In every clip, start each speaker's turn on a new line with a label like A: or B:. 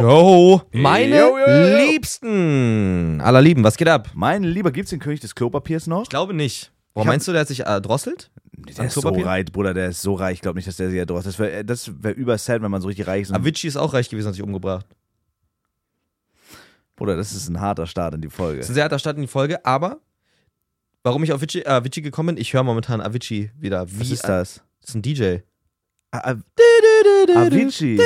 A: Yo. Meine
B: Yo, yo, yo.
A: Liebsten aller Lieben, was geht ab?
B: Mein Lieber, gibt's den König des Klopapiers noch?
A: Ich glaube nicht. Boah,
B: Ich hab-
A: meinst du, der hat sich erdrosselt?
B: Der ist so
A: Klopapier?
B: reich, Bruder, der ist so reich. Ich glaube nicht, dass der sich erdrosselt. Das wäre das wär übersell, wenn man so richtig reich ist.
A: Avicii ist auch reich gewesen, hat sich umgebracht.
B: Bruder, das ist ein harter Start in die Folge.
A: Das ist ein sehr harter Start in die Folge, aber warum ich auf Avicii, äh, Avicii gekommen bin, ich höre momentan Avicii wieder. Wie,
B: Was ist das? Ah,
A: Das ist ein DJ.
B: A- A- Avicii.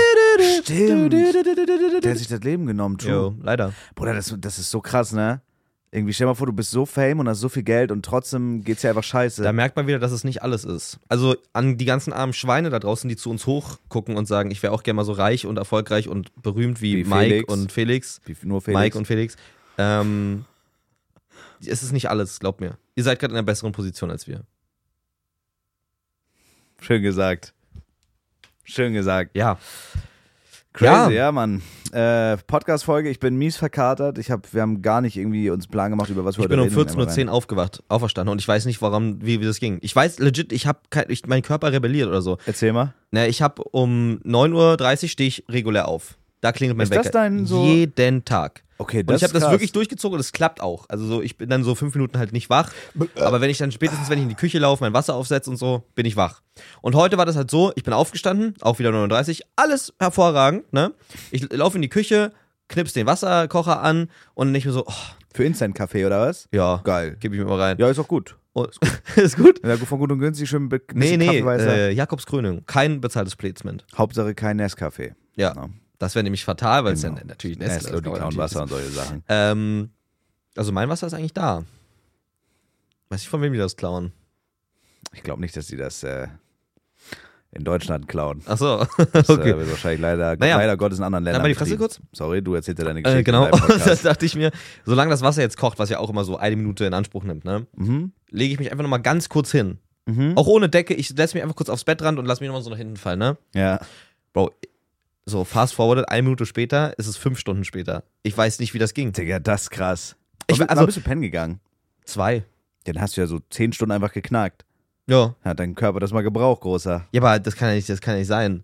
B: Stimmt. Der hat sich das Leben genommen, true.
A: Jo, leider.
B: Bruder, das, das ist so krass, ne? Irgendwie stell mal vor, du bist so fame und hast so viel Geld und trotzdem geht's ja einfach scheiße.
A: Da merkt man wieder, dass es nicht alles ist. Also an die ganzen armen Schweine da draußen, die zu uns hochgucken und sagen, ich wäre auch gerne mal so reich und erfolgreich und berühmt wie,
B: Wie
A: Mike
B: Felix.
A: und Felix,
B: Wie nur Felix.
A: Mike und Felix. Ähm, es ist nicht alles, glaubt mir. Ihr seid gerade in einer besseren Position als wir.
B: Schön gesagt. Schön gesagt.
A: Ja.
B: Crazy, ja, Mann. Äh, Podcast-Folge, ich bin mies verkatert. Ich hab, wir haben gar nicht irgendwie uns einen Plan gemacht, über was wir
A: Ich bin um
B: heute reden.
A: 14.10 Uhr aufgewacht, auferstanden und ich weiß nicht, warum, wie, wie das ging. Ich weiß legit, ich habe ich, mein Körper rebelliert oder so.
B: Erzähl mal.
A: Ne, ich habe um 9.30 Uhr stehe ich regulär auf. Da klingelt mein
B: Ist
A: Wecker.
B: das dein so-
A: Jeden Tag.
B: Okay,
A: Und
B: das
A: ich habe
B: ist
A: das
B: krass.
A: wirklich durchgezogen und es klappt auch. Also so, ich bin dann so fünf Minuten halt nicht wach.
B: äh.
A: Aber wenn ich dann spätestens, wenn ich in die Küche laufe, mein Wasser aufsetze und so, bin ich wach. Und heute war das halt so, ich bin aufgestanden, auch wieder 39, alles hervorragend, ne? Ich laufe in die Küche, knips den Wasserkocher an und dann ich mir so, oh,
B: Für Instant-Kaffee oder was?
A: ja,
B: Geil.
A: gebe ich mir mal rein.
B: Ja, ist auch gut.
A: Und, ist gut?
B: Ja, von gut und günstig schön ein bi- bisschen
A: Nee, nee,
B: Kaffeeweißer.
A: äh, Jakobs Krönung, kein bezahltes Placement.
B: Hauptsache kein Nescafé.
A: Ja,
B: Genau.
A: das wäre nämlich fatal, weil es
B: Genau.
A: dann natürlich Nestle,
B: Nestle, die
A: aber
B: klauen
A: natürlich
B: Wasser und solche Sachen.
A: Ähm, also mein Wasser ist eigentlich da. Weiß nicht, von wem die das klauen.
B: Ich glaube nicht, dass die das äh, in Deutschland klauen.
A: Ach so.
B: Das äh,
A: okay.
B: wird wahrscheinlich leider,
A: Naja.
B: leider Gottes in anderen Ländern.
A: Dann mal die Fresse
B: betrieben.
A: kurz.
B: Sorry, du erzählst ja deine Geschichte.
A: Äh, genau.
B: in deinem
A: da
B: Podcast.
A: dachte ich mir, solange das Wasser jetzt kocht, was ja auch immer so eine Minute in Anspruch nimmt, ne,
B: mhm.
A: lege ich mich einfach nochmal ganz kurz hin.
B: Mhm.
A: Auch ohne Decke, ich setze mich einfach kurz aufs Bettrand und lass mich nochmal so nach hinten fallen, ne?
B: Ja.
A: Bro, so fast forwarded, eine Minute später, ist es fünf Stunden später. Ich weiß nicht, wie das ging.
B: Digga, das ist krass.
A: Ich-
B: Wann-
A: also-
B: wann bist du pennen gegangen?
A: Zwei.
B: Den hast du ja so zehn Stunden einfach geknackt.
A: Ja.
B: Hat dein Körper das mal gebraucht, großer.
A: Ja, aber das kann ja nicht, das kann ja nicht sein.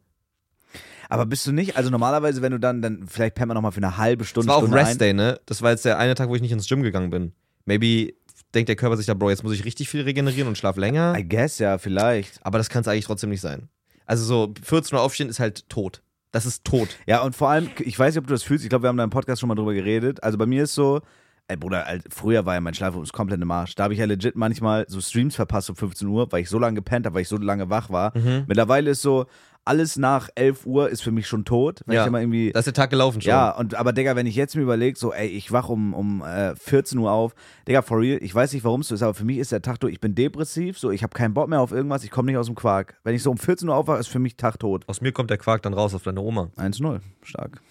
B: Aber bist du nicht, also normalerweise, wenn du dann, dann vielleicht pennt man nochmal für eine halbe
A: Das
B: Stunde.
A: war auch
B: Stunde
A: Rest
B: ein.
A: Day, ne? Das war jetzt der eine Tag, wo ich nicht ins Gym gegangen bin. Maybe denkt der Körper sich da, Bro, jetzt muss ich richtig viel regenerieren und schlaf länger.
B: I guess, ja, vielleicht.
A: Aber das kann es eigentlich trotzdem nicht sein. Also so 14 Uhr aufstehen ist halt tot. Das ist tot.
B: Ja, und vor allem, ich weiß nicht, ob du das fühlst. Ich glaube, wir haben da im Podcast schon mal drüber geredet. Also bei mir ist so, ey Bruder, alt- früher war ja mein Schlafrhythmus komplett im Arsch. Da habe ich ja legit manchmal so Streams verpasst um 15 Uhr, weil ich so lange gepennt habe, weil ich so lange wach war.
A: Mhm.
B: Mittlerweile ist so, alles nach 11 Uhr ist für mich schon tot. Wenn
A: Ja.
B: ich immer irgendwie.
A: Da ist der Tag gelaufen schon.
B: Ja, und aber Digga, wenn ich jetzt mir überlege, so, ey, ich wach um, um äh, 14 Uhr auf, Digga, for real, ich weiß nicht, warum es so ist, aber für mich ist der Tag durch, ich bin depressiv, so, ich habe keinen Bock mehr auf irgendwas, ich komme nicht aus dem Quark. Wenn ich so um 14 Uhr aufwache, ist für mich Tag tot.
A: Aus mir kommt der Quark dann raus auf deine Oma.
B: 1-0, stark.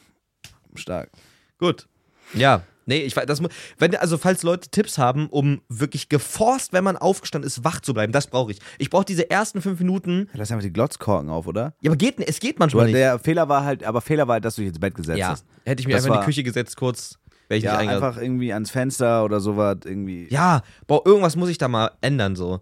B: Stark.
A: Gut. Ja. Nee, ich weiß, das mu- wenn, also falls Leute Tipps haben, um wirklich geforst, wenn man aufgestanden ist, wach zu bleiben, das brauche ich. Ich brauche diese ersten fünf Minuten.
B: Ja, Lass einfach die Glotzkorken auf, oder?
A: Ja, aber geht, es geht
B: Du,
A: manchmal nicht.
B: der Fehler war halt, aber Fehler war halt, dass du dich ins Bett gesetzt
A: Ja,
B: hast.
A: hätte ich mir
B: Das
A: einfach in
B: war-
A: die Küche gesetzt, kurz, wäre ich
B: Ja,
A: nicht eingegangen.
B: einfach irgendwie ans Fenster oder sowas, irgendwie.
A: ja, boah, irgendwas muss ich da mal ändern, so.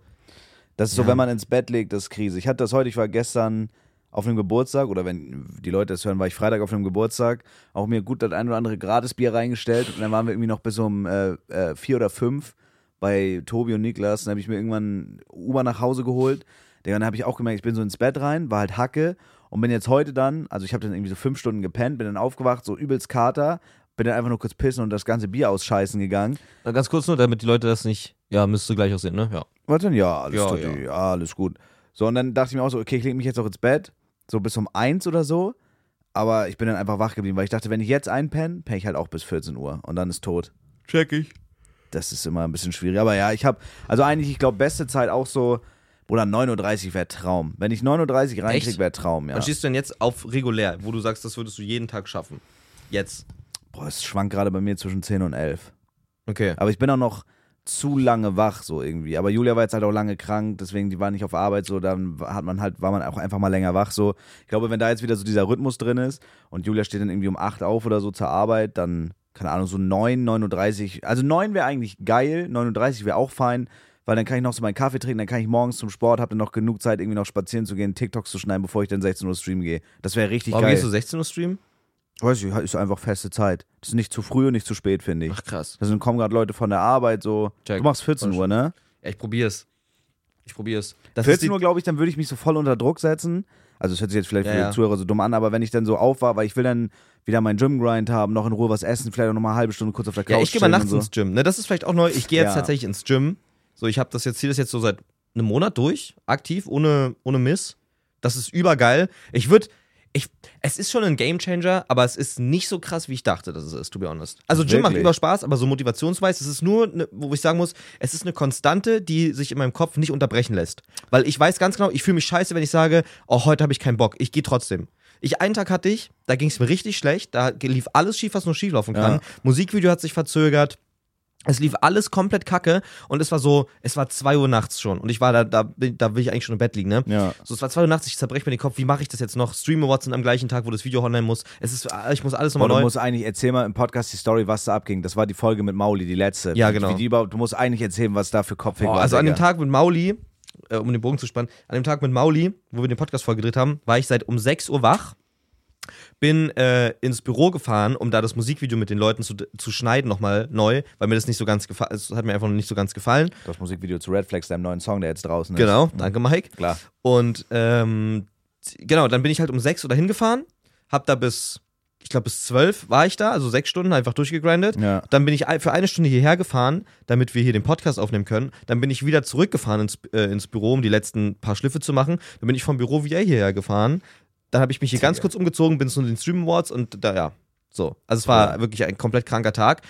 B: Das ist so, wenn man ins Bett legt, das ist Krise. Ich hatte das heute, ich war gestern auf einem Geburtstag oder wenn die Leute das hören, war ich Freitag auf einem Geburtstag, auch mir gut das ein oder andere Gratisbier reingestellt und dann waren wir irgendwie noch bis um äh, äh, vier oder fünf bei Tobi und Niklas. Dann habe ich mir irgendwann Uber nach Hause geholt. Digga, Dann habe ich auch gemerkt, ich bin so ins Bett rein, war halt Hacke und bin jetzt heute dann, also ich habe dann irgendwie so fünf Stunden gepennt, bin dann aufgewacht, so übelst Kater, bin dann einfach nur kurz pissen und das ganze Bier ausscheißen gegangen.
A: Äh, Ganz kurz nur, damit die Leute das nicht, ja, müsste gleich aussehen, ne? Ja.
B: Was denn? Ja, alles,
A: Ja,
B: tut
A: ja.
B: die- ja, alles gut. So, und dann dachte ich mir auch so, okay, ich lege mich jetzt auch ins Bett, so bis um eins oder so. Aber ich bin dann einfach wach geblieben, weil ich dachte, wenn ich jetzt einpenne, penne ich halt auch bis 14 Uhr und dann ist tot.
A: Check ich.
B: Das ist immer ein bisschen schwierig. Aber ja, ich habe, also eigentlich, ich glaube, beste Zeit auch so, Bruder, 9.30 Uhr wäre Traum. Wenn ich 9.30 Uhr reinkrieg,
A: Echt?
B: wäre Traum, ja.
A: Wann stehst du denn jetzt auf regulär, wo du sagst, das würdest du jeden Tag schaffen? Jetzt.
B: Boah, es schwankt gerade bei mir zwischen 10 und 11.
A: Okay.
B: Aber ich bin auch noch zu lange wach, so irgendwie. Aber Julia war jetzt halt auch lange krank, deswegen, die war nicht auf Arbeit, so, dann hat man halt, war man auch einfach mal länger wach, so. Ich glaube, wenn da jetzt wieder so dieser Rhythmus drin ist und Julia steht dann irgendwie um 8 auf oder so zur Arbeit, dann, keine Ahnung, so 9, 39, also 9 wäre eigentlich geil, 39 wäre auch fein, weil dann kann ich noch so meinen Kaffee trinken, dann kann ich morgens zum Sport, habe dann noch genug Zeit, irgendwie noch spazieren zu gehen, TikToks zu schneiden, bevor ich dann 16 Uhr streamen gehe. Das wäre richtig
A: Warum
B: geil.
A: gehst du 16 Uhr streamen?
B: Weiß ich, ist einfach feste Zeit. Das ist nicht zu früh und nicht zu spät, finde ich.
A: Ach krass.
B: Da sind, Also kommen gerade Leute von der Arbeit so.
A: Check.
B: Du machst 14 Uhr, ne?
A: Ja, ich probier's. Ich probier's. Das ist
B: 14
A: die-
B: Uhr, glaube ich, dann würde ich mich so voll unter Druck setzen. Also es hört sich jetzt vielleicht
A: Ja,
B: für die
A: ja.
B: Zuhörer so dumm an, aber wenn ich dann so auf war, weil ich will dann wieder meinen Gym-Grind haben, noch in Ruhe was essen, vielleicht auch nochmal eine halbe Stunde kurz auf der Couch
A: Ja, ich gehe mal
B: chillen
A: nachts
B: und so.
A: ins Gym. Ne, das ist vielleicht auch neu. Ich gehe jetzt
B: Ja.
A: tatsächlich ins Gym. So, ich habe das jetzt, ziehe das jetzt so seit einem Monat durch, aktiv, ohne, ohne Miss. Das ist übergeil. Ich würde, ich, es ist schon ein Gamechanger, aber es ist nicht so krass, wie ich dachte, dass es ist, to be honest. Also Gym macht
B: Wirklich?
A: über Spaß, aber so motivationsweise, es ist nur, ne, wo ich sagen muss, es ist eine Konstante, die sich in meinem Kopf nicht unterbrechen lässt. Weil ich weiß ganz genau, ich fühle mich scheiße, wenn ich sage, oh, heute habe ich keinen Bock, ich gehe trotzdem. Ich, einen Tag hatte ich, da ging es mir richtig schlecht, da lief alles schief, was nur schief laufen kann.
B: Ja.
A: Musikvideo hat sich verzögert, es lief alles komplett kacke und es war so, es war 2 Uhr nachts schon und ich war da, da, bin- da will ich eigentlich schon im Bett liegen, ne?
B: Ja.
A: So, es war 2 Uhr nachts, ich zerbreche mir den Kopf, wie mache ich das jetzt noch? Stream Awards sind am gleichen Tag, wo das Video online muss. Es ist, ah, ich muss alles
B: Boah,
A: nochmal
B: du
A: neu.
B: musst eigentlich, erzähl mal im Podcast die Story, was da abging. Das war die Folge mit Mauli, die letzte.
A: Ja, genau.
B: Wie die überhaupt, du musst eigentlich erzählen, was da für Kopf
A: Boah,
B: war.
A: also an dem
B: Digga.
A: Tag mit Mauli, äh, um den Bogen zu spannen, an dem Tag mit Mauli, wo wir den Podcast vorgedreht haben, war ich seit um 6 Uhr wach, bin äh, ins Büro gefahren, um da das Musikvideo mit den Leuten zu, zu schneiden nochmal neu, weil mir das nicht so ganz gefallen, es hat mir einfach noch nicht so ganz gefallen.
B: Das Musikvideo zu Red Flags, deinem neuen Song, der jetzt draußen ist. Mhm.
A: Genau, danke Mike.
B: Klar.
A: Und ähm, genau, dann bin ich halt um sechs oder hingefahren, hab da bis, ich glaube bis zwölf war ich da, also sechs Stunden einfach durchgegrindet.
B: Ja.
A: Dann bin ich ein- für eine Stunde hierher gefahren, damit wir hier den Podcast aufnehmen können. Dann bin ich wieder zurückgefahren ins, äh, ins Büro, um die letzten paar Schliffe zu machen. Dann bin ich vom Büro VA hierher gefahren. Dann habe ich mich hier ganz
B: Digga.
A: kurz umgezogen, bin zu den Stream Awards und da, ja, so. Also es war
B: Ja.
A: wirklich ein komplett kranker Tag.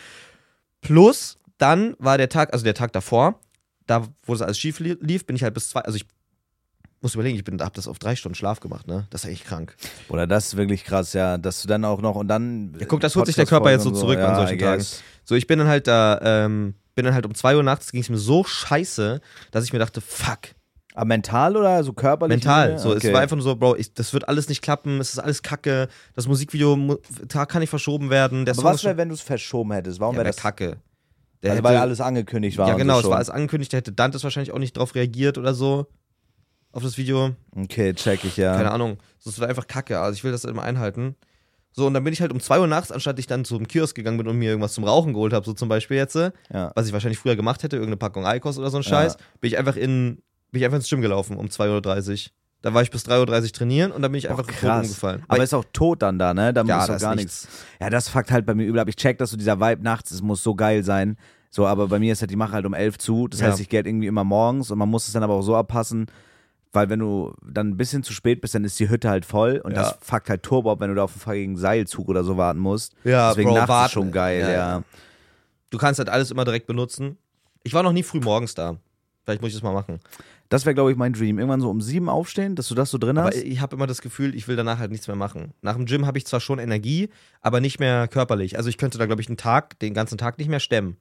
A: Plus, dann war der Tag, also der Tag davor, da, wo das alles schief li- lief, bin ich halt bis zwei, also ich muss überlegen, ich bin, hab das auf drei Stunden Schlaf gemacht, ne? Das ist echt krank.
B: Oder das ist wirklich krass, ja. Dass du dann auch noch und dann.
A: Ja, guck, das holt sich der Körper jetzt so
B: Podcast-Folge
A: zurück
B: und
A: an solchen
B: I
A: Tagen.
B: guess.
A: So, ich bin dann halt da, ähm, bin dann halt um zwei Uhr nachts, ging es mir so scheiße, dass ich mir dachte, fuck,
B: Aber Ah, mental oder so körperlich?
A: mental.
B: mehr?
A: So,
B: Okay.
A: es war einfach nur so, Bro, ich, das wird alles nicht klappen, es ist alles kacke, das Musikvideo, mu- Tag kann nicht verschoben werden, der
B: Aber
A: Song
B: was
A: ist schon,
B: wäre, wenn du es verschoben hättest? Warum
A: ja,
B: wäre
A: wär
B: das?
A: kacke. Der
B: also,
A: hätte-
B: weil alles angekündigt war.
A: ja,
B: und
A: genau,
B: so
A: es
B: schon.
A: war alles angekündigt, da hätte Dantes wahrscheinlich auch nicht drauf reagiert oder so. Auf das Video.
B: Okay, check ich ja.
A: Keine Ahnung. So, es war einfach kacke. Also ich will das immer einhalten. So, und dann bin ich halt um 2 Uhr nachts, anstatt ich dann zum Kiosk gegangen bin und mir irgendwas zum Rauchen geholt habe, so zum Beispiel jetzt, äh,
B: Ja.
A: was ich wahrscheinlich früher gemacht hätte, irgendeine Packung Eikos oder so ein
B: Ja.
A: Scheiß, bin ich einfach in, bin ich einfach ins Gym gelaufen um 2.30 Uhr. Da war ich bis 3.30 Uhr trainieren und dann bin ich einfach tot umgefallen.
B: Aber
A: Weil-
B: ist auch tot dann da, ne? Da
A: Ja,
B: ist
A: da
B: auch
A: ist
B: gar nichts. Ja, das fuckt halt bei mir übel ab. Ich check, dass so dieser Vibe nachts, es muss so geil sein. So, aber bei mir ist halt, die Mache halt um elf zu. Das
A: Ja.
B: heißt, ich gehe halt irgendwie immer morgens und man muss es dann aber auch so abpassen, weil wenn du dann ein bisschen zu spät bist, dann ist die Hütte halt voll und
A: Ja.
B: das fuckt halt Turbo ab, wenn du da auf einen fucking Seilzug oder so warten musst.
A: Ja,
B: Deswegen
A: Bro,
B: nachts
A: warten.
B: ist schon geil,
A: Ja,
B: ja.
A: ja. du kannst halt alles immer direkt benutzen. Ich war noch nie früh morgens da. Vielleicht muss ich das mal machen.
B: Das wäre, glaube ich, mein Dream. Irgendwann so um sieben aufstehen, dass du das so drin
A: Aber
B: hast.
A: ich habe immer das Gefühl, ich will danach halt nichts mehr machen. Nach dem Gym habe ich zwar schon Energie, aber nicht mehr körperlich. Also ich könnte da, glaube ich, einen Tag, den ganzen Tag nicht mehr stemmen.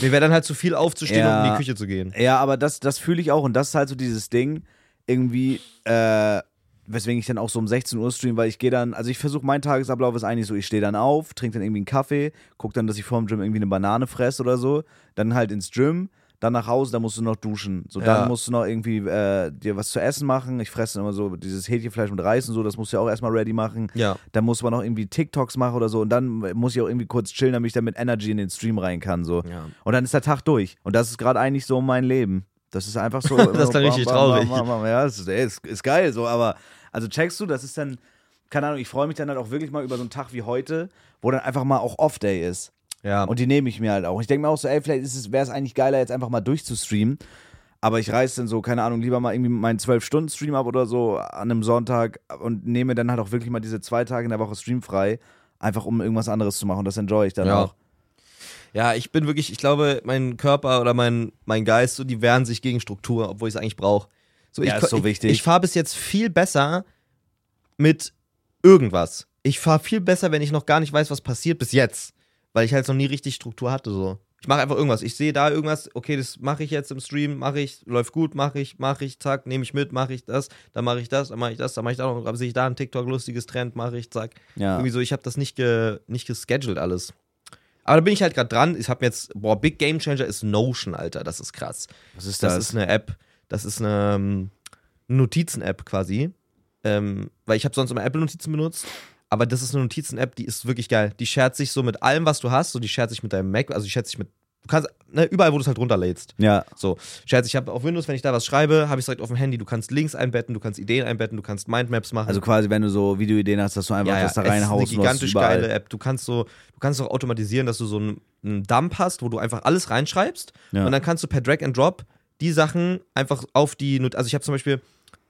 A: Mir wäre dann halt zu viel aufzustehen
B: Ja.
A: und in die Küche zu gehen.
B: Ja, aber das, das fühle ich auch und das ist halt so dieses Ding, irgendwie, äh, weswegen ich dann auch so um 16 Uhr stream, weil ich gehe dann, also ich versuche, mein Tagesablauf ist eigentlich so, ich stehe dann auf, trinke dann irgendwie einen Kaffee, gucke dann, dass ich vor dem Gym irgendwie eine Banane fresse oder so, dann halt ins Gym, dann nach Hause, dann musst du noch duschen. So,
A: Ja.
B: dann musst du noch irgendwie äh, dir was zu essen machen. Ich fresse immer so dieses Hähnchenfleisch mit Reis und so, das musst du ja auch erstmal ready machen.
A: Ja.
B: Dann muss man noch irgendwie TikToks machen oder so und dann muss ich auch irgendwie kurz chillen, damit ich dann mit Energy in den Stream rein kann. So.
A: Ja.
B: Und dann ist der Tag durch. Und das ist gerade eigentlich so mein Leben. Das ist einfach so.
A: Das klang richtig traurig.
B: Ja, das ist, ey, ist, ist geil so, aber also checkst du, das ist dann, keine Ahnung, ich freue mich dann halt auch wirklich mal über so einen Tag wie heute, wo dann einfach mal auch Off-Day ist.
A: Ja.
B: Und die nehme ich mir halt auch. Ich denke mir auch so, ey, vielleicht ist es- wäre es eigentlich geiler, jetzt einfach mal durchzustreamen. Aber ich reiß dann so, keine Ahnung, lieber mal irgendwie meinen 12-Stunden-Stream ab oder so an einem Sonntag und nehme dann halt auch wirklich mal diese zwei Tage in der Woche streamfrei, einfach um irgendwas anderes zu machen. Und das enjoy ich dann
A: Ja.
B: auch.
A: ja, ich bin wirklich, ich glaube, mein Körper oder mein, mein Geist, so, die wehren sich gegen Struktur, obwohl ich es eigentlich brauche. So,
B: Ja,
A: ich,
B: ist so
A: ich,
B: wichtig.
A: Ich fahre bis jetzt viel besser mit irgendwas. Ich fahre viel besser, wenn ich noch gar nicht weiß, was passiert bis jetzt. Weil ich halt noch nie richtig Struktur hatte. So. Ich mache einfach irgendwas. Ich sehe da irgendwas, okay, das mache ich jetzt im Stream, mache ich, läuft gut, mache ich, mache ich, zack, nehme ich mit, mache ich das, dann mache ich das, dann mache ich das, dann mache ich da noch, dann sehe ich da ein TikTok, lustiges Trend, mache ich, zack.
B: Ja.
A: Irgendwie so, ich habe das nicht, ge, nicht gescheduled alles. Aber da bin ich halt gerade dran. Ich habe jetzt, boah, Big Game Changer ist Notion, Alter, das ist krass.
B: Was ist
A: Das ist eine App. Das ist eine ähm, Notizen-App quasi. Ähm, weil ich habe sonst immer Apple-Notizen benutzt. Aber das ist eine Notizen-App, die ist wirklich geil. Die schert sich so mit allem, was du hast. So, die schert sich mit deinem Mac, also die schert sich mit. Du kannst, ne, überall, wo du es halt runterlädst.
B: Ja.
A: So, schert sich, ich habe auf Windows, wenn ich da was schreibe, habe ich es direkt auf dem Handy. Du kannst Links einbetten, du kannst Ideen einbetten, du kannst Mindmaps machen.
B: Also quasi, wenn du so Videoideen hast, dass du einfach das da
A: Es
B: reinhaust.
A: ist
B: und
A: eine
B: du hast es
A: gigantisch
B: überall.
A: geile App. Du kannst so, du kannst auch automatisieren, dass du so einen, einen Dump hast, wo du einfach alles reinschreibst
B: Ja.
A: und dann kannst du per Drag and Drop die Sachen einfach auf die, Not- also ich habe zum Beispiel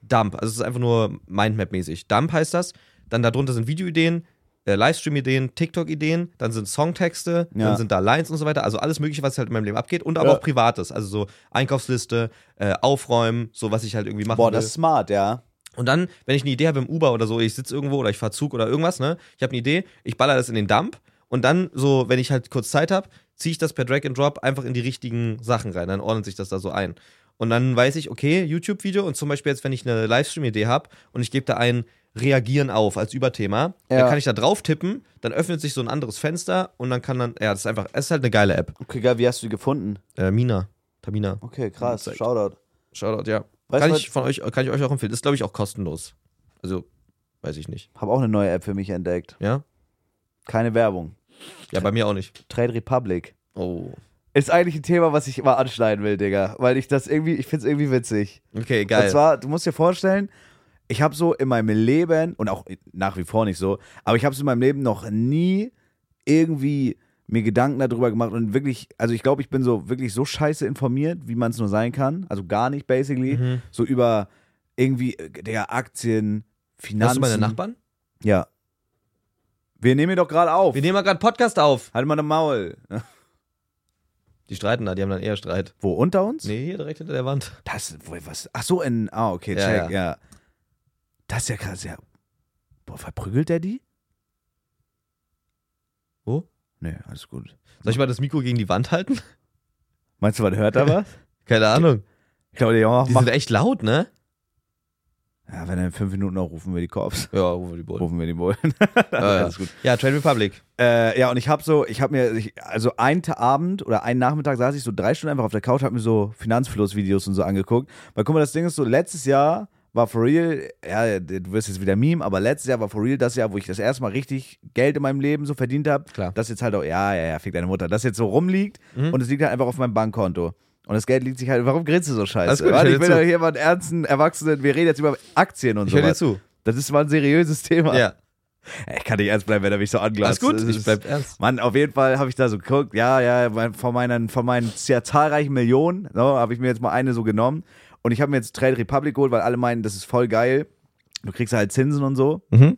A: Dump, also es ist einfach nur Mindmap-mäßig. Dump heißt das. Dann darunter sind Videoideen, äh, Livestream-Ideen, TikTok-Ideen, dann sind Songtexte,
B: Ja.
A: dann sind da Lines und so weiter. Also alles Mögliche, was halt in meinem Leben abgeht und aber
B: Ja.
A: auch Privates, also so Einkaufsliste, äh, Aufräumen, so was ich halt irgendwie machen
B: Boah,
A: will.
B: das ist smart, ja.
A: Und dann, wenn ich eine Idee habe im Uber oder so, ich sitze irgendwo oder ich fahr Zug oder irgendwas, ne? Ich habe eine Idee, ich baller das in den Dump und dann so, wenn ich halt kurz Zeit habe, ziehe ich das per Drag and Drop einfach in die richtigen Sachen rein, dann ordnet sich das da so ein. Und dann weiß ich, okay, YouTube-Video und zum Beispiel jetzt, wenn ich eine Livestream-Idee habe und ich gebe da ein Reagieren auf als Überthema,
B: Ja.
A: dann kann ich da drauf tippen, dann öffnet sich so ein anderes Fenster und dann kann dann, ja, das ist einfach, es ist halt eine geile App.
B: Okay, geil, wie hast du die gefunden?
A: Äh, Mina, Tamina,
B: Okay, krass.
A: Zeigt.
B: Shoutout.
A: Shoutout, ja.
B: Weißt
A: kann
B: du,
A: ich von euch, kann ich euch auch empfehlen. Ist, glaube ich, auch kostenlos. Also, weiß ich nicht.
B: Hab auch eine neue App für mich entdeckt.
A: Ja?
B: Keine Werbung.
A: Ja, bei mir auch nicht.
B: Trade Republic.
A: Oh.
B: Ist eigentlich ein Thema, was ich immer anschneiden will, Digga. Weil ich das irgendwie, ich find's irgendwie witzig.
A: Okay, geil.
B: Und zwar, du musst dir vorstellen, ich habe so in meinem Leben und auch nach wie vor nicht so, aber ich habe es in meinem Leben noch nie irgendwie mir Gedanken darüber gemacht und wirklich, also ich glaube, ich bin so wirklich so scheiße informiert, wie man es nur sein kann. Also gar nicht, basically.
A: Mhm.
B: So über irgendwie, äh, der Aktien, Finanzen.
A: Hast du meine Nachbarn?
B: Ja. Wir nehmen hier doch gerade auf.
A: Wir nehmen mal gerade Podcast auf.
B: Halt mal den Maul.
A: Die streiten da, die haben dann eher Streit.
B: Wo, unter uns?
A: Nee, hier direkt hinter der Wand.
B: Das, wo- was? Ach so, in, ah, okay,
A: Ja,
B: check, ja. Das ist ja krass, ja. Boah, verprügelt der die?
A: Wo?
B: Nee, alles gut.
A: Soll ich mal das Mikro gegen die Wand halten?
B: Meinst du, man hört da was?
A: Keine Ahnung.
B: Ich glaube, der auch
A: Die
B: macht.
A: sind echt laut, ne?
B: Ja, wenn er in fünf Minuten noch rufen wir die Cops.
A: Ja, rufen die Bullen.
B: Rufen wir die Bullen.
A: ja.
B: Alles gut.
A: Ja, Trade Republic.
B: Äh, ja, und ich habe so, ich habe mir, ich, also einen Ta- Abend oder einen Nachmittag saß ich so drei Stunden einfach auf der Couch, habe mir so Finanzfluss-Videos und so angeguckt. Weil guck mal, das Ding ist so, letztes Jahr war for real, ja, du wirst jetzt wieder Meme, aber letztes Jahr war for real das Jahr, wo ich das erste Mal richtig Geld in meinem Leben so verdient habe.
A: Klar. Mhm.
B: Das jetzt halt auch, ja, ja, ja, fick deine Mutter, das jetzt so rumliegt und es liegt halt einfach auf meinem Bankkonto. Und das Geld liegt sich halt, warum grinst du so
A: Alles
B: scheiße?
A: gut, ich
B: Warte,
A: hör
B: ich
A: dir
B: bin doch
A: zu.
B: hier mal einen ernsten Erwachsenen, wir reden jetzt über Aktien und
A: Ich
B: so.
A: höre dir zu.
B: Das ist mal ein seriöses Thema.
A: Ja.
B: Ich kann nicht ernst bleiben, wenn er mich so
A: Alles
B: anglotzt.
A: gut?
B: Das
A: Ich
B: ist-
A: bleib ernst.
B: Mann, auf jeden Fall habe ich da so geguckt, ja, ja, mein- von meinen, von meinen sehr zahlreichen Millionen, so, habe ich mir jetzt mal eine so genommen. Und ich habe mir jetzt Trade Republic geholt, weil alle meinen, das ist voll geil. Du kriegst halt Zinsen und so.
A: Mhm.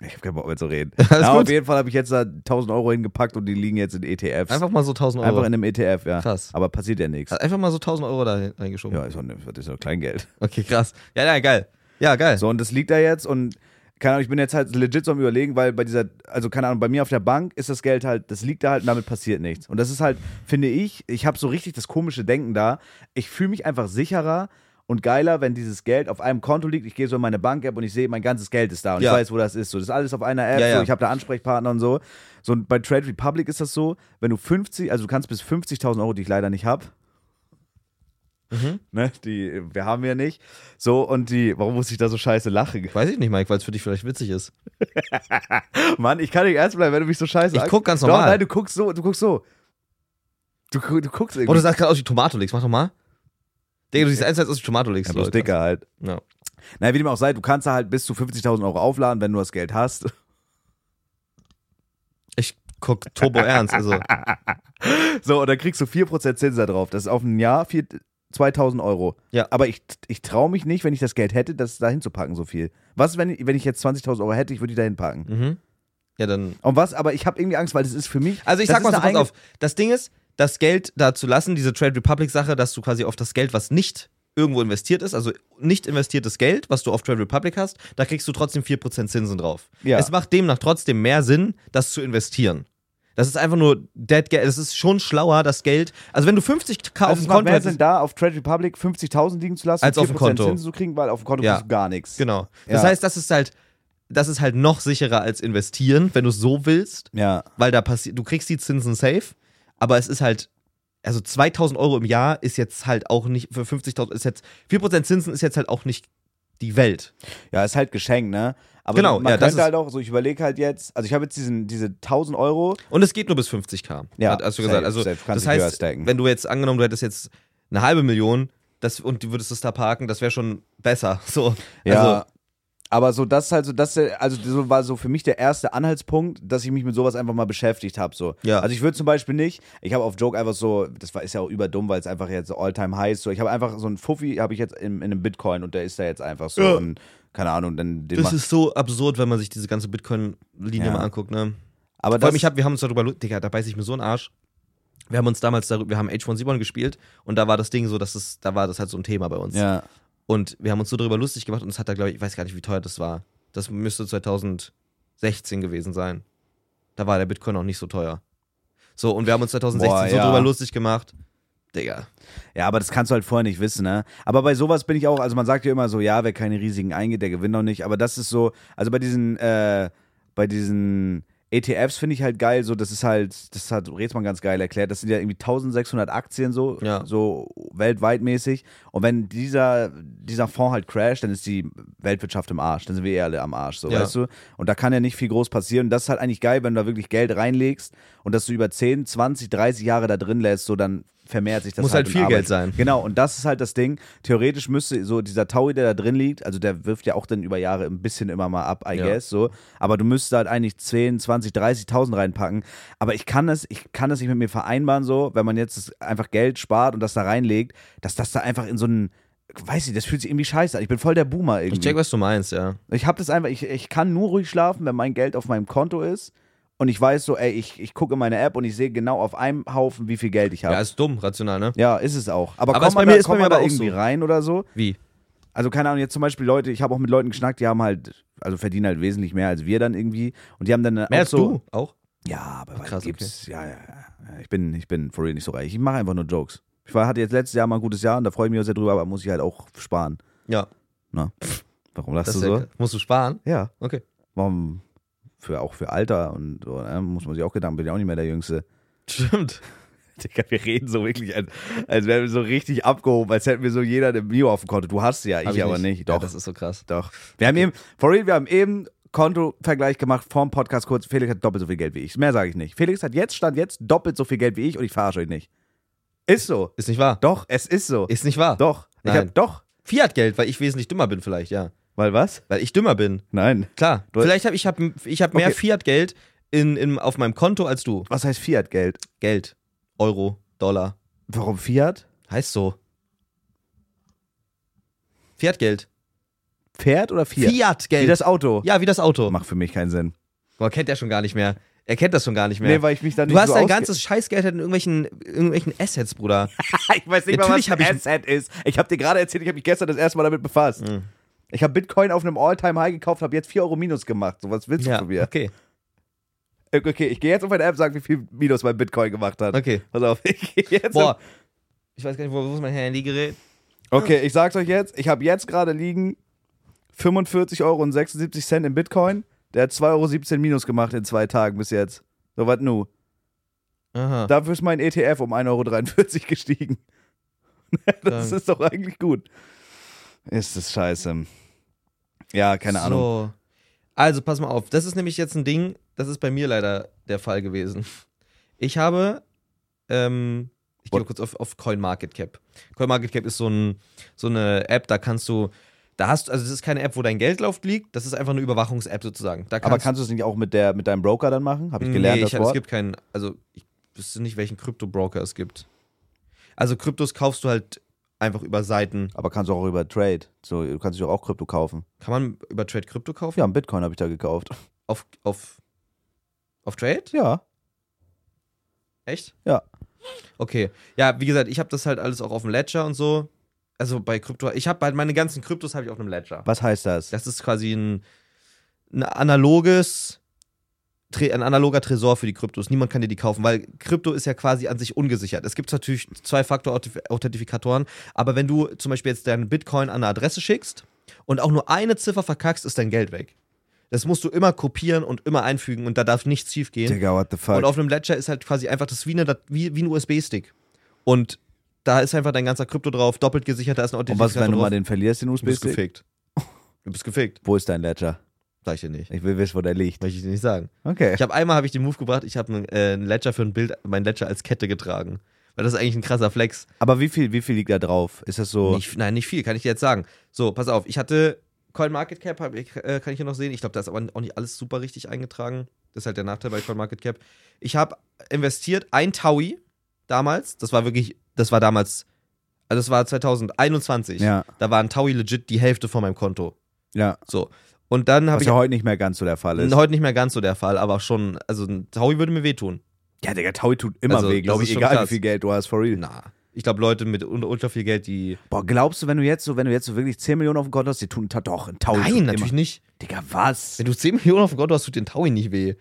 B: Ich habe keinen Bock mehr zu reden.
A: Alles
B: Na,
A: gut.
B: auf jeden Fall habe ich jetzt da 1000 Euro hingepackt und die liegen jetzt in ETFs.
A: Einfach mal so 1000 Euro.
B: Einfach in einem ETF, ja.
A: Krass.
B: Aber passiert ja nichts.
A: Einfach mal so 1000 Euro da reingeschoben.
B: Ja, ist doch ne- das ist doch Kleingeld.
A: Okay, krass. Ja, ja, geil. Ja, geil.
B: So, und das liegt da jetzt und keine Ahnung, ich bin jetzt halt legit so am überlegen, weil bei dieser, also keine Ahnung, bei mir auf der Bank ist das Geld halt, das liegt da halt und damit passiert nichts. Und das ist halt, finde ich, ich habe so richtig das komische Denken da. Ich fühle mich einfach sicherer und geiler, wenn dieses Geld auf einem Konto liegt. Ich gehe so in meine Bank-App und ich sehe, mein ganzes Geld ist da und
A: Ja.
B: ich weiß, wo das ist. So, das ist alles auf einer App,
A: Ja, ja.
B: So, ich habe da Ansprechpartner und so. So, und bei Trade Republic ist das so, wenn du 50, also du kannst bis 50.000 Euro, die ich leider nicht habe,
A: Mhm.
B: ne, die, wir haben ja nicht. So, und die, warum muss ich da so scheiße lachen?
A: Weiß ich nicht, Mike, weil es für dich vielleicht witzig ist.
B: Äh, Mann, ich kann nicht ernst bleiben, wenn du mich so scheiße
A: Ich
B: anguckst.
A: guck ganz
B: Doch,
A: normal.
B: nein, du guckst so, du guckst so. Du, gu- du guckst
A: Oh,
B: irgendwie.
A: du sahst gerade aus wie Tomato Mach doch mal. Digga, du siehst eins als aus wie Tomato Leaks.
B: ja, bloß dicker halt.
A: Ja.
B: Nein, wie dem auch sei, du kannst da halt bis zu 50.000 Euro aufladen, wenn du das Geld hast.
A: Ich guck Turbo ernst. Also,
B: So, und dann kriegst du 4% Zinsen da drauf. Das ist auf ein Jahr vier- 2.000 Euro.
A: Ja.
B: Aber ich, ich traue mich nicht, wenn ich das Geld hätte, das da hinzupacken, so viel. Was, wenn, wenn ich jetzt 20.000 Euro hätte, ich würde die da hinpacken.
A: mhm. ja, dann
B: Und was, aber ich habe irgendwie Angst, weil das ist für mich.
A: Also ich
B: das
A: sag mal
B: ist
A: so,
B: eine
A: pass auf. Das Ding ist, das Geld da zu lassen, diese Trade Republic Sache, dass du quasi auf das Geld, was nicht irgendwo investiert ist, also nicht investiertes Geld, was du auf Trade Republic hast, da kriegst du trotzdem 4% Zinsen drauf.
B: Ja.
A: Es macht demnach trotzdem mehr Sinn, das zu investieren. Das ist einfach nur dead Geld. Es ist schon schlauer, das Geld. Also wenn du 50k auf
B: Also
A: dem
B: es macht
A: Konto
B: mehr
A: hättest,
B: Sinn, da auf Trade Republic 50.000 liegen zu lassen,
A: Als auf dem
B: 4%
A: Konto.
B: Zinsen zu kriegen, weil auf dem Konto
A: Ja.
B: kriegst du gar nichts.
A: Genau. Das
B: Ja.
A: heißt, das ist halt, das ist halt noch sicherer als investieren, wenn du es so willst,
B: Ja.
A: weil da passiert, du kriegst die Zinsen safe, aber es ist halt, also 2000 Euro im Jahr ist jetzt halt auch nicht, für 50.000 ist jetzt, 4% Zinsen ist jetzt halt auch nicht die Welt.
B: Ja, ist halt Geschenk, ne? Aber
A: Genau,
B: man
A: ja, das
B: könnte
A: ist-
B: halt auch so, ich überlege halt jetzt, also ich habe jetzt diesen, diese 1000 Euro.
A: Und es geht nur bis 50k.
B: Ja,
A: hat- hast du
B: safe,
A: gesagt. Also,
B: safe, kannst
A: das
B: dich höher
A: heißt,
B: stacken.
A: wenn du jetzt angenommen, du hättest jetzt eine halbe Million das, und du würdest es da parken, das wäre schon besser. So.
B: Ja.
A: Also,
B: aber so das halt so das also so war so für mich der erste Anhaltspunkt, dass ich mich mit sowas einfach mal beschäftigt habe so.
A: Ja.
B: Also ich würde zum Beispiel nicht, ich habe auf Joke einfach so, das war ist ja auch überdumm, weil es einfach jetzt Alltime high ist. So ich habe einfach so einen Fuffi habe ich jetzt in, in einem Bitcoin und der ist da jetzt einfach so
A: Ja.
B: und keine Ahnung, dann den
A: das
B: mach-
A: ist so absurd, wenn man sich diese ganze Bitcoin-Linie
B: Ja.
A: mal anguckt. Ne?
B: aber
A: Vor
B: das
A: allem, ich hab, wir haben uns darüber, lu- Digga, da beiß ich mir so einen Arsch. Wir haben uns damals darüber, wir haben H1 Simon gespielt und da war das Ding so, dass es, da war das halt so ein Thema bei uns.
B: ja,
A: Und wir haben uns so darüber lustig gemacht und es hat da, glaube ich, ich weiß gar nicht, wie teuer das war. Das müsste 2016 gewesen sein. Da war der Bitcoin noch nicht so teuer. So, und wir haben uns 2016
B: Boah,
A: so
B: ja.
A: drüber lustig gemacht. Digga.
B: ja, aber das kannst du halt vorher nicht wissen, ne? Aber bei sowas bin ich auch, also man sagt ja immer so, ja, wer keine Risiken eingeht, der gewinnt auch nicht, aber das ist so, also bei diesen äh, bei diesen ETFs finde ich halt geil, so das ist halt, das hat Rezmann ganz geil erklärt, das sind ja irgendwie 1600 Aktien so,
A: Ja.
B: so weltweit mäßig und wenn dieser, dieser Fonds halt crasht, dann ist die Weltwirtschaft im Arsch, dann sind wir eh alle am Arsch, so,
A: Ja.
B: weißt du? Und da kann ja nicht viel groß passieren und das ist halt eigentlich geil, wenn du da wirklich Geld reinlegst und dass du über 10, 20, 30 Jahre da drin lässt, so dann vermehrt sich das
A: Muss halt
B: und
A: viel Geld
B: arbeitet.
A: sein.
B: Genau, und das ist halt das Ding. Theoretisch müsste so dieser Taui, der da drin liegt, also der wirft ja auch dann über Jahre ein bisschen immer mal ab, I
A: Ja.
B: guess, so. Aber du müsstest halt eigentlich 10, 20, 30.000 reinpacken. Aber ich kann das, ich kann das nicht mit mir vereinbaren, so, wenn man jetzt das einfach Geld spart und das da reinlegt, dass das da einfach in so einen, weiß ich, das fühlt sich irgendwie scheiße an. Ich bin voll der Boomer irgendwie.
A: Ich check, was du meinst, ja.
B: Ich habe das einfach, ich, ich kann nur ruhig schlafen, wenn mein Geld auf meinem Konto ist. Und ich weiß so, ey, ich, ich gucke in meine App und ich sehe genau auf einem Haufen, wie viel Geld ich
A: Ja,
B: habe. Ja,
A: ist dumm, rational, ne?
B: ist es auch. Aber,
A: Aber
B: kommt
A: ist bei
B: man
A: mir-
B: da,
A: ist bei
B: kommt
A: mir
B: man da
A: aber auch
B: irgendwie
A: so.
B: rein oder so?
A: Wie?
B: Also keine Ahnung, jetzt zum Beispiel Leute, ich habe auch mit Leuten geschnackt, die haben halt, also verdienen halt wesentlich mehr als wir dann irgendwie. Und die haben dann
A: Mehr
B: auch
A: als
B: so,
A: du? Auch?
B: ja, aber
A: krass,
B: krass, gibt's. Ja, ja, ja. Ich bin, ich bin for real nicht so reich. Ich mache einfach nur Jokes. Ich war, hatte jetzt letztes Jahr mal ein gutes Jahr und da freue ich mich auch sehr drüber, aber muss ich halt auch sparen.
A: Ja.
B: Na, warum lachst
A: Das
B: du
A: ist
B: so?
A: ja, musst du sparen?
B: Ja.
A: Okay.
B: Warum? Für, auch für Alter und so, ne, muss man sich auch Gedanken, bin ja auch nicht mehr der Jüngste.
A: Stimmt.
B: Digga, wir reden so wirklich, als, als wären wir so richtig abgehoben, als hätten wir so jeder eine Bio auf dem Konto. Du hast sie ja, ich,
A: Hab
B: aber nicht.
A: Ja,
B: Doch.
A: das ist so krass.
B: Doch. Wir haben eben, for real, wir haben eben Kontovergleich gemacht vorm Podcast kurz. Felix hat doppelt so viel Geld wie ich. Mehr sage ich nicht. Felix hat jetzt, stand jetzt doppelt so viel Geld wie ich und ich verarsche euch nicht. Ist so.
A: Ist nicht wahr.
B: Doch, es ist so.
A: Ist nicht wahr.
B: Doch. Ich
A: Nein.
B: hab, doch.
A: Fiat-Geld, weil ich wesentlich dümmer bin vielleicht, ja.
B: Weil was?
A: Weil ich dümmer bin.
B: Nein.
A: Klar.
B: Du-
A: vielleicht habe ich, hab, ich hab mehr
B: Okay.
A: Fiat-Geld in, in, auf meinem Konto als du.
B: Was heißt Fiat-Geld?
A: Geld. Euro, Dollar.
B: Warum Fiat?
A: Heißt so. Fiatgeld.
B: Pferd oder Fiat? Wie
A: Fiatgeld.
B: das Auto.
A: ja, wie das Auto.
B: Macht für mich keinen Sinn.
A: Boah, kennt er schon gar nicht mehr. Er kennt das schon gar nicht mehr.
B: Nee, weil ich mich dann
A: du
B: nicht
A: hast
B: so
A: dein
B: ausge-
A: ganzes Scheißgeld halt in irgendwelchen, irgendwelchen Assets, Bruder.
B: ich weiß nicht mal, was
A: Natürlich
B: ein
A: hab ich-
B: Asset ist. Ich habe dir gerade erzählt, ich habe mich gestern das erste Mal damit befasst. Ich habe Bitcoin auf einem All-Time-High gekauft, habe jetzt 4 Euro Minus gemacht. So was willst du
A: ja,
B: von mir? Äh,
A: okay.
B: Okay, ich gehe jetzt auf meine App, sag, wie viel Minus mein Bitcoin gemacht hat.
A: Okay.
B: Pass auf, ich gehe jetzt.
A: Boah.
B: Auf,
A: Ich weiß gar nicht, wo, wo ist mein Handygerät?
B: okay, ich sag's euch jetzt. Ich habe jetzt gerade liegen 45,76 Euro in Bitcoin. Der hat 2,17 Euro Minus gemacht in zwei Tagen bis jetzt. So, was nu?
A: Aha.
B: Dafür ist mein ETF um 1,43 Euro gestiegen. das
A: Dank.
B: ist doch eigentlich gut. Ist das scheiße. Ja, keine Ahnung.
A: So. Also, pass mal auf. Das ist nämlich jetzt ein Ding, das ist bei mir leider der Fall gewesen. Ich habe, ähm, ich gehe
B: What?
A: kurz auf, auf CoinMarketCap. CoinMarketCap ist so, ein, so eine App, da kannst du, da hast, also das ist keine App, wo dein Geld läuft liegt, das ist einfach eine Überwachungs-App sozusagen. Da
B: Aber kannst du es nicht auch mit, der, mit deinem Broker dann machen? Habe ich gelernt,
A: nee,
B: das
A: ich,
B: Wort.
A: es gibt keinen, also ich wüsste nicht, welchen Krypto-Broker es gibt. Also Kryptos kaufst du halt einfach über Seiten.
B: Aber kannst du auch über Trade. So, du kannst dich auch Krypto kaufen.
A: Kann man über Trade Krypto kaufen?
B: Ja, einen Bitcoin habe ich da gekauft.
A: Auf, auf, auf Trade?
B: Ja.
A: Echt?
B: Ja.
A: Okay. Ja, wie gesagt, ich habe das halt alles auch auf dem Ledger und so. Also bei Krypto, ich habe halt meine ganzen Kryptos habe ich auf einem Ledger.
B: Was heißt das?
A: Das ist quasi ein, ein analoges Tre- ein analoger Tresor für die Kryptos. Niemand kann dir die kaufen, weil Krypto ist ja quasi an sich ungesichert. Es gibt natürlich zwei Faktor-Authentifikatoren, aber wenn du zum Beispiel jetzt deinen Bitcoin an eine Adresse schickst und auch nur eine Ziffer verkackst, ist dein Geld weg. Das musst du immer kopieren und immer einfügen und da darf nichts schief gehen.
B: Digga, what the
A: Und
B: fuck?
A: auf einem Ledger ist halt quasi einfach das wie, eine, Dat- wie, wie ein USB-Stick. Und da ist einfach dein ganzer Krypto drauf, doppelt gesichert, da ist ein
B: Und was, wenn du
A: Authentifikator
B: mal
A: drauf.
B: den verlierst, den
A: Du bist
B: USB-Stick?
A: gefickt. Du bist gefickt.
B: Wo ist dein Ledger?
A: gleiche nicht.
B: Ich will wissen, wo der liegt.
A: Möchte ich dir nicht sagen.
B: Okay.
A: Ich habe einmal habe ich den Move gebracht, ich habe einen, äh, einen Ledger für ein Bild, meinen Ledger als Kette getragen. Weil das ist eigentlich ein krasser Flex.
B: Aber wie viel, wie viel liegt da drauf? Ist das so?
A: Nicht, nein, nicht viel, kann ich dir jetzt sagen. So, pass auf, ich hatte CoinMarketCap, hab ich, äh, kann ich hier noch sehen. Ich glaube, da ist aber auch nicht alles super richtig eingetragen. Das ist halt der Nachteil bei CoinMarketCap. Ich habe investiert ein Taui damals. Das war wirklich, das war damals, also das war 2021.
B: Ja,
A: Da war ein Taui legit die Hälfte von meinem Konto.
B: ja.
A: So. Und dann habe
B: Was
A: ich
B: ja heute nicht mehr ganz so der Fall ist.
A: heute nicht mehr ganz so der Fall, aber schon, also ein Taui würde mir wehtun.
B: Ja, Digga, Taui tut immer
A: Also,
B: weh,
A: das
B: glaube
A: ist
B: ich,
A: schon
B: egal
A: krass.
B: wie viel Geld du hast, for real.
A: Na. Ich glaube, Leute mit un- ultra viel Geld, die.
B: Boah, glaubst du, wenn du jetzt so, wenn du jetzt so wirklich 10 Millionen auf dem Konto hast, die tun ta- doch ein Taui. tut
A: Nein, natürlich
B: Immer.
A: nicht.
B: Digga, was?
A: Wenn du 10 Millionen auf dem Konto hast, tut dir ein Taui nicht weh.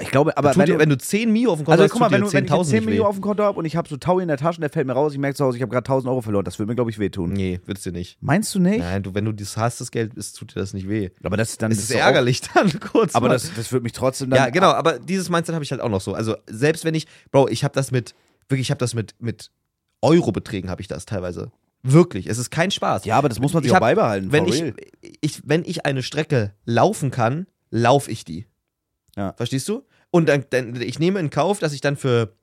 B: Ich glaube, aber
A: tut
B: wenn
A: dir,
B: du,
A: wenn du 10 Mio auf dem Konto
B: also
A: hast,
B: guck mal,
A: tut
B: wenn
A: dir
B: du wenn ich jetzt
A: 10.000
B: 10
A: nicht weh.
B: Millionen auf dem Konto habe und ich habe so Taui in der Tasche, der fällt mir raus, ich merke zu Hause, ich habe gerade 1000 Euro verloren, das würde mir glaube ich wehtun.
A: Nee, wird's dir nicht.
B: Meinst du nicht?
A: Nein, du, wenn du das hast, das Geld, ist, tut dir das nicht weh.
B: Aber das dann
A: Es ist
B: doch auch-
A: ärgerlich dann kurz.
B: Aber
A: mal.
B: das, das würde mich trotzdem dann.
A: ja, genau, aber dieses Mindset habe ich halt auch noch so. Also, selbst wenn ich, Bro, ich habe das mit, wirklich, ich habe das mit, mit Euro-Beträgen habe ich das teilweise. Wirklich, es ist kein Spaß.
B: Ja, aber das muss man sich
A: Ich
B: auch
A: hab-
B: beibehalten.
A: wenn
B: for
A: ich,
B: real.
A: ich, wenn ich eine Strecke laufen kann, laufe ich die.
B: Ja.
A: Verstehst du? Und dann, dann, ich nehme in Kauf, dass ich dann für,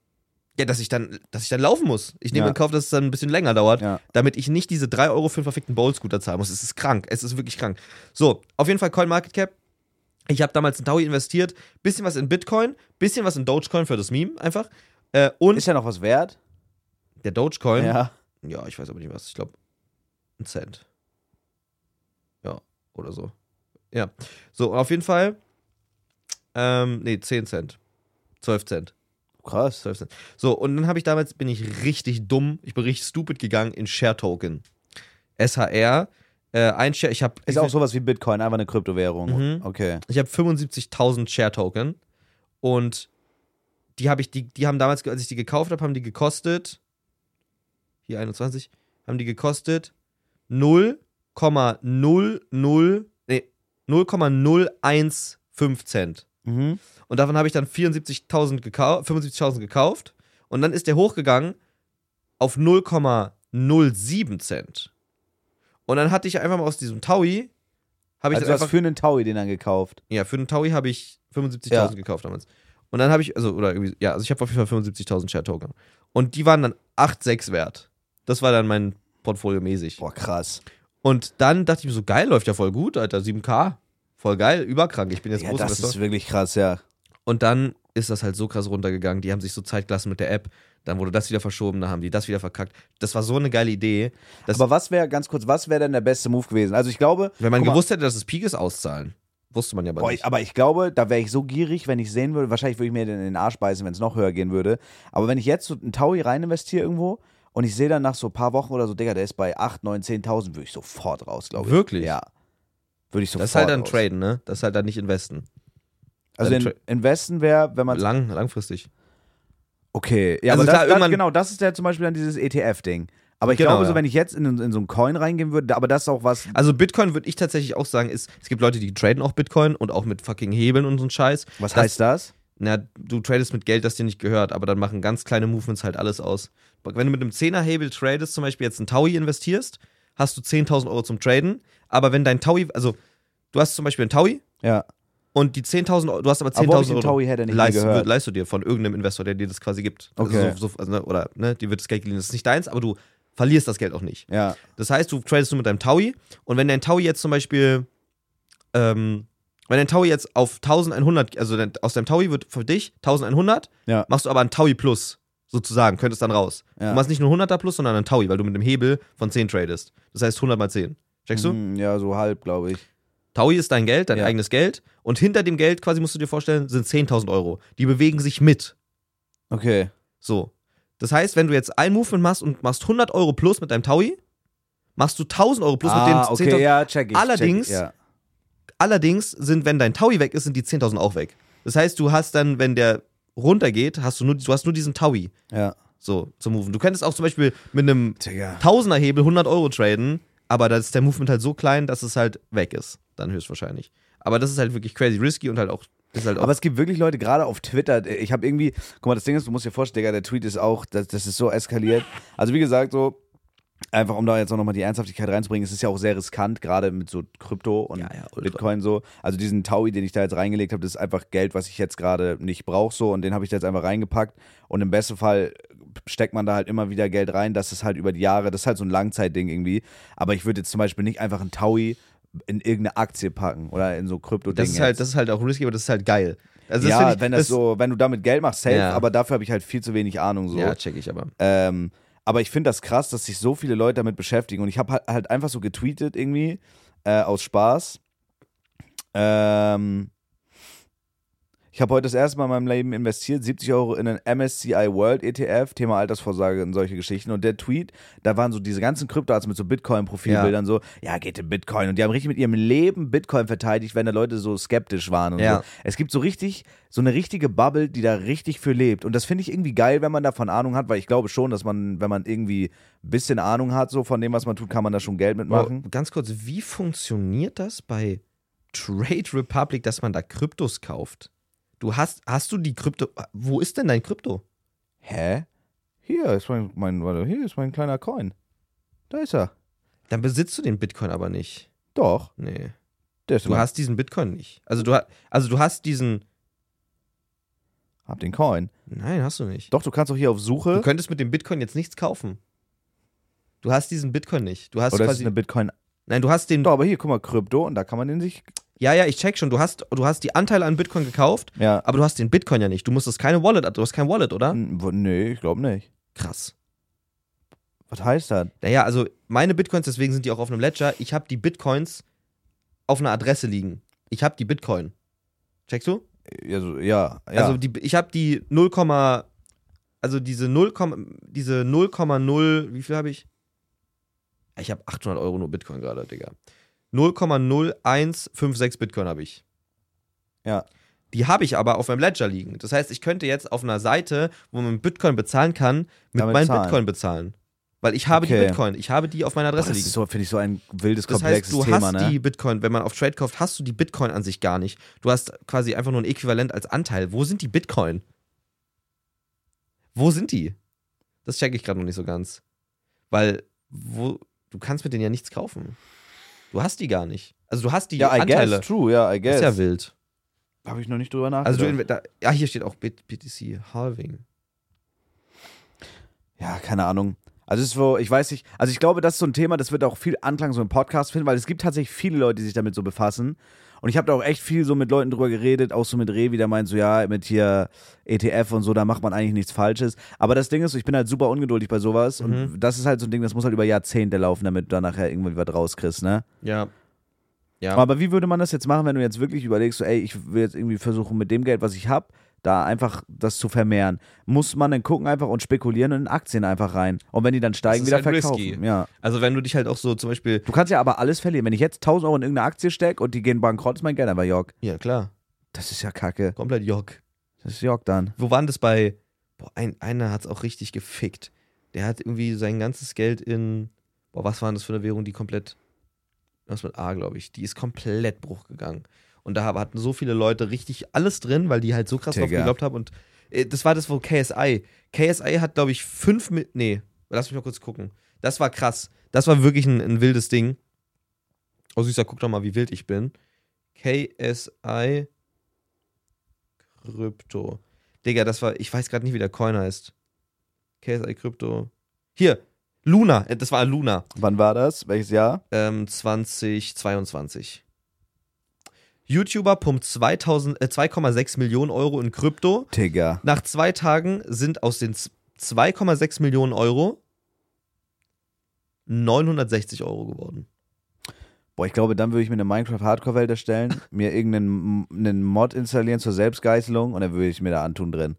A: ja, dass ich dann, dass ich dann laufen muss. Ich nehme
B: Ja.
A: in Kauf, dass es dann ein bisschen länger dauert,
B: Ja.
A: damit ich nicht diese 3 Euro für einen verfickten Bowl-Scooter zahlen muss. Es ist krank. Es ist wirklich krank. So, auf jeden Fall CoinMarketCap. Ich habe damals in Taui investiert, bisschen was in Bitcoin, bisschen was in Dogecoin für das Meme einfach. Äh, und
B: Ist ja noch was wert?
A: der Dogecoin, ja.
B: Ja.
A: ich weiß aber nicht was, ich glaube, ein Cent. Ja, oder so. Ja, so, auf jeden Fall, ähm, nee, 10 Cent. 12 Cent.
B: Krass.
A: 12 Cent. So, und dann habe ich damals, bin ich richtig dumm, ich bin richtig stupid gegangen in Share Token. SHR, äh, ein Share, ich habe
B: Ist auch sowas wie Bitcoin, einfach eine Kryptowährung.
A: Mhm.
B: Okay.
A: ich habe 75.000 Share Token und die habe ich die die haben damals als ich die gekauft habe, haben die gekostet hier 21 haben die gekostet 0,00 nee 0,015 Cent.
B: Mhm.
A: Und davon habe ich dann 74.000 gekau 75.000 gekauft. Und dann ist der hochgegangen auf 0,07 Cent. Und dann hatte ich einfach mal aus diesem Taui, habe
B: Also
A: ich
B: du
A: das
B: hast
A: einfach,
B: für einen Taui den dann gekauft.
A: ja, für den Taui habe ich 75.000
B: Ja.
A: gekauft damals. Und dann habe ich, also, oder irgendwie, ja, also ich habe auf jeden Fall 75.000 Share-Token. Und die waren dann 8,6 wert. Das war dann mein Portfolio mäßig.
B: Boah, krass.
A: Und dann dachte ich mir so, geil, läuft ja voll gut, Alter, 7K. Voll geil, überkrank. Ich bin jetzt
B: Ja,
A: groß.
B: das ist wirklich krass, ja.
A: Und dann ist das halt so krass runtergegangen. Die haben sich so Zeit gelassen mit der App. Dann wurde das wieder verschoben, dann haben die das wieder verkackt. Das war so eine geile Idee, dass
B: Aber was wäre, ganz kurz, was wäre denn der beste Move gewesen? Also ich glaube,
A: wenn man
B: guck mal,
A: gewusst hätte, dass es Peak ist, auszahlen. Wusste man ja aber
B: Boah,
A: nicht.
B: ich, aber ich glaube, da wäre ich so gierig, wenn ich sehen würde, wahrscheinlich würde ich mir den in den Arsch beißen, wenn es noch höher gehen würde. Aber wenn ich jetzt so einen Taui rein investiere irgendwo und ich sehe dann nach so ein paar Wochen oder so, Digga, der ist bei 8, 9, 10.000, würde ich sofort raus, glaube ich.
A: Wirklich?
B: Ja. Würde ich sofort
A: das ist halt dann
B: raus.
A: Traden, ne? Das ist halt dann nicht investen.
B: Also
A: dann
B: in, investen wäre, wenn man...
A: Lang, langfristig.
B: Okay, ja, aber
A: Also klar,
B: das, das,
A: irgendwann-
B: genau, das ist ja zum Beispiel dann dieses ETF-Ding. Aber ich
A: Genau,
B: glaube, so
A: ja.
B: wenn ich jetzt in, in so einen Coin reingehen würde, aber das ist auch was...
A: Also Bitcoin würde ich tatsächlich auch sagen, ist, es gibt Leute, die traden auch Bitcoin und auch mit fucking Hebeln und so ein Scheiß.
B: Was
A: Das-
B: heißt das?
A: Na, du tradest mit Geld, das dir nicht gehört, aber dann machen ganz kleine Movements halt alles aus. Wenn du mit einem 10er-Hebel tradest, zum Beispiel jetzt einen Taui investierst, hast du 10.000 Euro zum Traden, aber wenn dein Taui, also du hast zum Beispiel einen Taui
B: Ja.
A: und die 10.000 Euro, du hast aber 10.000
B: Obwohl ich den
A: Euro.
B: Taui hätte nicht mehr
A: leist,
B: gehört.
A: wird- leist du dir von irgendeinem Investor, der dir das quasi gibt.
B: Okay.
A: Also so, so, also, ne, oder ne, dir wird das Geld geliehen. Das ist nicht deins, aber du verlierst das Geld auch nicht.
B: Ja.
A: Das heißt, du tradest nur mit deinem Taui und wenn dein Taui jetzt zum Beispiel, ähm, wenn dein Taui jetzt auf 1100, also dein, aus deinem Taui wird für dich 1100,
B: Ja.
A: machst du aber einen Taui plus, sozusagen, könntest dann raus.
B: Ja.
A: Du machst nicht nur 100er plus, sondern einen Taui, weil du mit einem Hebel von 10 tradest. Das heißt 100 mal 10. Checkst du?
B: Hm, Ja, so halb, glaube ich.
A: Taui ist dein Geld, dein
B: Ja.
A: eigenes Geld und hinter dem Geld quasi musst du dir vorstellen, sind 10.000 Euro. Die bewegen sich mit.
B: Okay.
A: So. Das heißt, wenn du jetzt ein Movement machst und machst 100 Euro plus mit deinem Taui, machst du 1000 Euro plus
B: ah,
A: mit dem 10.000
B: okay, ja, check ich.
A: Allerdings-
B: check ich, ja.
A: Allerdings sind, wenn dein Taui weg ist, sind die 10.000 auch weg. Das heißt, du hast dann, wenn der runtergeht, hast du nur, du hast nur diesen Taui
B: Ja.
A: so zu moven. Du könntest auch zum Beispiel mit einem
B: Digga.
A: Tausender-Hebel 100 Euro traden, aber da ist der Movement halt so klein, dass es halt weg ist. Dann höchstwahrscheinlich. Aber das ist halt wirklich crazy risky und halt auch, ist halt auch
B: Aber es gibt wirklich Leute, gerade auf Twitter, äh, ich habe irgendwie, guck mal, das Ding ist, du musst dir vorstellen, Digga, der Tweet ist auch, das, das ist so eskaliert. Also wie gesagt, so, einfach um da jetzt auch nochmal die Ernsthaftigkeit reinzubringen, es ist ja auch sehr riskant, gerade mit so Krypto und
A: Ja, ja, ultra.
B: Bitcoin so. Also diesen Taui, den ich da jetzt reingelegt habe, das ist einfach Geld, was ich jetzt gerade nicht brauche so und den habe ich da jetzt einfach reingepackt und im besten Fall steckt man da halt immer wieder Geld rein, dass es halt über die Jahre, das ist halt so ein Langzeitding irgendwie, aber ich würde jetzt zum Beispiel nicht einfach einen Taui in irgendeine Aktie packen oder in so Krypto-Ding.
A: Das ist, halt, das ist halt auch risky, aber das ist halt geil. Also das
B: ja,
A: find ich,
B: wenn das, so, wenn du damit Geld machst, safe,
A: Ja.
B: aber dafür habe ich halt viel zu wenig Ahnung so.
A: Ja, check ich aber.
B: Ähm, aber ich finde das krass, dass sich so viele Leute damit beschäftigen. Und ich habe halt, halt einfach so getweetet irgendwie äh, aus Spaß. Ähm, ich habe heute das erste Mal in meinem Leben investiert, 70 Euro in einen MSCI World ETF, Thema Altersvorsorge und solche Geschichten. Und der Tweet, da waren so diese ganzen Kryptoarts mit so Bitcoin-Profilbildern so, ja, geht in Bitcoin. Und die haben richtig mit ihrem Leben Bitcoin verteidigt, wenn da Leute so skeptisch waren und
A: Ja.
B: so. Es gibt so richtig, so eine richtige Bubble, die da richtig für lebt. Und das finde ich irgendwie geil, wenn man davon Ahnung hat, weil ich glaube schon, dass man, wenn man irgendwie ein bisschen Ahnung hat, so von dem, was man tut, kann man da schon Geld
A: Wow,
B: mitmachen.
A: ganz kurz, wie funktioniert das bei Trade Republic, dass man da Kryptos kauft? Du hast, hast du die Krypto, wo ist denn dein Krypto?
B: Oh. Hä? Hier ist mein, mein, warte, hier ist mein kleiner Coin. Da ist er.
A: Dann besitzt du den Bitcoin aber nicht.
B: Doch,
A: Nee.
B: der ist
A: Du
B: mein-
A: hast diesen Bitcoin nicht. Also du, ha- also du hast diesen,
B: hab den Coin.
A: nein, hast du nicht.
B: Doch, du kannst doch hier auf
A: Du
B: Suche.
A: könntest mit dem Bitcoin jetzt nichts kaufen. Du hast diesen Bitcoin nicht. Du hast
B: Oder ist es
A: quasi,
B: eine Bitcoin?
A: nein, du hast den,
B: Doch, aber hier, guck mal, Krypto und da kann man den sich.
A: ja, ja, ich check schon. Du hast, du hast die Anteile an Bitcoin gekauft,
B: Ja.
A: aber du hast den Bitcoin ja nicht. Du musstest keine Wallet, du hast kein Wallet, oder?
B: N- wo- Nee, ich glaube nicht.
A: Krass.
B: Was heißt das?
A: Naja, also meine Bitcoins, deswegen sind die auch auf einem Ledger. Ich habe die Bitcoins auf einer Adresse liegen. Ich habe die Bitcoin. Checkst du?
B: Also, ja, ja.
A: Also die, ich habe die 0, also diese 0, diese 0,0, wie viel habe ich? Ich habe 800 Euro nur Bitcoin gerade, Digga. 0,0156 Bitcoin habe ich.
B: Ja.
A: Die habe ich aber auf meinem Ledger liegen. Das heißt, ich könnte jetzt auf einer Seite, wo man mit Bitcoin bezahlen kann, mit
B: Damit
A: meinem
B: zahlen.
A: Bitcoin bezahlen. Weil ich habe die
B: Okay.
A: Bitcoin. Ich habe die auf meiner
B: Boah,
A: Adresse
B: das
A: liegen.
B: ist so, finde ich, so ein wildes,
A: Das heißt,
B: komplexes
A: du
B: Thema,
A: hast
B: ne?
A: die Bitcoin, wenn man auf Trade kauft, hast du die Bitcoin an sich gar nicht. Du hast quasi einfach nur ein Äquivalent als Anteil. Wo sind die Bitcoin? Wo sind die? Das checke ich gerade noch nicht so ganz. Weil wo, du kannst mit denen ja nichts kaufen. Du hast die gar nicht. Also du hast die
B: ja, I
A: Anteile.
B: guess, true, ja, I
A: Das
B: guess.
A: ist ja wild.
B: Habe ich noch nicht drüber nachgedacht.
A: Also du, inve- da, ja, hier steht auch B- BTC Halving.
B: ja, keine Ahnung. Also es ist wo, ich weiß nicht, also ich glaube, das ist so ein Thema, das wird auch viel Anklang so im Podcast finden, weil es gibt tatsächlich viele Leute, die sich damit so befassen. Und ich habe da auch echt viel so mit Leuten drüber geredet, auch so mit Revi, der meint so, ja, mit hier ETF und so, da macht man eigentlich nichts Falsches. Aber das Ding ist, so, ich bin halt super ungeduldig bei sowas und das ist halt so ein Ding, das muss halt über Jahrzehnte laufen, damit du da nachher irgendwie was rauskriegst, ne?
A: Ja. Ja.
B: Aber wie würde man das jetzt machen, wenn du jetzt wirklich überlegst, so, ey, ich will jetzt irgendwie versuchen, mit dem Geld, was ich habe, da einfach das zu vermehren? Muss man dann gucken einfach und spekulieren und in Aktien einfach rein? Und wenn die dann steigen,
A: ist
B: wieder
A: halt
B: verkaufen.
A: risky.
B: Ja.
A: Also wenn du dich halt auch so zum Beispiel.
B: Du kannst ja aber alles verlieren. Wenn ich jetzt 1000 Euro in irgendeine Aktie stecke und die gehen bankrott, ist mein Geld einfach Jörg.
A: Ja, klar.
B: Das ist ja kacke.
A: Komplett Jock.
B: Das ist Jörg dann.
A: Wo waren das bei? Boah, ein, einer hat's auch richtig gefickt. Der hat irgendwie sein ganzes Geld in. Boah, was war denn das für eine Währung, die komplett. Was mit A, glaube ich. Die ist komplett Bruch gegangen. Und da hab- hatten so viele Leute richtig alles drin, weil die halt so krass drauf
B: Digga.
A: geglaubt haben. Und äh, das war das, wo KSI. KSI hat, glaube ich, fünf mit. Nee, lass mich mal kurz gucken. Das war krass. Das war wirklich ein, ein wildes Ding. Oh, Süßer, guck doch mal, wie wild ich bin. KSI Krypto. Digga, das war, ich weiß gerade nicht, wie der Coin heißt. KSI Krypto. Hier, Luna, äh, das war Luna.
B: Wann war das? Welches Jahr?
A: Ähm, 2022. YouTuber pumpt 2000 äh, 2,6 Millionen Euro in Krypto.
B: Tigger.
A: Nach zwei Tagen sind aus den z- 2,6 Millionen Euro 960 Euro geworden.
B: Boah, ich glaube, dann würde ich mir eine Minecraft-Hardcore-Welt erstellen, mir irgendeinen einen Mod installieren zur Selbstgeißelung und dann würde ich mir da antun drin.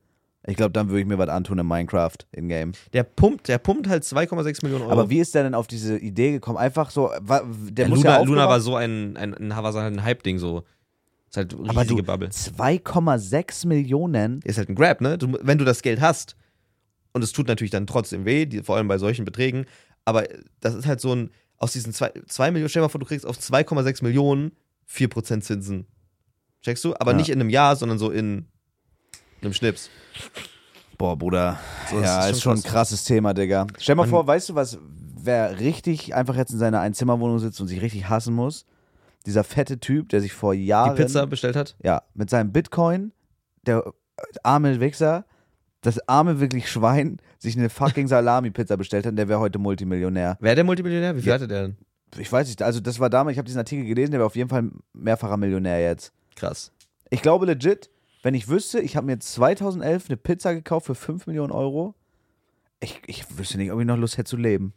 B: Ich glaube, dann würde ich mir was antun in Minecraft, in-game.
A: Der pumpt, der pumpt halt 2,6 Millionen Euro.
B: Aber wie ist der denn auf diese Idee gekommen? Einfach so, wa, der
A: Ja,
B: muss
A: Luna,
B: ja
A: Luna war
B: aufgewacht-
A: so ein, ein, ein, war so ein Hype-Ding so. Ist halt riesige
B: aber du,
A: Bubble.
B: 2,6 Millionen.
A: ist halt ein Grab, ne? Du, wenn du das Geld hast, und es tut natürlich dann trotzdem weh, die, vor allem bei solchen Beträgen, aber das ist halt so ein, aus diesen 2 Millionen, stell dir mal vor, du kriegst auf 2,6 Millionen 4% Zinsen. Checkst du? Aber
B: Ja.
A: nicht in einem Jahr, sondern so in einem Schnips.
B: Boah, Bruder.
A: So, das
B: ja, ist, schon ein krasses Thema, Digga. Stell mal vor, weißt du was, wer richtig einfach jetzt in seiner Einzimmerwohnung sitzt und sich richtig hassen muss, dieser fette Typ, der sich vor
A: Die
B: Jahren
A: Pizza bestellt hat.
B: ja, mit seinem Bitcoin, der äh, arme Wichser, das arme wirklich Schwein, sich eine fucking Salami-Pizza bestellt hat, und der wäre heute Multimillionär.
A: Wer der Multimillionär? Wie viel
B: Ja.
A: hatte der denn?
B: Ich weiß nicht, also das war damals, ich habe diesen Artikel gelesen, der wäre auf jeden Fall mehrfacher Millionär jetzt.
A: Krass.
B: Ich glaube legit, wenn ich wüsste, ich habe mir 2011 eine Pizza gekauft für 5 Millionen Euro, ich, ich wüsste nicht, ob ich noch Lust hätte zu leben.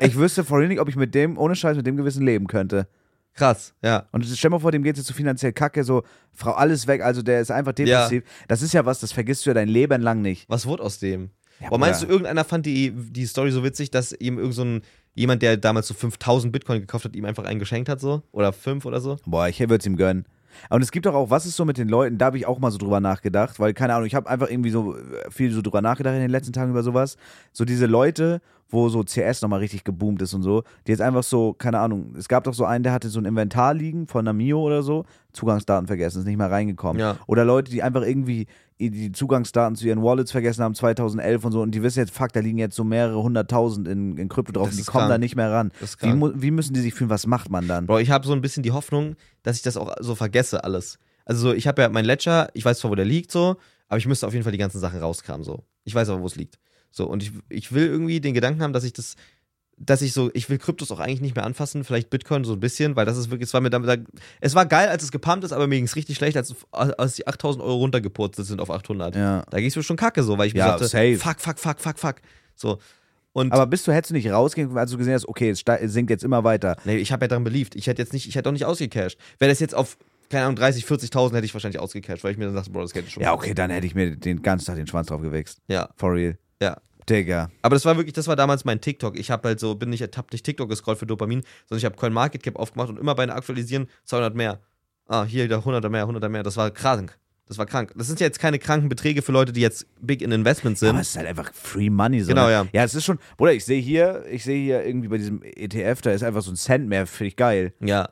B: ich wüsste vorhin nicht, ob ich mit dem, ohne Scheiß, mit dem Gewissen leben könnte.
A: Krass, ja.
B: Und stell mal vor, dem geht es jetzt so finanziell kacke, so, Frau, alles weg, also der ist einfach depressiv. Das ist ja was, das vergisst du ja dein Leben lang nicht.
A: Was wurde aus dem?
B: Ja,
A: Aber meinst du,
B: Bruder.
A: irgendeiner fand die, die Story so witzig, dass ihm irgend so ein, jemand, der damals so 5000 Bitcoin gekauft hat, ihm einfach einen geschenkt hat, so? Oder fünf oder so?
B: Boah, ich würde es ihm gönnen. Und es gibt doch auch, was ist so mit den Leuten, da habe ich auch mal so drüber nachgedacht, weil keine Ahnung, ich habe einfach irgendwie so äh, viel so drüber nachgedacht in den letzten Tagen über sowas. So diese Leute, wo so CS nochmal richtig geboomt ist und so, die jetzt einfach so, keine Ahnung, es gab doch so einen, der hatte so ein Inventar liegen von einer Mio oder so, Zugangsdaten vergessen, ist nicht mehr reingekommen.
A: Ja.
B: Oder Leute, die einfach irgendwie die Zugangsdaten zu ihren Wallets vergessen haben, 2011 und so, und die wissen jetzt, fuck, da liegen jetzt so mehrere hunderttausend in, in Krypto drauf,
A: Das
B: und die
A: ist
B: kommen da
A: krank.
B: nicht mehr ran.
A: Das ist
B: Wie,
A: krank.
B: mu- wie müssen die sich fühlen, was macht man dann?
A: Bro, ich habe so ein bisschen die Hoffnung, dass ich das auch so vergesse alles. Also so, ich habe ja mein Ledger, ich weiß zwar, wo der liegt so, aber ich müsste auf jeden Fall die ganzen Sachen rauskramen so. Ich weiß aber, wo es liegt. So und ich, ich will irgendwie den Gedanken haben, dass ich das dass ich so, ich will Kryptos auch eigentlich nicht mehr anfassen, vielleicht Bitcoin so ein bisschen, weil das ist wirklich, es war mir damit, es war geil, als es gepumpt ist, aber mir ging es richtig schlecht, als, als die 8000 Euro runtergepurzelt sind auf 800.
B: Ja.
A: Da ging es mir schon kacke so, weil ich mir
B: Ja,
A: dachte,
B: safe.
A: fuck, fuck, fuck, fuck, fuck. So. Und
B: Aber bist du, hättest du nicht rausgehen, als du gesehen hast, okay, es ste- sinkt jetzt immer weiter.
A: Nee, ich habe ja daran beliebt. Ich hätte jetzt nicht, ich hätte auch nicht ausgecashed. Wäre das jetzt auf, keine Ahnung, 30, 40.000 hätte ich wahrscheinlich ausgecashed, weil ich mir dann dachte, Bro, das geht schon.
B: Ja, okay, dann hätte ich mir den ganzen Tag den Schwanz drauf gewichst.
A: Ja,
B: For real.
A: ja.
B: Digga.
A: Aber das war wirklich, das war damals mein TikTok. Ich habe halt so, bin nicht, hab nicht TikTok gescrollt für Dopamin, sondern ich habe CoinMarketCap aufgemacht und immer bei einer Aktualisieren 200 mehr. Ah, hier wieder 100 mehr, 100 mehr. Das war krank. Das war krank. Das sind ja jetzt keine kranken Beträge für Leute, die jetzt big in Investments
B: Aber
A: sind.
B: es ist halt einfach Free Money. So
A: Genau,
B: ne?
A: ja.
B: Ja, es ist schon, Bruder, ich sehe hier, ich sehe hier irgendwie bei diesem ETF, da ist einfach so ein Cent mehr, finde ich geil.
A: Ja.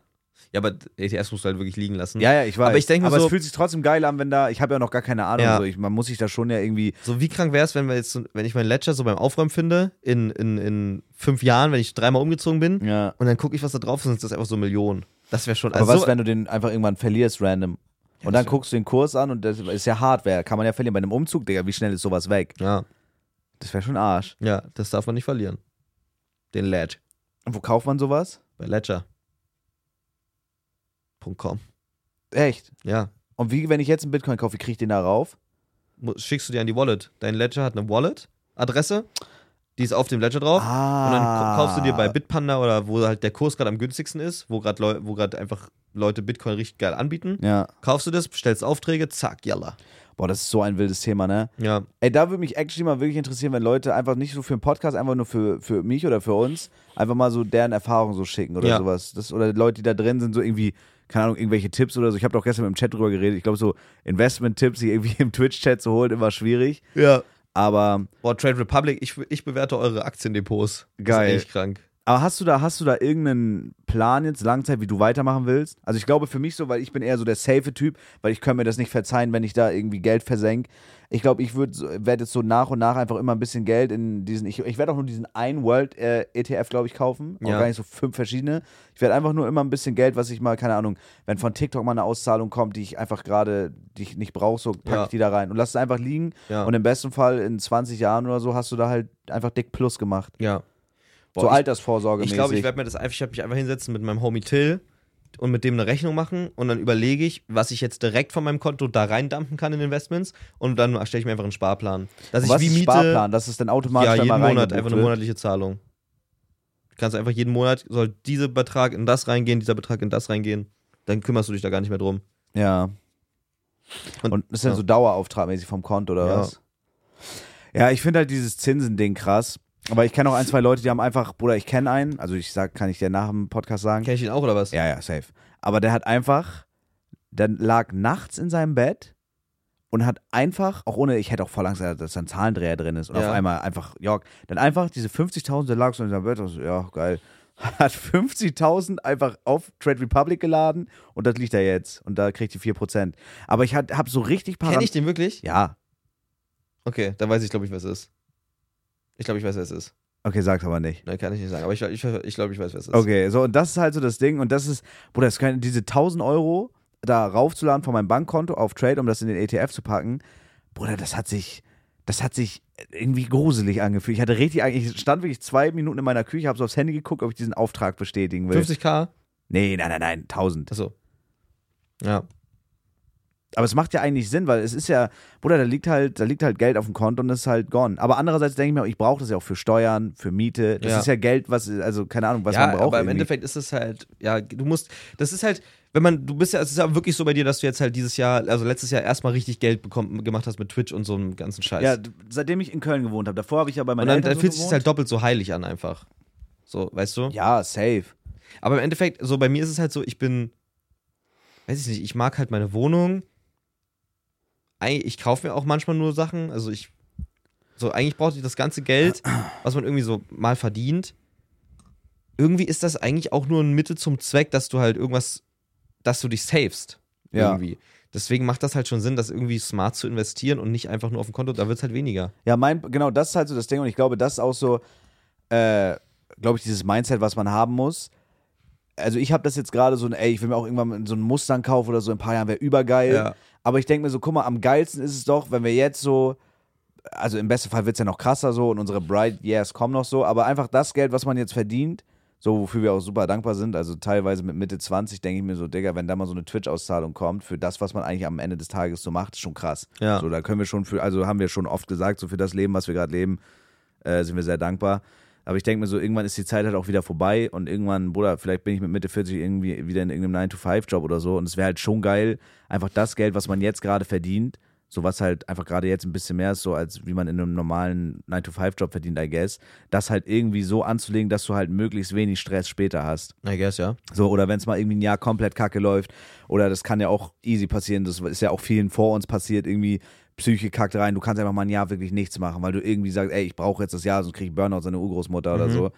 A: Ja, aber ETS musst du halt wirklich liegen lassen.
B: Hm. Ja, ja, ich weiß.
A: Aber ich denk mir
B: Aber
A: so-
B: es fühlt sich trotzdem geil an, wenn da, ich habe ja noch gar keine Ahnung,
A: Ja.
B: so, ich, man muss sich da schon ja irgendwie,
A: So, wie krank wäre es, wenn wir jetzt, wenn ich meinen Ledger so beim Aufräumen finde, in, in, in fünf Jahren, wenn ich dreimal umgezogen bin,
B: ja.
A: Und dann gucke ich, was da drauf ist, und es ist einfach so Millionen. Das wäre schon.
B: Aber
A: Also
B: was,
A: so,
B: wenn du den einfach irgendwann verlierst, random? Und
A: das
B: dann
A: wär-
B: guckst du den Kurs an und das ist ja Hardware, kann man ja verlieren. Bei einem Umzug, Digga, wie schnell ist sowas weg?
A: ja,
B: Das wäre schon Arsch.
A: ja, das darf man nicht verlieren. Den Led.
B: Und wo kauft man sowas?
A: Bei Ledger.com.
B: Echt?
A: Ja.
B: Und wie, wenn ich jetzt einen Bitcoin kaufe, wie krieg ich den da rauf?
A: Mu- Schickst du dir an die Wallet. Dein Ledger hat eine Wallet-Adresse. Die ist auf dem Ledger drauf.
B: Ah.
A: Und dann ko- kaufst du dir bei Bitpanda oder wo halt der Kurs gerade am günstigsten ist, wo gerade Leu wo grad einfach Leute Bitcoin richtig geil anbieten.
B: Ja.
A: Kaufst du das, bestellst Aufträge, zack, yalla.
B: Boah, das ist so ein wildes Thema, ne?
A: Ja.
B: Ey, da würde mich actually mal wirklich interessieren, wenn Leute einfach nicht so für einen Podcast, einfach nur für, für mich oder für uns, einfach mal so deren Erfahrungen so schicken oder
A: Ja.
B: sowas. Das, oder Leute, die da drin sind, so irgendwie, keine Ahnung, irgendwelche Tipps oder so. Ich habe doch gestern mit dem Chat drüber geredet. Ich glaube, so Investment-Tipps, die irgendwie im Twitch-Chat zu holen, immer schwierig.
A: Ja.
B: Aber,
A: Boah, Trade Republic, ich, ich bewerte eure Aktiendepots.
B: Geil.
A: Das ist echt krank.
B: aber hast du da, hast du da irgendeinen Plan jetzt, Langzeit, wie du weitermachen willst? Also ich glaube für mich so, weil ich bin eher so der safe Typ, weil ich könnte mir das nicht verzeihen, wenn ich da irgendwie Geld versenke. Ich glaube, ich würde, werde jetzt so nach und nach einfach immer ein bisschen Geld in diesen, ich, ich werde auch nur diesen ein World äh, ETF, glaube ich, kaufen. Auch
A: Ja.
B: gar nicht so fünf verschiedene. Ich werde einfach nur immer ein bisschen Geld, was ich mal, keine Ahnung, wenn von TikTok mal eine Auszahlung kommt, die ich einfach gerade, die ich nicht brauche, so packe
A: Ja.
B: ich die da rein und lass es einfach liegen.
A: Ja.
B: Und im besten Fall in 20 Jahren oder so hast du da halt einfach dick Plus gemacht.
A: Ja. Boah,
B: so
A: ich-
B: Altersvorsorge
A: Ich glaube, ich werde mir das einfach, ich werde mich einfach hinsetzen mit meinem Homie Till und mit dem eine Rechnung machen und dann überlege ich, was ich jetzt direkt von meinem Konto da reindumpen kann in Investments und dann erstelle ich mir einfach einen Sparplan. Dass also ich
B: Was
A: wie
B: ist
A: Miete,
B: Sparplan? Das ist dann automatisch
A: ja,
B: dann
A: jeden
B: mal reingebucht
A: Monat einfach eine
B: wird?
A: monatliche Zahlung. Du kannst einfach jeden Monat, soll dieser Betrag in das reingehen, dieser Betrag in das reingehen, dann kümmerst du dich da gar nicht mehr drum.
B: Ja.
A: Und-
B: Und, ist dann
A: ja.
B: so dauerauftragmäßig vom Konto oder
A: Ja.
B: was? Ja, ich finde halt dieses Zinsending krass. Aber ich kenne auch ein, zwei Leute, die haben einfach, Bruder, ich kenne einen, also ich sag, kann ich dir nach dem Podcast sagen.
A: Kenn ich ihn auch oder was?
B: Ja, ja, safe. Aber der hat einfach, dann lag nachts in seinem Bett und hat einfach, auch ohne, ich hätte auch voll Angst, gehabt, dass da ein Zahlendreher drin ist und
A: Ja.
B: auf einmal einfach, Jörg, dann einfach diese 50.000, der lag so in seinem Bett und so, ja, geil. Hat 50.000 einfach auf Trade Republic geladen und das liegt da jetzt und da kriegt die 4%. Aber ich hat, hab so richtig
A: Kenn
B: Paran
A: ich den wirklich?
B: Ja,
A: Okay, dann weiß ich, glaube ich, was es ist. Ich glaube, ich weiß, wer es ist.
B: Okay, sag's aber nicht.
A: Ne, kann ich nicht sagen. Aber ich, ich, ich glaube, ich weiß, wer es ist.
B: Okay, so, und das ist halt so das Ding. Und das ist, Bruder, das kann, diese 1000 Euro da raufzuladen von meinem Bankkonto auf Trade, um das in den ETF zu packen, Bruder, das hat sich, das hat sich irgendwie gruselig angefühlt. Ich hatte richtig, ich stand wirklich zwei Minuten in meiner Küche, habe so aufs Handy geguckt, ob ich diesen Auftrag bestätigen will.
A: 50k?
B: Nee, nein, nein, nein, 1000.
A: Achso. Ja.
B: Aber es macht ja eigentlich Sinn, weil es ist ja, Bruder, da liegt halt, da liegt halt Geld auf dem Konto und es ist halt gone. Aber andererseits denke ich mir, auch, ich brauche das ja auch für Steuern, für Miete. Das
A: Ja.
B: ist ja Geld, was, also keine Ahnung, was
A: ja,
B: man braucht.
A: aber im
B: irgendwie.
A: Endeffekt ist es halt, ja, du musst, das ist halt, wenn man, du bist ja, es ist ja wirklich so bei dir, dass du jetzt halt dieses Jahr, also letztes Jahr erstmal richtig Geld bekommen, gemacht hast mit Twitch und so einem ganzen Scheiß.
B: Ja, d- seitdem ich in Köln gewohnt habe. Davor habe ich ja bei
A: und
B: meinen
A: dann,
B: Eltern
A: dann
B: so
A: fühlt es sich
B: gewohnt.
A: halt doppelt so heilig an einfach. So, weißt du?
B: Ja, safe.
A: Aber im Endeffekt, so bei mir ist es halt so, ich bin, weiß ich nicht, ich mag halt meine Wohnung. Eig- Ich kaufe mir auch manchmal nur Sachen. Also ich, so eigentlich brauchte ich das ganze Geld, was man irgendwie so mal verdient. Irgendwie ist das eigentlich auch nur ein Mittel zum Zweck, dass du halt irgendwas, dass du dich savest.
B: Ja.
A: Irgendwie. Deswegen macht das halt schon Sinn, das irgendwie smart zu investieren und nicht einfach nur auf dem Konto, da wird es halt weniger.
B: Ja, mein, genau, das ist halt so das Ding und ich glaube, das ist auch so, äh, glaube ich, dieses Mindset, was man haben muss. Also ich habe das jetzt gerade so ein, ey, ich will mir auch irgendwann so einen Mustang kaufen oder so, in ein paar Jahren wäre übergeil.
A: Ja.
B: Aber ich denke mir so, guck mal, am geilsten ist es doch, wenn wir jetzt so, also im besten Fall wird es ja noch krasser so und unsere Bright Years kommen noch so, aber einfach das Geld, was man jetzt verdient, so wofür wir auch super dankbar sind, also teilweise mit Mitte 20 denke ich mir so, Digga, wenn da mal so eine Twitch-Auszahlung kommt, für das, was man eigentlich am Ende des Tages so macht, ist schon krass.
A: Ja.
B: So, da können wir schon für, also haben wir schon oft gesagt, so für das Leben, was wir gerade leben, äh, sind wir sehr dankbar. Aber ich denke mir so, irgendwann ist die Zeit halt auch wieder vorbei und irgendwann, Bruder, vielleicht bin ich mit Mitte 40 irgendwie wieder in irgendeinem 9-to-5-Job oder so und es wäre halt schon geil, einfach das Geld, was man jetzt gerade verdient, so was halt einfach gerade jetzt ein bisschen mehr ist, so als wie man in einem normalen 9-to-5-Job verdient, I guess, das halt irgendwie so anzulegen, dass du halt möglichst wenig Stress später hast.
A: I guess, ja.
B: So, oder wenn es mal irgendwie ein Jahr komplett kacke läuft, oder das kann ja auch easy passieren, das ist ja auch vielen vor uns passiert, irgendwie Psyche kackt rein, du kannst einfach mal ein Jahr wirklich nichts machen, weil du irgendwie sagst, ey, ich brauche jetzt das Jahr, sonst kriege ich Burnout, seine Urgroßmutter oder so.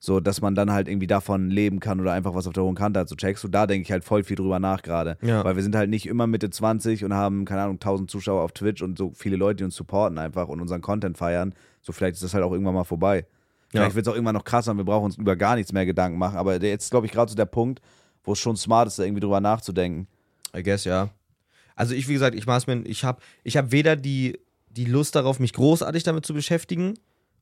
B: So, dass man dann halt irgendwie davon leben kann oder einfach was auf der hohen Kante hat, so checkst du. Da denke ich halt voll viel drüber nach gerade.
A: Ja.
B: Weil wir sind halt nicht immer Mitte 20 und haben, keine Ahnung, 1000 Zuschauer auf Twitch und so viele Leute, die uns supporten einfach und unseren Content feiern. So, vielleicht ist das halt auch irgendwann mal vorbei. Vielleicht wird es auch irgendwann noch krasser und wir brauchen uns über gar nichts mehr Gedanken machen. Aber der- jetzt ist, glaube ich, gerade so der Punkt, wo es schon smart ist, da irgendwie drüber nachzudenken.
A: I guess, ja. Also ich, wie gesagt, ich maß mir, ich habe ich hab weder die, die Lust darauf, mich großartig damit zu beschäftigen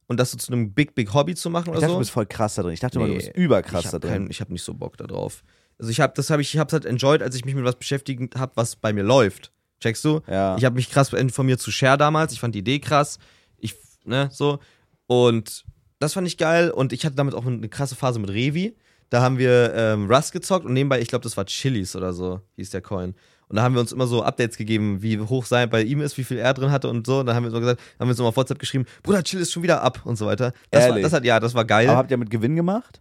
A: und das so zu einem big, big Hobby zu machen
B: Ich
A: oder
B: dachte,
A: so.
B: du bist voll krass da drin. Ich dachte immer, du
A: Also? Nee,
B: bist überkrass
A: ich
B: da
A: hab
B: drin.
A: keinen- Ich habe nicht so Bock darauf. Also ich habe das habe ich, ich hab's halt enjoyed, als ich mich mit was beschäftigt habe, was bei mir läuft. Checkst du?
B: Ja.
A: Ich habe mich krass informiert zu Cher damals. Ich fand die Idee krass. Ich ne so und das fand ich geil und ich hatte damit auch eine krasse Phase mit Revi. Da haben wir ähm, Rust gezockt und nebenbei, ich glaube, das war Chilis oder so, hieß der Coin. Und da haben wir uns immer so Updates gegeben, wie hoch sein bei ihm ist, wie viel er drin hatte und so. Und dann haben wir so gesagt, haben wir uns immer auf WhatsApp geschrieben, Bruder, Chill ist schon wieder ab und so weiter. Das, war,
B: Ehrlich?
A: das hat, ja, das war geil.
B: Aber habt ihr mit Gewinn gemacht?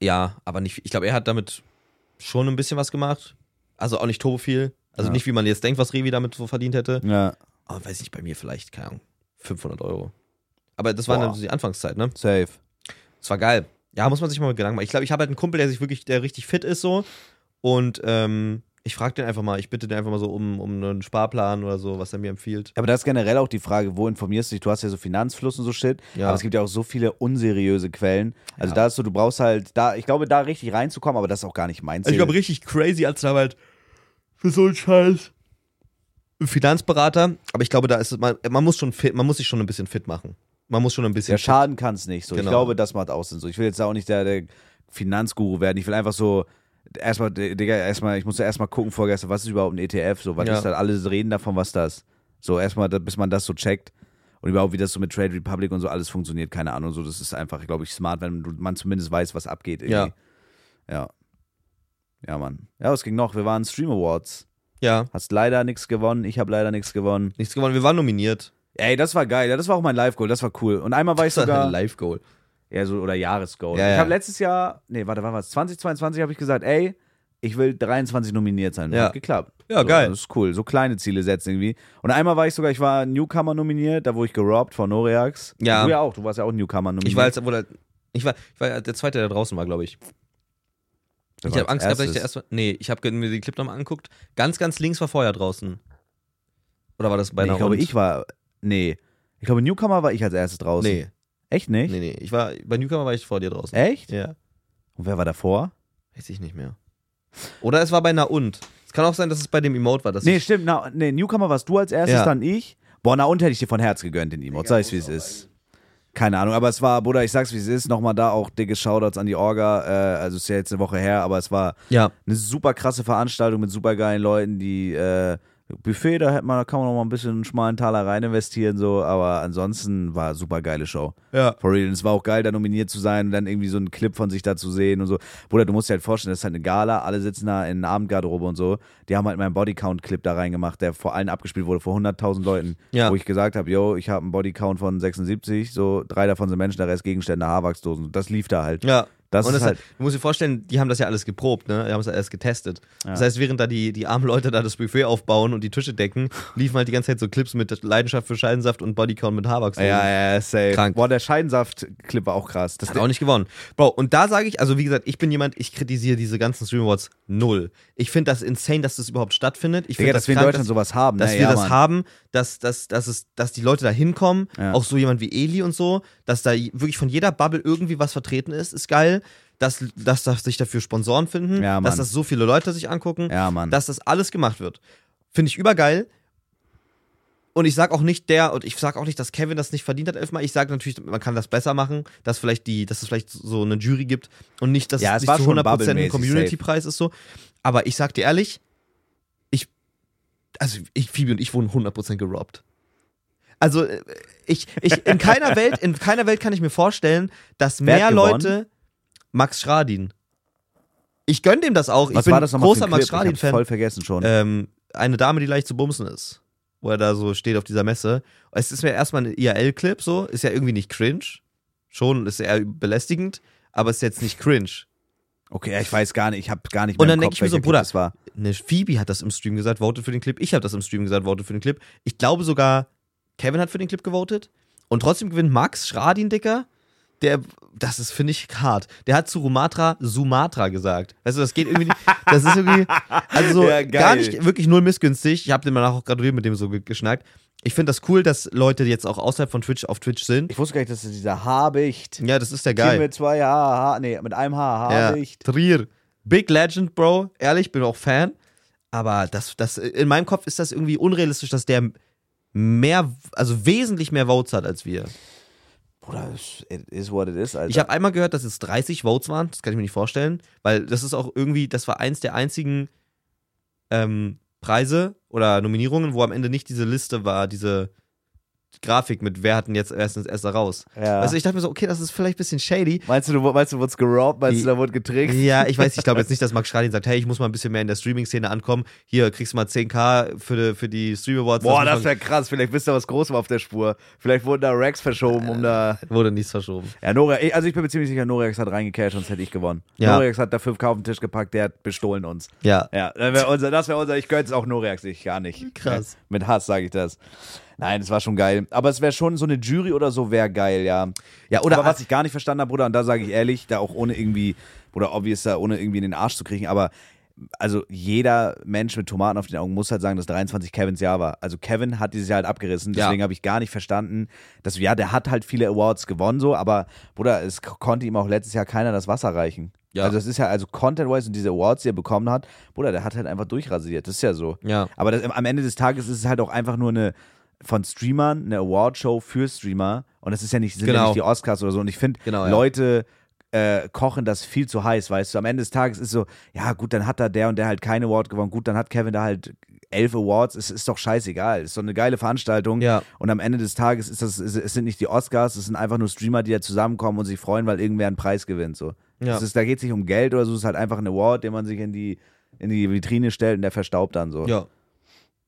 A: Ja, aber nicht. viel. Ich glaube, er hat damit schon ein bisschen was gemacht. Also auch nicht turbo viel. Also
B: Ja.
A: nicht, wie man jetzt denkt, was Revi damit so verdient hätte.
B: Ja.
A: Aber weiß nicht, bei mir vielleicht, keine Ahnung, 500 Euro. Aber das war
B: Boah.
A: dann so die Anfangszeit, ne?
B: Safe.
A: Das war geil. Ja, muss man sich mal Gedanken machen. Ich glaube, ich habe halt einen Kumpel, der sich wirklich, der richtig fit ist so. Und ähm, ich frage den einfach mal, ich bitte den einfach mal so um, um einen Sparplan oder so, was er mir empfiehlt. Also
B: Aber das ist generell auch die Frage, wo informierst du dich? Du hast ja so Finanzfluss und so Shit,
A: Ja.
B: aber es gibt ja auch so viele unseriöse Quellen. Also
A: Ja.
B: da ist so, du brauchst halt, da, ich glaube, da richtig reinzukommen, aber das ist auch gar nicht mein
A: Also
B: Ziel.
A: ich glaube, richtig crazy, als da halt für so einen Scheiß. Ein Finanzberater, aber ich glaube, da ist es- man, man muss schon fit, man muss sich schon ein bisschen fit machen. Man muss schon ein bisschen.
B: ja, schaden kann es nicht. So. Ich
A: Genau.
B: glaube, das macht auch Sinn. So. Ich will jetzt auch nicht der, der Finanzguru werden. Ich will einfach so, erstmal, Digga, erstmal, ich muss ja erstmal gucken vorgestern, was ist überhaupt ein ETF? So, was
A: Ja.
B: ist das? Alle reden davon, was das. So, erstmal, da- bis man das so checkt. Und überhaupt, wie das so mit Trade Republic und so alles funktioniert, keine Ahnung. So, das ist einfach, glaube ich, smart, wenn du, man zumindest weiß, was abgeht. Irgendwie.
A: Ja.
B: Ja. Ja, Mann. Ja, was ging noch? Wir waren Stream Awards.
A: Ja,
B: Hast leider nichts gewonnen. Ich habe leider nichts gewonnen.
A: nichts gewonnen. Wir waren nominiert.
B: Ey, das war geil. Ja, Das war auch mein Live-Goal. Das war cool. Und einmal war ich
A: Das war
B: sogar.
A: ein Live-Goal.
B: Ja, so, oder Jahresgoal.
A: Ja,
B: ich
A: ja.
B: habe letztes Jahr, nee, warte, wann war es? 2022 habe ich gesagt, ey, ich will 23 nominiert sein.
A: Ja.
B: Hat geklappt.
A: Ja,
B: so,
A: geil.
B: Das ist cool. So kleine Ziele setzen irgendwie. Und einmal war ich sogar, ich war Newcomer nominiert, da wurde ich gerobbt von Noreax.
A: Ja.
B: Du ja auch, du warst ja auch Newcomer nominiert.
A: Ich war jetzt, oder, ich war, ich war der zweite, der draußen war, glaube ich.
B: Der
A: ich
B: war
A: habe
B: als
A: Angst gehabt, dass ich der
B: erstes.
A: erste. Nee, ich habe mir den Clip nochmal angeguckt. Ganz, ganz links war vorher draußen. Oder war das bei
B: Nee,
A: einer
B: ich glaube,
A: Runde?
B: ich war, nee. Ich glaube, Newcomer war ich als erstes draußen.
A: Nee.
B: Echt nicht?
A: Nee, nee. Ich war, bei Newcomer war ich vor dir draußen.
B: Echt?
A: Ja.
B: Und wer war davor?
A: Weiß ich nicht mehr. Oder es war bei einer und. Es kann auch sein, dass es bei dem Emote war. Dass
B: Nee,
A: ich,
B: stimmt. Na, nee, Newcomer warst du als erstes,
A: Ja.
B: dann ich. Boah, na und hätte ich dir von Herz gegönnt den Emote, sag ich, wie es ist. Keine Ahnung, aber es war, Bruder, ich sag's, wie es ist. Nochmal da auch dicke Shoutouts an die Orga. Äh, also ist ja jetzt eine Woche her, aber es war
A: ja.
B: eine super krasse Veranstaltung mit super geilen Leuten, die äh, Buffet, da hätte man, da kann man noch mal ein bisschen einen schmalen Taler rein investieren, so, aber ansonsten war super geile Show.
A: Ja.
B: For real. Und es war auch geil, da nominiert zu sein und dann irgendwie so einen Clip von sich da zu sehen und so. Bruder, du musst dir halt vorstellen, das ist halt eine Gala, alle sitzen da in einer Abendgarderobe und so. Die haben halt meinen Bodycount-Clip da reingemacht, der vor allen abgespielt wurde, vor 100.000 Leuten.
A: Ja.
B: Wo ich gesagt habe, yo, ich habe einen Bodycount von 76, so drei davon sind Menschen, der Rest Gegenstände, Haarwachsdosen. Das lief da halt.
A: Ja.
B: Das
A: und
B: ist
A: das
B: halt-
A: hat, du musst dir vorstellen, die haben das ja alles geprobt, ne? Die haben es ja alles getestet. Das heißt, während da die, die armen Leute da das Buffet aufbauen und die Tische decken, liefen halt die ganze Zeit so Clips mit Leidenschaft für Scheidensaft und Bodycount mit Haarwachs.
B: Ja, ja, safe.
A: Krank.
B: Boah, der Scheinsaft-Clip war auch krass. Das
A: Hat auch nicht gewonnen. Bro, und da sage ich, also wie gesagt, ich bin jemand, ich kritisiere diese ganzen Stream Awards null. Ich finde das insane, dass das überhaupt stattfindet. Ich
B: Digga,
A: finde
B: dass wir in
A: krank,
B: Deutschland sowas haben.
A: dass
B: ne?
A: wir
B: ja,
A: das
B: Mann.
A: haben, dass, dass, dass, es, dass die Leute da hinkommen,
B: Ja.
A: auch so jemand wie Eli und so, dass da j- wirklich von jeder Bubble irgendwie was vertreten ist, ist geil, dass, dass, dass sich dafür Sponsoren finden,
B: Ja, Mann.
A: dass das so viele Leute sich angucken,
B: Ja, Mann.
A: dass das alles gemacht wird. Finde ich übergeil. Und ich sag auch nicht der, und ich sag auch nicht, dass Kevin das nicht verdient hat elfmal. Ich sag natürlich, man kann das besser machen, dass vielleicht die, dass es vielleicht so eine Jury gibt und nicht, dass
B: Ja, es
A: es nicht
B: war
A: zu
B: schon
A: 100% ein
B: bubble-mäßig,
A: Community-Preis ist so. Aber ich sag dir ehrlich, ich, also ich, Phoebe und ich wurden 100% gerobbt. Also äh, ich, ich, in keiner Welt, in keiner Welt kann ich mir vorstellen, dass
B: Wer hat
A: mehr
B: gewonnen?
A: Leute Max Schradin. Ich gönn dem das auch.
B: Was
A: ich bin
B: war das nochmal für
A: großer
B: ein
A: Max
B: Clip? Ich hab's
A: Schradin-Fan
B: voll vergessen schon.
A: ähm, eine Dame, die leicht zu bumsen ist, wo er da so steht auf dieser Messe. Es ist mir erstmal ein IRL-Clip, so, ist ja irgendwie nicht cringe. Schon ist eher belästigend, aber ist jetzt nicht cringe.
B: okay, ja, ich weiß gar nicht, ich hab gar nicht
A: Und
B: mehr
A: dann
B: im
A: denk
B: Kopf,
A: ich mir so,
B: welcher Clip
A: Bruder,
B: das war.
A: Eine Phoebe hat das im Stream gesagt, votet für den Clip. Ich habe das im Stream gesagt, votet für den Clip. Ich glaube sogar, Kevin hat für den Clip gewotet. Und trotzdem gewinnt Max Schradin, Dicker. Der, das ist, finde ich, hart. Der hat zu Rumatra Sumatra gesagt. Weißt du, das geht irgendwie nicht. Das ist irgendwie, also so
B: Ja, geil.
A: gar nicht, wirklich null missgünstig. Ich habe den danach auch graduiert mit dem so ge- geschnackt. Ich finde das cool, dass Leute jetzt auch außerhalb von Twitch auf Twitch sind.
B: Ich wusste gar nicht, dass es dieser Habicht.
A: Ja, das ist ja
B: Team
A: geil.
B: mit zwei Haar, Haar, nee, mit einem Haar,
A: Ja,
B: Habicht.
A: Trier. Big Legend, Bro. Ehrlich, bin auch Fan. Aber das, das, in meinem Kopf ist das irgendwie unrealistisch, dass der mehr, also wesentlich mehr Votes hat als wir.
B: Bruder, es- it is what it is, Alter.
A: Ich habe einmal gehört, dass es 30 Votes waren. Das kann ich mir nicht vorstellen, weil das ist auch irgendwie, das war eins der einzigen ähm, Preise oder Nominierungen, wo am Ende nicht diese Liste war, diese Grafik mit wer hatten jetzt erstens erst da raus.
B: ja.
A: Also ich dachte mir so, okay, das ist vielleicht ein bisschen shady.
B: meinst du, du, meinst du, wurdest geraubt? Meinst
A: Die-
B: du, da wurde getrickst?
A: Ja, ich weiß, ich glaube jetzt nicht, dass Max Schradin sagt, hey, ich muss mal ein bisschen mehr in der Streaming-Szene ankommen. Hier kriegst du mal 10k für, die- für die Stream Awards.
B: Boah, das
A: muss
B: wäre krass. Vielleicht bist du was Großem auf der Spur. Vielleicht wurden da Racks verschoben,
A: Äh.
B: um da.
A: man- wurde nichts verschoben.
B: Ja, Norex, ich- also ich bin mir ziemlich sicher, Norex hat reingecasht, sonst hätte ich gewonnen.
A: Ja.
B: Norex hat da 5K auf den Tisch gepackt, der hat bestohlen uns.
A: Ja.
B: Ja, das wäre unser, das wär unser, ich gönn's auch Norex, ich gar nicht.
A: Krass.
B: Ja, mit Hass sage ich das. Nein, es war schon geil. Aber es wäre schon so eine Jury oder so, wäre geil, ja. Ja, oder aber was ich gar nicht verstanden habe, Bruder, und da sage ich ehrlich, da auch ohne irgendwie, oder obvious, da ohne irgendwie in den Arsch zu kriechen, aber also jeder Mensch mit Tomaten auf den Augen muss halt sagen, dass 23 Kevins Jahr war. Also Kevin hat dieses Jahr halt abgerissen,
A: Ja.
B: deswegen habe ich gar nicht verstanden, dass, ja, der hat halt viele Awards gewonnen, so, aber Bruder, es k- konnte ihm auch letztes Jahr keiner das Wasser reichen.
A: Ja.
B: Also das ist ja, also Content-wise und diese Awards, die er bekommen hat, Bruder, der hat halt einfach durchrasiert, das ist ja so.
A: Ja.
B: Aber das, am Ende des Tages ist es halt auch einfach nur eine von Streamern, eine Awardshow für Streamer. Und das ist ja nicht, sind ja
A: Genau.
B: nicht die Oscars oder so. Und ich finde,
A: Genau, ja.
B: Leute äh, kochen das viel zu heiß, weißt du. Am Ende des Tages ist so, ja gut, dann hat da der und der halt keinen Award gewonnen. Gut, dann hat Kevin da halt elf Awards. Es ist doch scheißegal. Es ist so eine geile Veranstaltung.
A: Ja.
B: Und am Ende des Tages ist das, es es sind nicht die Oscars, es sind einfach nur Streamer, die da zusammenkommen und sich freuen, weil irgendwer einen Preis gewinnt. So.
A: Ja.
B: Es ist, da geht es nicht um Geld oder so, es ist halt einfach ein Award, den man sich in die, in die Vitrine stellt und der verstaubt dann so.
A: Ja.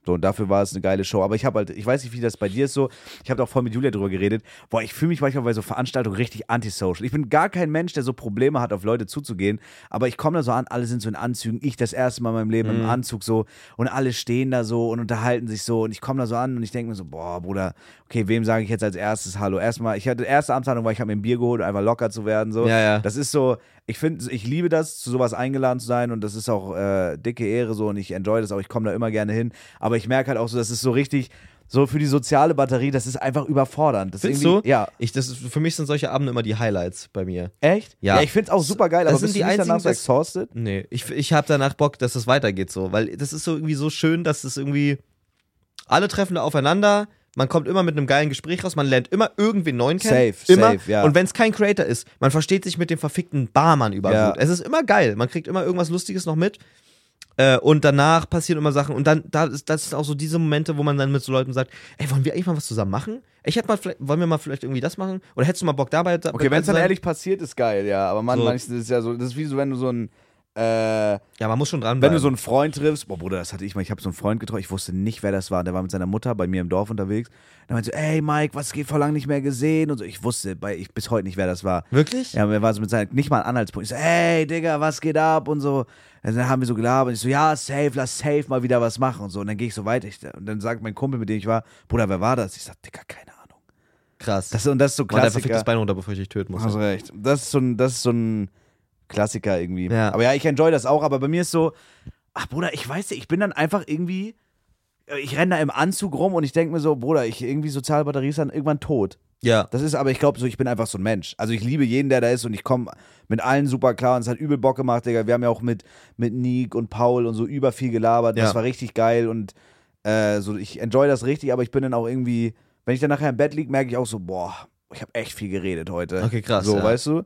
B: So, und dafür war es eine geile Show. Aber ich habe halt, ich weiß nicht, wie das bei dir ist so. Ich habe da auch voll mit Julia drüber geredet. Boah, ich fühle mich manchmal bei so Veranstaltungen richtig antisocial. Ich bin gar kein Mensch, der so Probleme hat, auf Leute zuzugehen. Aber ich komme da so an, alle sind so in Anzügen. Ich das erste Mal in meinem
A: Mhm.
B: Leben im Anzug so. Und alle stehen da so und unterhalten sich so. Und ich komme da so an und ich denke mir so, boah, Bruder, okay, wem sage ich jetzt als erstes Hallo? Erstmal, ich hatte, erste Amtshandlung war, ich habe mir ein Bier geholt, um einfach locker zu werden. So.
A: Ja, ja.
B: Das ist so, ich finde, ich liebe das, zu sowas eingeladen zu sein und das ist auch äh, dicke Ehre so und ich enjoy das auch, ich komme da immer gerne hin. Aber ich merke halt auch so, das ist so richtig, so für die soziale Batterie, das ist einfach überfordernd. Das ist
A: Findest du?
B: irgendwie- Ja.
A: Ich, das, ist- für mich sind solche Abende immer die Highlights bei mir.
B: Echt?
A: Ja.
B: ich find's auch super geil,
A: Das
B: aber
A: sind
B: bist
A: die
B: du nicht
A: einzigen,
B: danach so
A: das-
B: exhausted?
A: Nee, ich, ich habe danach Bock, dass es weitergeht so, weil das ist so irgendwie so schön, dass es irgendwie alle treffen da aufeinander. Man kommt immer mit einem geilen Gespräch raus, man lernt immer irgendwen neuen kennen.
B: Safe,
A: immer.
B: safe, ja.
A: Und wenn es kein Creator ist, man versteht sich mit dem verfickten Barmann überall
B: Ja.
A: gut. Es ist immer geil. Man kriegt immer irgendwas Lustiges noch mit. Äh, und danach passieren immer Sachen. Und dann, da ist, das sind auch so diese Momente, wo man dann mit so Leuten sagt: Ey, wollen wir eigentlich mal was zusammen machen? Ich hätte mal, vielleicht, wollen wir mal vielleicht irgendwie das machen? Oder hättest du mal Bock dabei?
B: Okay, wenn es dann
A: sein?
B: ehrlich passiert, ist geil, ja. Aber man,
A: So.
B: manchmal ist es ja so, das ist wie so, wenn du so ein, äh,
A: Ja, man muss schon dran
B: Wenn du so einen Freund triffst, boah Bruder, das hatte ich mal, ich habe so einen Freund getroffen, ich wusste nicht, wer das war, der war mit seiner Mutter bei mir im Dorf unterwegs. Dann meinte so, ey Mike, was geht vor lang nicht mehr gesehen und so. Ich wusste bei, ich, bis heute nicht, wer das war.
A: Wirklich?
B: Ja, mir war so mit seinem, nicht mal ein Anhaltspunkt. Ich so, ey Digga, was geht ab und so. Und dann haben wir so gelabert und ich so, ja, safe, lass safe mal wieder was machen und so. Und dann gehe ich so weiter ich, und dann sagt mein Kumpel, mit dem ich war, Bruder, wer war das? Ich sag, Digga, keine Ahnung.
A: Krass.
B: Das, und das ist so
A: Mann, der verfickt
B: Klassiker. Also,
A: das Bein runter, bevor ich dich töten muss.
B: Hast recht. Das ist so ein, das ist so ein Klassiker irgendwie.
A: Ja.
B: Aber ja, ich enjoy das auch, aber bei mir ist so, ach Bruder, ich weiß nicht, ich bin dann einfach irgendwie, äh, ich renne da im Anzug rum und ich denke mir so, Bruder, ich irgendwie soziale Batterie ist dann irgendwann tot.
A: Ja.
B: Das ist aber, ich glaube so, ich bin einfach so ein Mensch. Also ich liebe jeden, der da ist und ich komme mit allen super klar und es hat übel Bock gemacht, Digga. Wir haben ja auch mit, mit Nick und Paul und so über viel gelabert.
A: Ja.
B: Das war richtig geil und äh, so, ich enjoy das richtig, aber ich bin dann auch irgendwie, wenn ich dann nachher im Bett liege, merke ich auch so, boah, ich habe echt viel geredet heute.
A: Okay, krass,
B: So,
A: ja.
B: weißt du?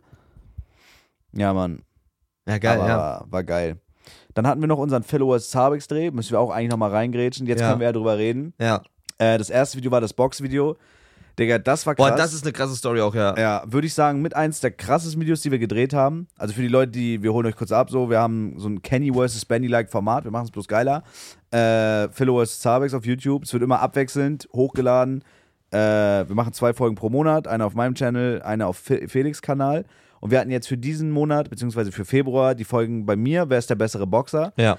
B: Ja, Mann.
A: Ja, geil,
B: aber
A: ja.
B: war, war geil. Dann hatten wir noch unseren Followers Zabix Dreh, müssen wir auch eigentlich nochmal reingrätschen. Jetzt
A: Ja.
B: können wir ja drüber reden.
A: Ja.
B: Äh, das erste Video war das Box-Video. Digga, das war krass.
A: Boah, das ist eine krasse Story auch, ja.
B: Ja, würde ich sagen, mit eins der krassesten Videos, die wir gedreht haben. Also für die Leute, die, wir holen euch kurz ab, so, wir haben so ein Kenny vs. Benny-like Format, wir machen es bloß geiler. Äh, Philo vs. Zabex auf YouTube, es wird immer abwechselnd hochgeladen. Äh, wir machen zwei Folgen pro Monat, eine auf meinem Channel, eine auf Fe Felix Kanal. Und wir hatten jetzt für diesen Monat, beziehungsweise für Februar, die Folgen bei mir, wer ist der bessere Boxer?
A: Ja.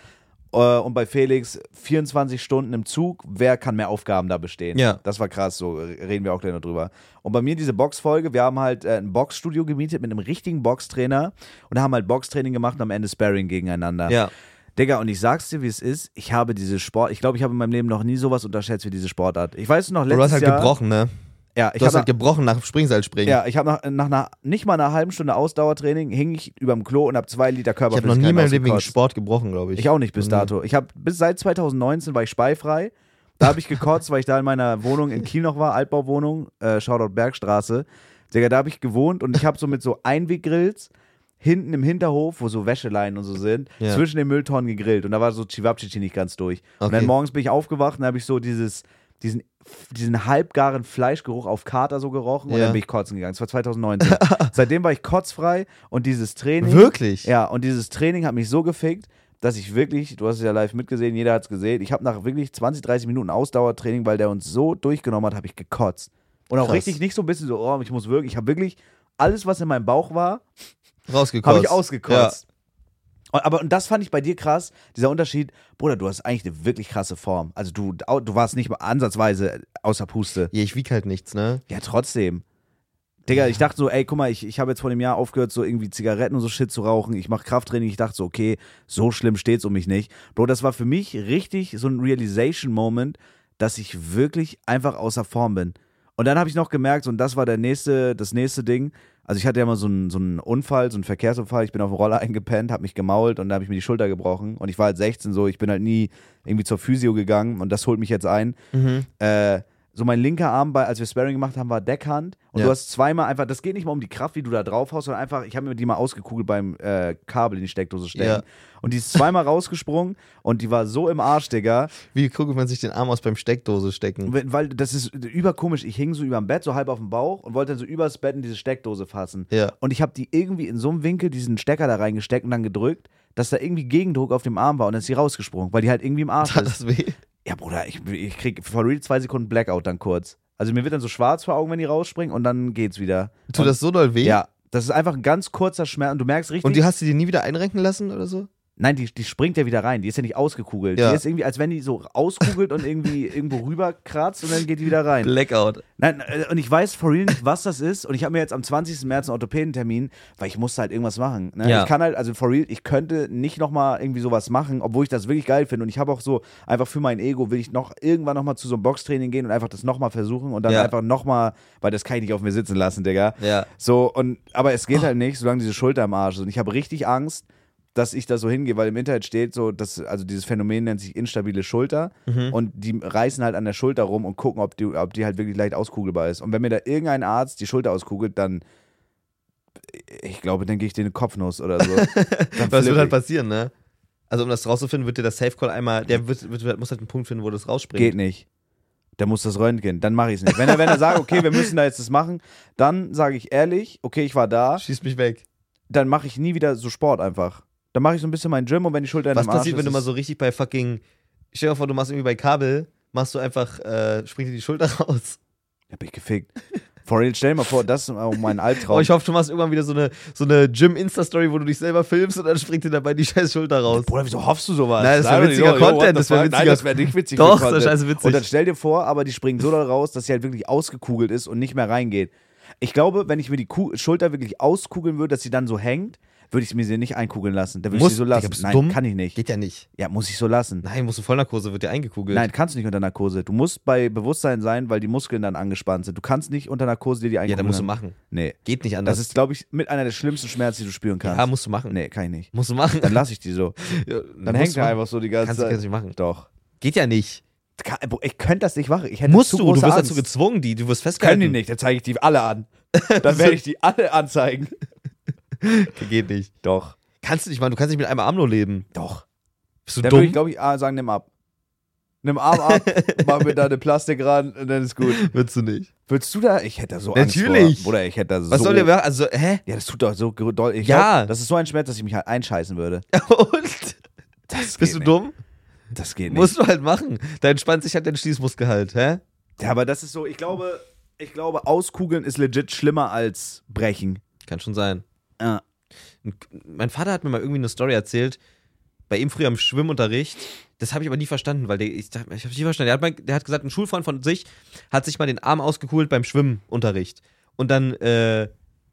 B: Äh, und bei Felix 24 Stunden im Zug, wer kann mehr Aufgaben da bestehen?
A: Ja.
B: Das war krass, so reden wir auch gleich noch drüber. Und bei mir diese Boxfolge, wir haben halt äh, ein Boxstudio gemietet mit einem richtigen Boxtrainer und haben halt Boxtraining gemacht und am Ende Sparring gegeneinander.
A: Ja.
B: Digga, und ich sag's dir, wie es ist, ich habe diese Sport, ich glaube, ich habe in meinem Leben noch nie sowas unterschätzt wie diese Sportart. Ich weiß noch, letztes
A: Du hast halt
B: Jahr,
A: gebrochen, ne?
B: Ja, ich
A: Du hast
B: habe
A: halt gebrochen nach dem Springseil springen.
B: ja, ich habe nach, nach einer, nicht mal einer halben Stunde Ausdauertraining hing ich überm Klo und habe zwei Liter
A: Ich habe
B: Körperflüssigkeit
A: noch nie mein Leben wegen
B: ausgekotzt.
A: Sport gebrochen, glaube ich. Mhm.
B: Ich auch nicht bis dato. Ich habe bis seit 2019 war ich speifrei. Da habe ich gekotzt, weil ich da in meiner Wohnung in Kiel noch war, Altbauwohnung, äh, Shoutout Bergstraße. Digga, da habe ich gewohnt und ich habe so mit so Einweggrills hinten im Hinterhof, wo so Wäscheleinen und so sind,
A: Ja.
B: zwischen den Mülltonnen gegrillt und da war so Chivapchichi nicht ganz durch. Und
A: Okay.
B: dann morgens bin ich aufgewacht und habe ich so dieses diesen diesen halbgaren Fleischgeruch auf Kater so gerochen und
A: Ja.
B: dann bin ich kotzen gegangen. Das war 2019. Seitdem war ich kotzfrei und dieses Training
A: Wirklich?
B: ja, und dieses Training hat mich so gefickt, dass ich wirklich, du hast es ja live mitgesehen, jeder hat es gesehen, ich habe nach wirklich 20, 30 Minuten Ausdauertraining, weil der uns so durchgenommen hat, habe ich gekotzt. Und auch
A: Krass.
B: richtig nicht so ein bisschen so, oh, ich muss wirklich, ich habe wirklich alles, was in meinem Bauch war,
A: Rausgekotzt.
B: habe ich ausgekotzt. Und, aber und das fand ich bei dir krass, dieser Unterschied. Bruder, du hast eigentlich eine wirklich krasse Form. Also du, du warst nicht mal ansatzweise außer Puste.
A: Ja, ich wieg halt nichts, ne?
B: Ja, trotzdem. Digga, ich dachte so, ey, guck mal, ich, ich habe jetzt vor dem Jahr aufgehört, so irgendwie Zigaretten und so Shit zu rauchen. Ich mache Krafttraining. Ich dachte so, okay, so schlimm steht's um mich nicht. Bro, das war für mich richtig so ein Realization-Moment, dass ich wirklich einfach außer Form bin. Und dann habe ich noch gemerkt, und das war der nächste, das nächste Ding. Also ich hatte ja mal so einen, so einen Unfall, so einen Verkehrsunfall. Ich bin auf dem Roller eingepennt, habe mich gemault und da habe ich mir die Schulter gebrochen. Und ich war halt 16 so, ich bin halt nie irgendwie zur Physio gegangen und das holt mich jetzt ein äh, so mein linker Arm, bei, als wir Sparring gemacht haben, war Deckhand. Und
A: Ja.
B: du hast zweimal einfach, das geht nicht mal um die Kraft, wie du da drauf haust, sondern einfach, ich habe mir die mal ausgekugelt beim äh, Kabel in die Steckdose stecken. Und die ist zweimal rausgesprungen und die war so im Arsch, Digga.
A: Wie guckt man sich den Arm aus beim Steckdose stecken?
B: Weil- Weil das ist überkomisch. Ich hing so überm Bett, so halb auf dem Bauch und wollte dann so übers Bett in diese Steckdose fassen.
A: Ja.
B: Und ich habe die irgendwie in so einem Winkel diesen Stecker da reingesteckt und dann gedrückt, dass da irgendwie Gegendruck auf dem Arm war und dann ist sie rausgesprungen, weil die halt irgendwie im Arsch
A: Tat
B: ist.
A: das weh?
B: Ja, Bruder, ich, ich krieg for real zwei Sekunden Blackout dann kurz. Also mir wird dann so schwarz vor Augen, wenn die rausspringen und dann geht's wieder.
A: Tut das so doll weh?
B: Ja, das ist einfach ein ganz kurzer Schmerz und du merkst richtig.
A: Und die hast du dir nie wieder einrenken lassen oder so?
B: Nein, die, die springt ja wieder rein. Die ist ja nicht ausgekugelt.
A: Ja.
B: Die ist irgendwie, als wenn die so auskugelt und irgendwie irgendwo rüberkratzt und dann geht die wieder rein.
A: Blackout.
B: Nein, äh, und ich weiß for real nicht, was das ist. Und ich habe mir jetzt am 20. März einen Orthopädentermin, weil ich musste halt irgendwas machen. Ne?
A: Ja.
B: Ich kann halt, also for real, ich könnte nicht nochmal irgendwie sowas machen, obwohl ich das wirklich geil finde. Und ich habe auch so, einfach für mein Ego will ich noch irgendwann nochmal zu so einem Boxtraining gehen und einfach das nochmal versuchen und dann
A: Ja.
B: einfach nochmal, weil das kann ich nicht auf mir sitzen lassen, Digga.
A: Ja.
B: So, und, aber es
A: Oh.
B: geht halt nicht, solange diese Schulter am Arsch ist. Und ich habe richtig Angst, dass ich da so hingehe, weil im Internet steht so, dass, also dieses Phänomen nennt sich instabile Schulter
A: Mhm.
B: und die reißen halt an der Schulter rum und gucken, ob die, ob die halt wirklich leicht auskugelbar ist. Und wenn mir da irgendein Arzt die Schulter auskugelt, dann, ich glaube, dann gehe ich dir eine Kopfnuss oder so. Dann
A: Was
B: flipp
A: wird halt
B: ich.
A: passieren, ne? Also, um das rauszufinden, wird dir das Safe Call einmal, der wird, wird, muss halt einen Punkt finden, wo das rausspringt.
B: Geht nicht. Da muss das Röntgen, dann mache ich es nicht. Wenn er, wenn er sagt, okay, wir müssen da jetzt das machen, dann sage ich ehrlich, okay, ich war da,
A: Schießt mich weg.
B: dann mache ich nie wieder so Sport einfach. Dann mache ich so ein bisschen mein Gym und wenn die Schulter in
A: Was
B: dem Arsch
A: passiert,
B: ist,
A: wenn du
B: ist-
A: mal so richtig bei fucking. Stell dir mal vor, du machst irgendwie bei Kabel, machst du einfach, äh, springt dir die Schulter raus.
B: Da bin ich gefickt. For real, stell dir mal vor, das ist auch mein Albtraum.
A: Oh, ich hoffe, du machst irgendwann wieder so eine, so eine Gym-Insta-Story, wo du dich selber filmst und dann springt dir dabei die scheiß Schulter raus.
B: Bruder, wieso hoffst du sowas?
A: Nein, das wär
B: Sag doch nicht
A: witziger
B: so, yo, what
A: Content,
B: the
A: das wär
B: fuck. Nein,
A: witziger-
B: das wäre nicht witzig.
A: Doch,
B: für Content.
A: das wär scheiße witzig.
B: Und dann stell dir vor, aber die springen so da raus, dass sie halt wirklich ausgekugelt ist und nicht mehr reingeht. Ich glaube, wenn ich mir die Ku Schulter wirklich auskugeln würde, dass sie dann so hängt, würde ich mir sie nicht einkugeln lassen. Dann würde ich
A: Muss-
B: sie so
A: Digga,
B: lassen.
A: bist du
B: Nein,
A: dumm?
B: kann ich nicht.
A: Geht ja nicht.
B: Ja, muss ich so lassen.
A: Nein, musst du Vollnarkose, wird dir eingekugelt.
B: Nein, kannst du nicht unter Narkose. Du musst bei Bewusstsein sein, weil die Muskeln dann angespannt sind. Du kannst nicht unter Narkose dir die einkugeln.
A: ja, dann musst du machen.
B: Nee.
A: Geht nicht anders.
B: Das ist, glaube ich, mit einer der schlimmsten Schmerzen, die du spüren kannst.
A: ja, musst du machen.
B: nee, kann ich nicht.
A: Musst du machen.
B: Dann lass ich die so.
A: Ja,
B: Dann
A: musst
B: hängt
A: du
B: er
A: machen.
B: einfach so die ganze
A: Kannst du
B: Zeit.
A: kannst du nicht machen.
B: Doch.
A: Geht ja nicht.
B: Ka- boah, Ich könnte das nicht machen. Ich hätte
A: Musst
B: zu
A: du, du
B: große
A: wirst
B: Angst.
A: dazu gezwungen, die, du wirst festgehalten.
B: Können die nicht, dann zeige ich die alle an. Dann werde ich die alle anzeigen.
A: Geht nicht.
B: Doch.
A: Kannst du nicht machen, du kannst nicht mit einem Arm nur leben.
B: Doch.
A: Bist du
B: Dann würde
A: dumm?
B: ich, glaube ich, ah, sagen, nimm ab. Nimm Arm ab, mach mir da eine Plastik ran und dann ist gut.
A: Würdest du nicht.
B: Würdest du da? Ich hätte da so Angst
A: Natürlich.
B: vor. Oder ich hätte da so.
A: Was soll der machen? Also, hä?
B: Ja, das tut doch so ge- doll. Ich
A: Ja.
B: Glaub, das ist so ein Schmerz, dass ich mich halt einscheißen würde.
A: Und?
B: Das
A: Bist
B: geht
A: du
B: nicht.
A: dumm?
B: Das geht nicht.
A: Musst du halt machen. Da entspannt sich halt dein Schließmuskel halt, hä?
B: Ja, aber das ist so, ich glaube, ich glaube, auskugeln ist legit schlimmer als brechen.
A: Kann schon sein.
B: Ja.
A: Mein Vater hat mir mal irgendwie eine Story erzählt, bei ihm früher im Schwimmunterricht. Das habe ich aber nie verstanden, weil der, ich, dachte- ich habe nie verstanden. Der hat, mal, der hat gesagt, ein Schulfreund von sich hat sich mal den Arm ausgekugelt beim Schwimmunterricht. Und dann äh,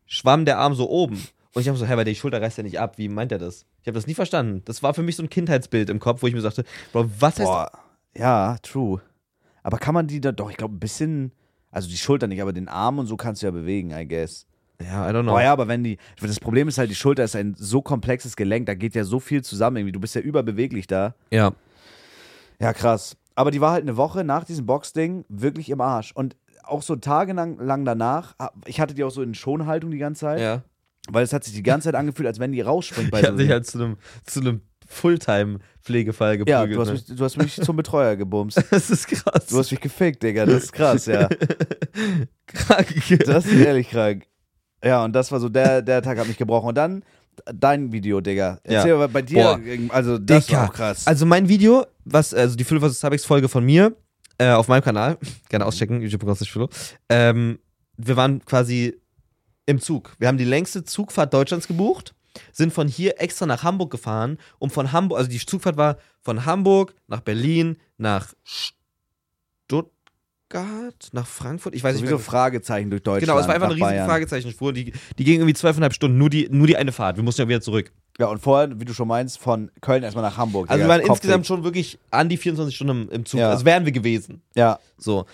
A: schwamm der Arm so oben. Und ich habe so, hä, weil die Schulter reißt ja nicht ab. Wie meint er das? Ich habe das nie verstanden. Das war für mich so ein Kindheitsbild im Kopf, wo ich mir sagte, Bro, was heißt
B: Boah, ja, true. Aber kann man die da doch, ich glaube, ein bisschen, also die Schulter nicht, aber den Arm und so kannst du ja bewegen, I guess.
A: Ja, I don't know.
B: Boah, ja, aber wenn die, das Problem ist halt, die Schulter ist ein so komplexes Gelenk, da geht ja so viel zusammen irgendwie. Du bist ja überbeweglich da.
A: ja.
B: Ja, krass. Aber die war halt eine Woche nach diesem Boxding wirklich im Arsch. Und auch so tagelang lang danach, ich hatte die auch so in Schonhaltung die ganze Zeit,
A: ja.
B: weil es hat sich die ganze Zeit angefühlt, als wenn die rausspringt bei
A: Ich
B: so
A: habe dich halt zu einem, zu einem Fulltime-Pflegefall
B: Ja,
A: geprügelt.
B: du hast,
A: ne?
B: mich, du hast mich zum Betreuer gebumst.
A: das ist krass.
B: Du hast mich gefickt, Digga. Das ist krass, ja.
A: krank.
B: Das ist ehrlich krank. Ja, und das war so, der, der Tag hat mich gebrochen. Und dann dein Video, Digga.
A: Ja.
B: Erzähl mal bei dir, also das war auch krass.
A: Also mein Video, was, also die Philo vs. Subex Folge von mir, äh, auf meinem Kanal, gerne auschecken, youtube.com slash Philo, ähm, wir waren quasi im Zug. Wir haben die längste Zugfahrt Deutschlands gebucht, sind von hier extra nach Hamburg gefahren, um von Hamburg, also die Zugfahrt war von Hamburg nach Berlin, nach Stuttgart, nach Frankfurt, ich weiß nicht
B: Sowieso
A: mehr.
B: Fragezeichen durch Deutschland.
A: Genau, es war einfach eine
B: nach
A: riesige
B: Bayern.
A: Fragezeichenspur. Die, die ging irgendwie zweieinhalb Stunden, nur die, nur die eine Fahrt. Wir mussten ja wieder zurück.
B: Ja, und vorher, wie du schon meinst, von Köln erstmal nach Hamburg.
A: Also wir
B: Digga.
A: waren
B: Kopfweg.
A: insgesamt schon wirklich an die 24 Stunden im, im Zug.
B: Ja.
A: Also wären wir gewesen.
B: Ja, genau,
A: So.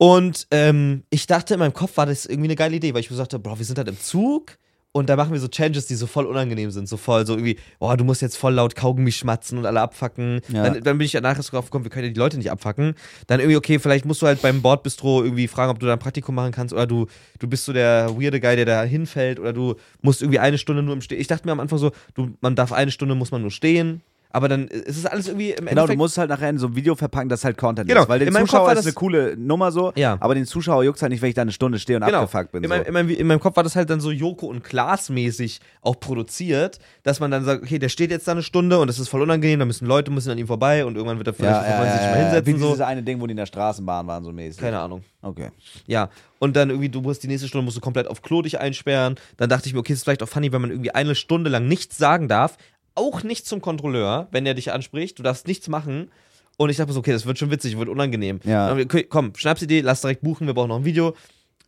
A: Und ähm, ich dachte, in meinem Kopf war das irgendwie eine geile Idee, weil ich mir sagte, Bro, wir sind halt im Zug und da machen wir so Changes, die so voll unangenehm sind. So voll, so irgendwie, oh, du musst jetzt voll laut Kaugummi schmatzen und alle abfacken.
B: Ja.
A: Dann, dann bin ich danach drauf gekommen, wir können ja die Leute nicht abfacken. Dann irgendwie, okay, vielleicht musst du halt beim Bordbistro irgendwie fragen, ob du da ein Praktikum machen kannst oder du, du bist so der weirde Guy, der da hinfällt oder du musst irgendwie eine Stunde nur im Stehen. Ich dachte mir am Anfang so, du, man darf eine Stunde, muss man nur stehen. Aber dann äh, es ist alles irgendwie im
B: genau, du
A: Endeffekt
B: musst halt nachher in so ein Video verpacken, das halt Content
A: Genau,
B: ist. Weil den
A: in meinem Kopf
B: Zuschauer
A: war
B: ist
A: das-
B: eine coole Nummer so,
A: Ja. Genau.
B: aber den Zuschauer juckt halt nicht, wenn ich da eine Stunde stehe und abgefuckt bin.
A: In,
B: So.
A: meinem, in, meinem, in meinem Kopf war das halt dann so Joko und Klaas mäßig auch produziert, dass man dann sagt, okay, der steht jetzt da eine Stunde und das ist voll unangenehm, da müssen Leute müssen an ihm vorbei und irgendwann wird er vielleicht
B: ja,
A: muss man
B: ja,
A: sich
B: ja,
A: mal
B: ja. Wie
A: hinsetzen so.
B: dieses eine Ding, wo die in der Straßenbahn waren, so mäßig.
A: Keine Ahnung.
B: Okay.
A: Ja, und dann irgendwie, du musst die nächste Stunde musst du komplett auf Klo dich einsperren. Dann dachte ich mir, okay, es ist vielleicht auch funny, wenn man irgendwie eine Stunde lang nichts sagen darf, auch nicht zum Kontrolleur, wenn er dich anspricht. Du darfst nichts machen. Und ich dachte mir so, okay, das wird schon witzig, wird unangenehm.
B: Ja.
A: Dann haben wir, okay, komm, Schnapsidee, lass direkt buchen, wir brauchen noch ein Video.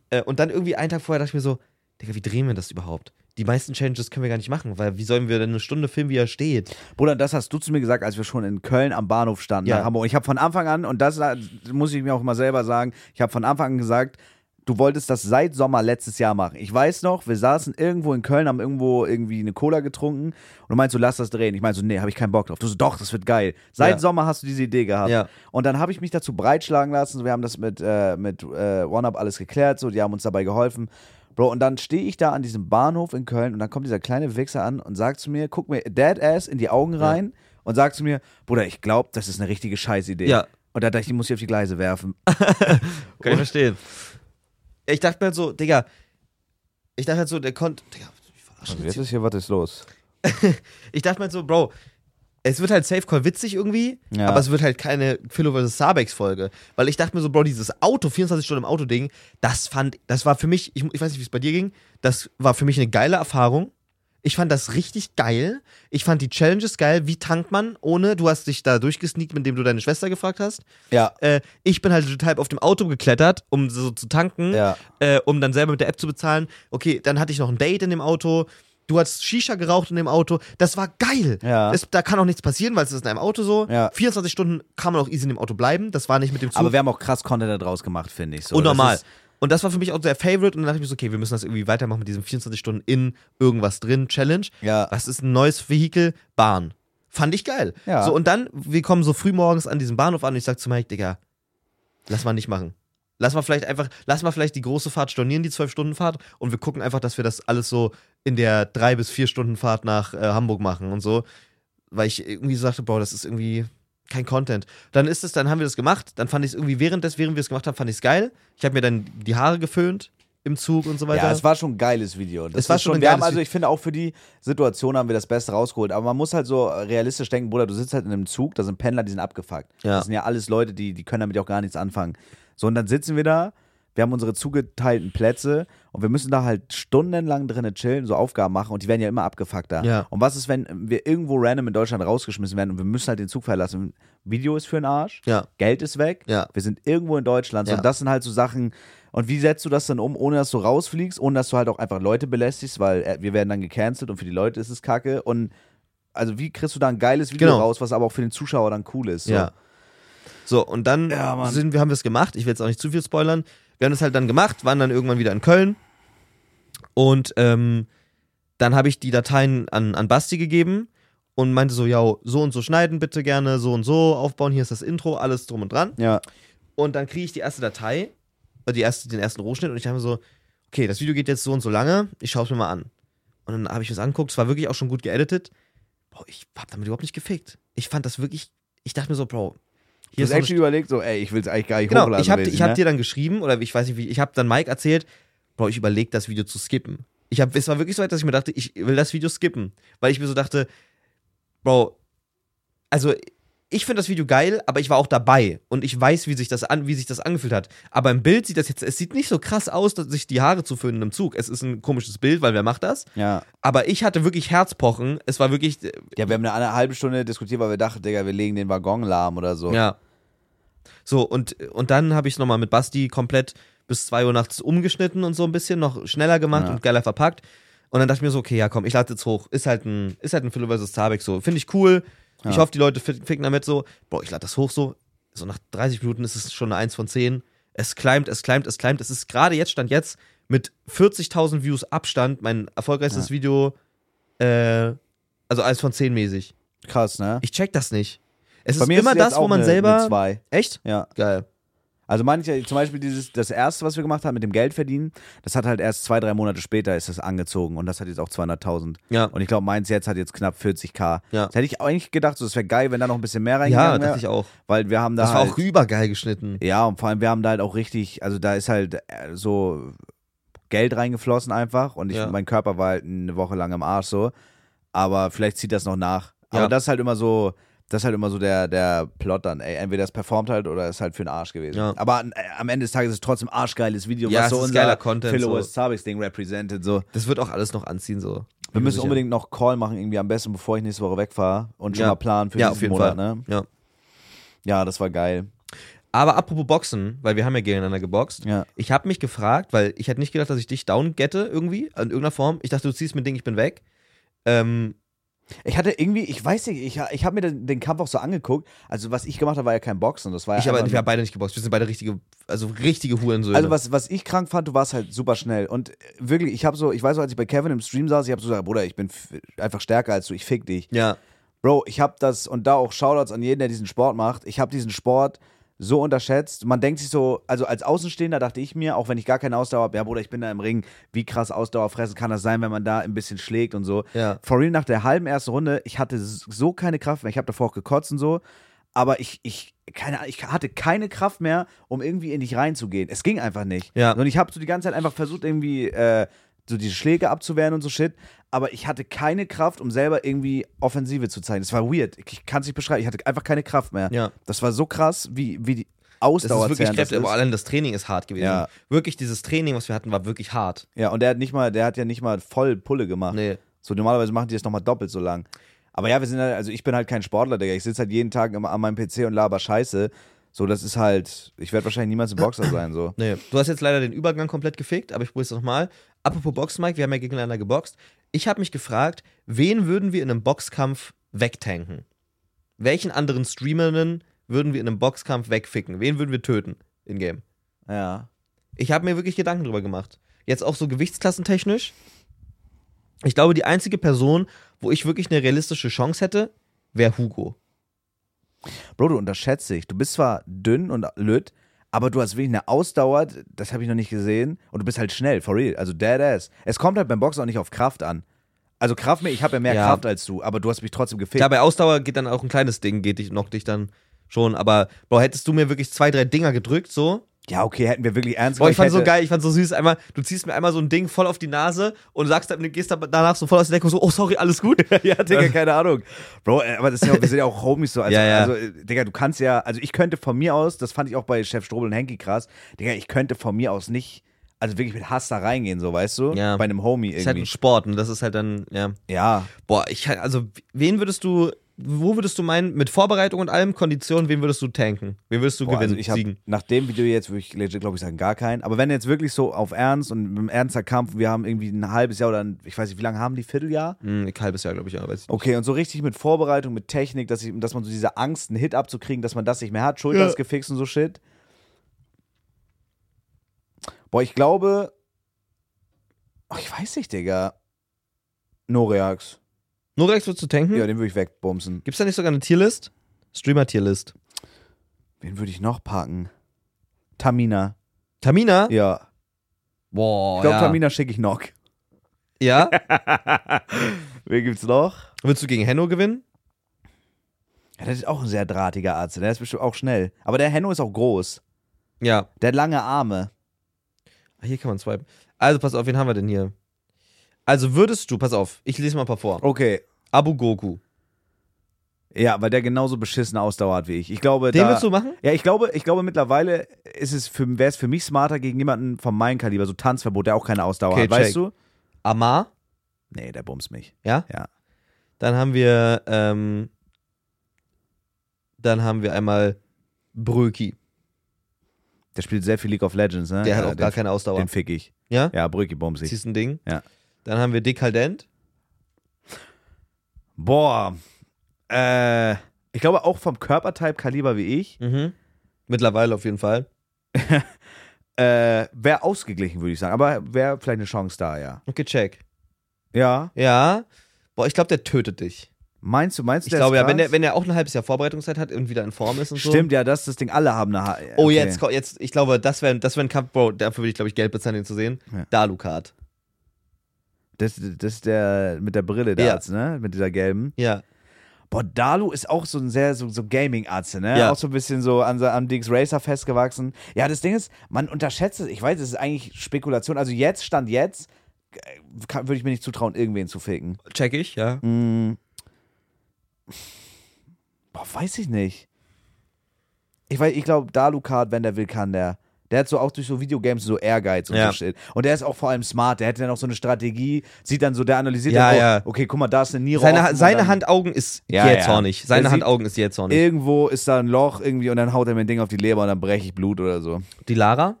A: Äh, Und dann irgendwie einen Tag vorher dachte ich mir so, Digga, wie drehen wir das überhaupt? Die meisten Challenges können wir gar nicht machen, weil wie sollen wir denn eine Stunde filmen, wie er steht?
B: Bruder, das hast du zu mir gesagt, als wir schon in Köln am Bahnhof standen
A: Ja.
B: nach Hamburg. Und ich habe von Anfang an, und das äh, muss ich mir auch immer selber sagen, ich habe von Anfang an gesagt, du wolltest das seit Sommer letztes Jahr machen. Ich weiß noch, wir saßen irgendwo in Köln, haben irgendwo irgendwie eine Cola getrunken und du meinst, du lass das drehen. Ich meinte so, nee, habe ich keinen Bock drauf. Du so, doch, das wird geil. Seit
A: Ja.
B: Sommer hast du diese Idee gehabt.
A: Ja.
B: Und dann habe ich mich dazu breitschlagen lassen. Wir haben das mit, äh, mit äh, OneUp alles geklärt, so, die haben uns dabei geholfen. Bro, und dann stehe ich da an diesem Bahnhof in Köln und dann kommt dieser kleine Wichser an und sagt zu mir, guck mir dead ass in die Augen rein und sagt zu mir, Bruder, ich glaube, das ist eine richtige Scheißidee.
A: Ja.
B: Und da dachte ich, die muss ich auf die Gleise werfen.
A: Kann ich verstehen. Ich dachte mir halt so, Digga, ich dachte halt so, der konnte, Digga, ich verarsche Also jetzt
B: Also ist hier, was ist los?
A: ich dachte mir halt so, Bro, es wird halt Safe Call witzig irgendwie,
B: Ja.
A: aber es wird halt keine Philo vs. Sabex Folge. Weil ich dachte mir so, Bro, dieses Auto, 24 Stunden im Auto-Ding, das fand, das war für mich, ich, ich weiß nicht, wie es bei dir ging, das war für mich eine geile Erfahrung. Ich fand das richtig geil. Ich fand die Challenges geil. Wie tankt man ohne? Du hast dich da durchgesneakt, mit dem du deine Schwester gefragt hast.
B: Ja.
A: Äh, ich bin halt total auf dem Auto geklettert, um so zu tanken
B: Ja.
A: äh, um dann selber mit der App zu bezahlen. Okay, dann hatte ich noch ein Date in dem Auto. Du hast Shisha geraucht in dem Auto. Das war geil.
B: Ja.
A: Es, da kann auch nichts passieren, weil es ist in einem Auto so.
B: Ja.
A: 24 Stunden kann man auch easy in dem Auto bleiben. Das war nicht mit dem Zug.
B: Aber wir haben auch krass Content da draus gemacht, finde ich. So.
A: und normal.
B: Das ist,
A: Und das war für mich auch der Favorite. Und dann dachte ich mir so, okay, wir müssen das irgendwie weitermachen mit diesem 24 Stunden in irgendwas drin Challenge.
B: Ja.
A: Was ist ein neues Vehikel? Bahn. Fand ich geil.
B: Ja.
A: So, und dann, wir kommen so früh morgens an diesem Bahnhof an und ich sag zu Mike, Digga, lass mal nicht machen. Lass mal vielleicht einfach, lass mal vielleicht die große Fahrt stornieren, die 12-Stunden-Fahrt, und wir gucken einfach, dass wir das alles so in der 3- bis 4-Stunden-Fahrt nach äh, Hamburg machen und so. Weil ich irgendwie so dachte, boah, das ist irgendwie kein Content. Dann ist es, dann haben wir das gemacht, dann fand ich es irgendwie während des, während wir es gemacht haben, fand ich es geil. Ich habe mir dann die Haare geföhnt im Zug und so weiter.
B: ja, es war schon ein geiles Video. Das
A: Es war
B: ist
A: schon ein
B: wir haben
A: geiles
B: also,
A: Vi-
B: ich finde auch für die Situation haben wir das Beste rausgeholt. Aber man muss halt so realistisch denken, Bruder, du sitzt halt in einem Zug, da sind Pendler, die sind abgefuckt.
A: Ja.
B: Das sind ja alles Leute, die, die können damit auch gar nichts anfangen. So, und dann sitzen wir da, wir haben unsere zugeteilten Plätze und wir müssen da halt stundenlang drinnen chillen, so Aufgaben machen und die werden ja immer abgefuckter.
A: Ja.
B: Und was ist, wenn wir irgendwo random in Deutschland rausgeschmissen werden und wir müssen halt den Zug verlassen? Video ist für den Arsch.
A: ja.
B: Geld ist weg,
A: Ja.
B: wir sind irgendwo in Deutschland so,
A: Ja.
B: und das sind halt so Sachen. Und wie setzt du das dann um, ohne dass du rausfliegst, ohne dass du halt auch einfach Leute belästigst, weil äh, wir werden dann gecancelt und für die Leute ist es kacke. Und also wie kriegst du da ein geiles Video
A: Genau.
B: raus, was aber auch für den Zuschauer dann cool ist? So.
A: Ja. So, und dann
B: Ja, Mann.
A: sind, wir haben wir es gemacht. Ich will jetzt auch nicht zu viel spoilern. Wir haben es halt dann gemacht, waren dann irgendwann wieder in Köln. Und ähm, dann habe ich die Dateien an, an Basti gegeben und meinte so, ja, so und so schneiden bitte gerne, so und so aufbauen, hier ist das Intro, alles drum und dran.
B: Ja.
A: Und dann kriege ich die erste Datei, äh, die erste, den ersten Rohschnitt und ich dachte mir so, okay, das Video geht jetzt so und so lange, ich schaue es mir mal an. Und dann habe ich es angeguckt, es war wirklich auch schon gut geeditet. Bro, ich habe damit überhaupt nicht gefickt. Ich fand das wirklich, ich dachte mir so, Bro,
B: Du
A: hier
B: hast
A: ist noch eine
B: actually überlegt, so, ey, ich will es eigentlich gar nicht
A: Genau,
B: hochladen.
A: ich habe
B: mäßig,
A: ich hab
B: ne?
A: dir dann geschrieben, oder ich weiß nicht wie, ich habe dann Mike erzählt, Bro, ich überlege das Video zu skippen. Ich hab, es war wirklich so weit, dass ich mir dachte, ich will das Video skippen. Weil ich mir so dachte, Bro, also ich finde das Video geil, aber ich war auch dabei und ich weiß, wie sich das an, wie sich das angefühlt hat. Aber im Bild sieht das jetzt, es sieht nicht so krass aus, dass sich die Haare zu föhnen im Zug. Es ist ein komisches Bild, weil wer macht das?
B: ja.
A: Aber ich hatte wirklich Herzpochen. Es war wirklich, äh,
B: ja, wir haben eine, eine halbe Stunde diskutiert, weil wir dachten, Digga, wir legen den Waggon lahm oder so.
A: Ja. So, und, und dann habe ich es nochmal mit Basti komplett bis 2 Uhr nachts umgeschnitten und so ein bisschen noch schneller gemacht
B: Ja.
A: und geiler verpackt. Und dann dachte ich mir so, okay, ja komm, ich lade jetzt hoch. Ist halt ein, ist halt ein Philo vs. Zabek so. Finde ich cool. Ich
B: Ja.
A: hoffe, die Leute fi- ficken damit so. Boah, ich lade das hoch so. So nach 30 Minuten ist es schon eine 1 von 10. Es climbt, es climbt, es climbt. Es ist gerade jetzt, stand jetzt, mit 40.000 Views Abstand mein erfolgreichstes Video, äh, also 1 von 10 mäßig.
B: Krass, ne?
A: Ich check das nicht. Es
B: Bei
A: ist
B: mir
A: immer
B: ist jetzt
A: das, wo
B: auch
A: man
B: eine, Eine
A: selber.
B: zwei.
A: Echt?
B: Ja.
A: Geil.
B: Also manche, zum Beispiel dieses, das erste, was wir gemacht haben mit dem Geld verdienen, das hat halt erst zwei, drei Monate später ist das angezogen und das hat jetzt auch 200.000.
A: Ja.
B: Und ich glaube, meins jetzt hat jetzt knapp 40k.
A: Ja.
B: Das hätte ich eigentlich gedacht, so, das wäre geil, wenn da noch ein bisschen mehr
A: ja,
B: reingegangen wäre.
A: dachte ich auch.
B: Weil wir haben da
A: Das war
B: halt,
A: auch übergeil geschnitten.
B: ja, und vor allem, wir haben da halt auch richtig, also da ist halt äh, so Geld reingeflossen einfach und ich,
A: Ja.
B: mein Körper war halt eine Woche lang im Arsch so. Aber vielleicht zieht das noch nach. Aber
A: Ja.
B: das ist halt immer so, das ist halt immer so der, der Plot dann, ey. Entweder es performt halt oder ist halt für den Arsch gewesen.
A: Ja.
B: Aber an, äh, am Ende des Tages ist es trotzdem arschgeiles Video,
A: Ja,
B: was
A: es
B: so
A: ist
B: unser
A: geiler Content,
B: Philo
A: so.
B: West Ding represented. So.
A: Das wird auch alles noch anziehen, so.
B: Wir müssen
A: sicher.
B: unbedingt noch Call machen, irgendwie am besten, bevor ich nächste Woche wegfahre und schon
A: Ja.
B: mal planen für
A: ja,
B: diesen
A: auf jeden
B: Monat.
A: Fall.
B: Ne?
A: Ja.
B: Ja, das war geil.
A: Aber apropos Boxen, weil wir haben ja gegeneinander geboxt.
B: Ja.
A: Ich habe mich gefragt, weil ich hätte nicht gedacht, dass ich dich down gette irgendwie, in irgendeiner Form. Ich dachte, du ziehst mit Ding, ich bin weg. Ähm,
B: Ich hatte irgendwie, ich weiß nicht, ich, ich habe mir den, den Kampf auch so angeguckt. Also was ich gemacht habe, war ja kein Boxen. Das war ja
A: ich aber,
B: einfach
A: wir haben beide nicht geboxt. Wir sind beide richtige, also richtige Hurensöhne.
B: Also was, was ich krank fand, du warst halt super schnell und äh, wirklich, ich habe so, ich weiß so, als ich bei Kevin im Stream saß, ich habe so gesagt, Bruder, ich bin f- einfach stärker als du, ich fick dich.
A: ja.
B: Bro, ich habe das und da auch Shoutouts an jeden, der diesen Sport macht. Ich habe diesen Sport so unterschätzt. Man denkt sich so, also als Außenstehender dachte ich mir, auch wenn ich gar keine Ausdauer habe, ja Bruder, ich bin da im Ring, wie krass Ausdauer fressen kann das sein, wenn man da ein bisschen schlägt und so.
A: Ja.
B: For real, nach der halben ersten Runde, ich hatte s- so keine Kraft mehr. Ich habe davor auch gekotzt und so. Aber ich, ich, keine, Ahnung, ich hatte keine Kraft mehr, um irgendwie in dich reinzugehen. Es ging einfach nicht.
A: Ja.
B: Und ich habe so die ganze Zeit einfach versucht, irgendwie äh, so diese Schläge abzuwehren und so Shit. Aber ich hatte keine Kraft, um selber irgendwie Offensive zu zeigen. Das war weird. Ich kann es nicht beschreiben. Ich hatte einfach keine Kraft mehr.
A: Ja.
B: Das war so krass, wie, wie die
A: Das
B: Ausdauer
A: ist wirklich kräftig, aber allein das Training ist hart gewesen.
B: Ja.
A: Wirklich, dieses Training, was wir hatten, war wirklich hart.
B: Ja, und der hat nicht mal, der hat ja nicht mal voll Pulle gemacht.
A: Nee.
B: So normalerweise machen die das nochmal doppelt so lang. Aber ja, wir sind halt, also ich bin halt kein Sportler, Digga. Ich sitze halt jeden Tag immer an meinem PC und laber Scheiße. So, das ist halt, ich werde wahrscheinlich niemals ein Boxer sein, so.
A: Nee, du hast jetzt leider den Übergang komplett gefegt, aber ich probier's nochmal. Apropos Boxen, Mike, wir haben ja gegeneinander geboxt. Ich habe mich gefragt, wen würden wir in einem Boxkampf wegtanken? Welchen anderen Streamerinnen würden wir in einem Boxkampf wegficken? Wen würden wir töten in Game?
B: Ja.
A: Ich habe mir wirklich Gedanken drüber gemacht. Jetzt auch so gewichtsklassentechnisch. Ich glaube, die einzige Person, wo ich wirklich eine realistische Chance hätte, wäre Hugo.
B: Bro, du unterschätzt dich. Du bist zwar dünn und löt, aber du hast wirklich eine Ausdauer, das habe ich noch nicht gesehen. Und du bist halt schnell, for real. Also deadass. Es kommt halt beim Boxen auch nicht auf Kraft an. Also Kraft mehr, ich habe ja mehr
A: Ja.
B: Kraft als du, aber du hast mich trotzdem gefickt.
A: Klar, bei Ausdauer geht dann auch ein kleines Ding, geht dich, knockt dich dann schon. Aber, boah, hättest du mir wirklich zwei, drei Dinger gedrückt, so,
B: Ja, okay, hätten wir wirklich ernst
A: Boah, ich fand so
B: hätte-
A: geil, ich fand so süß. Einmal, du ziehst mir einmal so ein Ding voll auf die Nase und sagst dann, gehst dann danach so voll aus der Deckung so, oh sorry, alles gut.
B: ja, Digga, keine Ahnung. Bro, äh, aber das ist ja, wir sind ja auch Homies so. Also,
A: Ja, ja.
B: also, äh, Digga, du kannst ja, also ich könnte von mir aus, das fand ich auch bei Chef Strobel und Henki krass, Digga, ich könnte von mir aus nicht, also wirklich mit Hass da reingehen, so, weißt du?
A: Ja.
B: Bei einem Homie
A: ist halt ein
B: irgendwie.
A: Sport und das ist halt dann, ja.
B: Ja.
A: Boah, ich, also, wen würdest du, wo würdest du meinen, mit Vorbereitung und allem, Kondition, wen würdest du tanken? Wen würdest du
B: Boah,
A: gewinnen,
B: also ich hab,
A: siegen?
B: Nach dem Video jetzt würde ich legit, glaube ich, sagen, gar keinen. Aber wenn jetzt wirklich so auf Ernst und im ernster Kampf, wir haben irgendwie ein halbes Jahr oder ein, ich weiß nicht, wie lange haben die, Vierteljahr?
A: Hm, ein halbes Jahr, glaube ich, ja, weiß ich.
B: Okay, und so richtig mit Vorbereitung, mit Technik, dass, ich, dass man so diese Angst, einen Hit abzukriegen, dass man das nicht mehr hat, Schulter
A: Ja.
B: ist gefixt und so Shit. Boah, ich glaube. Ach, ich weiß nicht, Digga. Noreax.
A: Norex würdest du tanken?
B: Ja, den würde ich wegbumsen.
A: Gibt's da nicht sogar eine Tierlist? Streamer-Tierlist.
B: Wen würde ich noch packen? Tamina.
A: Tamina?
B: Ja. Oh,
A: Boah,
B: Ich glaube,
A: ja.
B: Tamina schicke ich noch.
A: Ja?
B: Wen gibt's noch?
A: Würdest du gegen Henno gewinnen?
B: Ja, das ist auch ein sehr drahtiger Arzt. Der ist bestimmt auch schnell. Aber der Henno ist auch groß.
A: Ja.
B: Der hat lange Arme.
A: Ah, Hier kann man swipen. Also, pass auf, wen haben wir denn hier? Also würdest du, pass auf, ich lese mal ein paar vor.
B: Okay.
A: Abu Goku.
B: Ja, weil der genauso beschissene Ausdauer hat wie ich. Ich glaube,
A: Den
B: da,
A: willst du machen?
B: Ja, ich glaube, ich glaube mittlerweile ist es für, wäre es für mich smarter gegen jemanden von meinem Kaliber, so Tanzverbot, der auch keine Ausdauer
A: Okay,
B: hat,
A: check.
B: weißt du?
A: Amar,
B: Nee, der bumst mich.
A: ja?
B: Ja.
A: Dann haben wir, ähm, dann haben wir einmal Bröki.
B: Der spielt sehr viel League of Legends, ne?
A: Der hat
B: ja,
A: auch
B: den,
A: gar keine Ausdauer.
B: Den fick ich.
A: ja?
B: Ja, Brücki bumst ich.
A: Siehst ein Ding?
B: Ja.
A: Dann haben wir Dekadent.
B: Boah. Äh, ich glaube auch vom Körpertyp Kaliber wie ich,
A: Mhm. Mittlerweile auf jeden Fall.
B: äh, wäre ausgeglichen, würde ich sagen. Aber wäre vielleicht eine Chance da, ja.
A: Okay, check.
B: Ja.
A: Ja. Boah, ich glaube, der tötet dich.
B: Meinst du, meinst du,
A: Ich
B: der
A: glaube
B: ist
A: ja, wenn
B: krass?
A: der, wenn der auch ein halbes Jahr Vorbereitungszeit hat und wieder in Form ist und so.
B: Stimmt, ja, das ist das Ding. Alle haben eine. Ha
A: Oh,
B: okay.
A: jetzt, ko- jetzt, ich glaube, das wäre das wär ein Kampf, Bro, dafür würde ich, glaube ich, Geld bezahlen, den zu sehen.
B: Ja.
A: Dalukat.
B: Das, das ist der mit der Brille, der
A: Ja.
B: Arzt, ne? Mit dieser gelben.
A: Ja.
B: Boah, Dalu ist auch so ein sehr so, so Gaming-Arzt, ne?
A: Ja.
B: Auch so ein bisschen so an, am Dings Racer festgewachsen. Ja, das Ding ist, man unterschätzt es. Ich weiß, es ist eigentlich Spekulation. Also jetzt, Stand jetzt, äh, kann- würde ich mir nicht zutrauen, irgendwen zu ficken.
A: Check ich, ja.
B: Mm. Boah, weiß ich nicht. Ich, weiß- ich glaube, Dalu-Card, wenn der will, kann der. Der hat so auch durch so Videogames so Ehrgeiz und
A: Ja.
B: so shit. Und der ist auch vor allem smart. Der hätte dann auch so eine Strategie, sieht dann so, der analysiert
A: Ja,
B: dann, oh,
A: ja.
B: okay, guck mal, da ist eine Niere. offen
A: Seine,
B: und
A: seine
B: dann
A: Hand-Augen ist
B: Ja,
A: jetzt
B: ja.
A: zornig.
B: Der
A: Seine
B: sieht-
A: Hand-Augen ist jetzt zornig.
B: Irgendwo ist da ein Loch irgendwie und dann haut er mir ein Ding auf die Leber und dann breche ich Blut oder so.
A: Die Lara?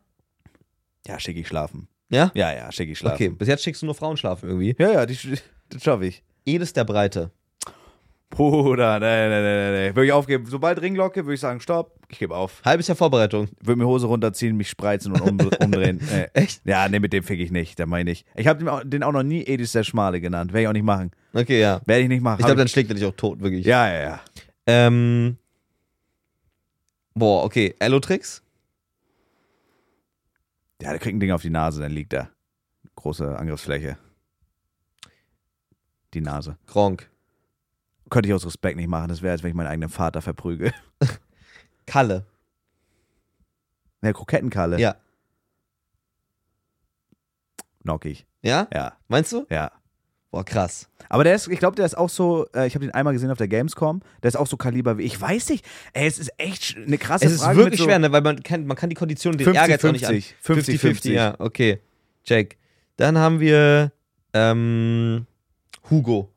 B: Ja, schick ich schlafen.
A: Ja?
B: Ja, ja, schick ich schlafen.
A: Okay, bis jetzt schickst du nur Frauen schlafen irgendwie.
B: Ja, ja, die, sch- das schaffe ich.
A: Edis der Breite.
B: Bruder, nee, nee, nee, nee, nee. Würde ich aufgeben. Sobald Ringlocke, würde ich sagen, stopp, ich gebe auf.
A: Halbes Jahr Vorbereitung.
B: Würde mir Hose runterziehen, mich spreizen und um, umdrehen. Nee.
A: Echt?
B: Ja, nee, mit dem fick ich nicht, da meine ich. Ich habe den auch noch nie Edis der Schmale genannt. Werde ich auch nicht machen.
A: Okay, ja.
B: Werde ich nicht machen.
A: Ich glaube,
B: Hab
A: dann schlägt er dich auch tot, wirklich.
B: ja, ja, ja.
A: Ähm, boah, okay. Allotrix?
B: Ja, der kriegt ein Ding auf die Nase, dann liegt er. Große Angriffsfläche. Die Nase.
A: Gronk.
B: Könnte ich aus Respekt nicht machen. Das wäre, als wenn ich meinen eigenen Vater verprüge.
A: Kalle.
B: Der Krokettenkalle.
A: Ja.
B: Knockig.
A: Ja?
B: Ja,
A: Meinst du?
B: ja.
A: Boah, krass.
B: Aber der ist, ich glaube, der ist auch so, äh, ich habe den einmal gesehen auf der Gamescom, der ist auch so Kaliber wie, ich weiß nicht, ey, es ist echt sch- eine krasse
A: Es ist
B: Frage. mit
A: wirklich
B: so
A: schwer, ne? weil man kann, man kann die Kondition, den
B: 50,
A: Ehrgeiz auch nicht an.
B: 50, 50, 50.
A: ja, okay. Check. Dann haben wir ähm, Hugo.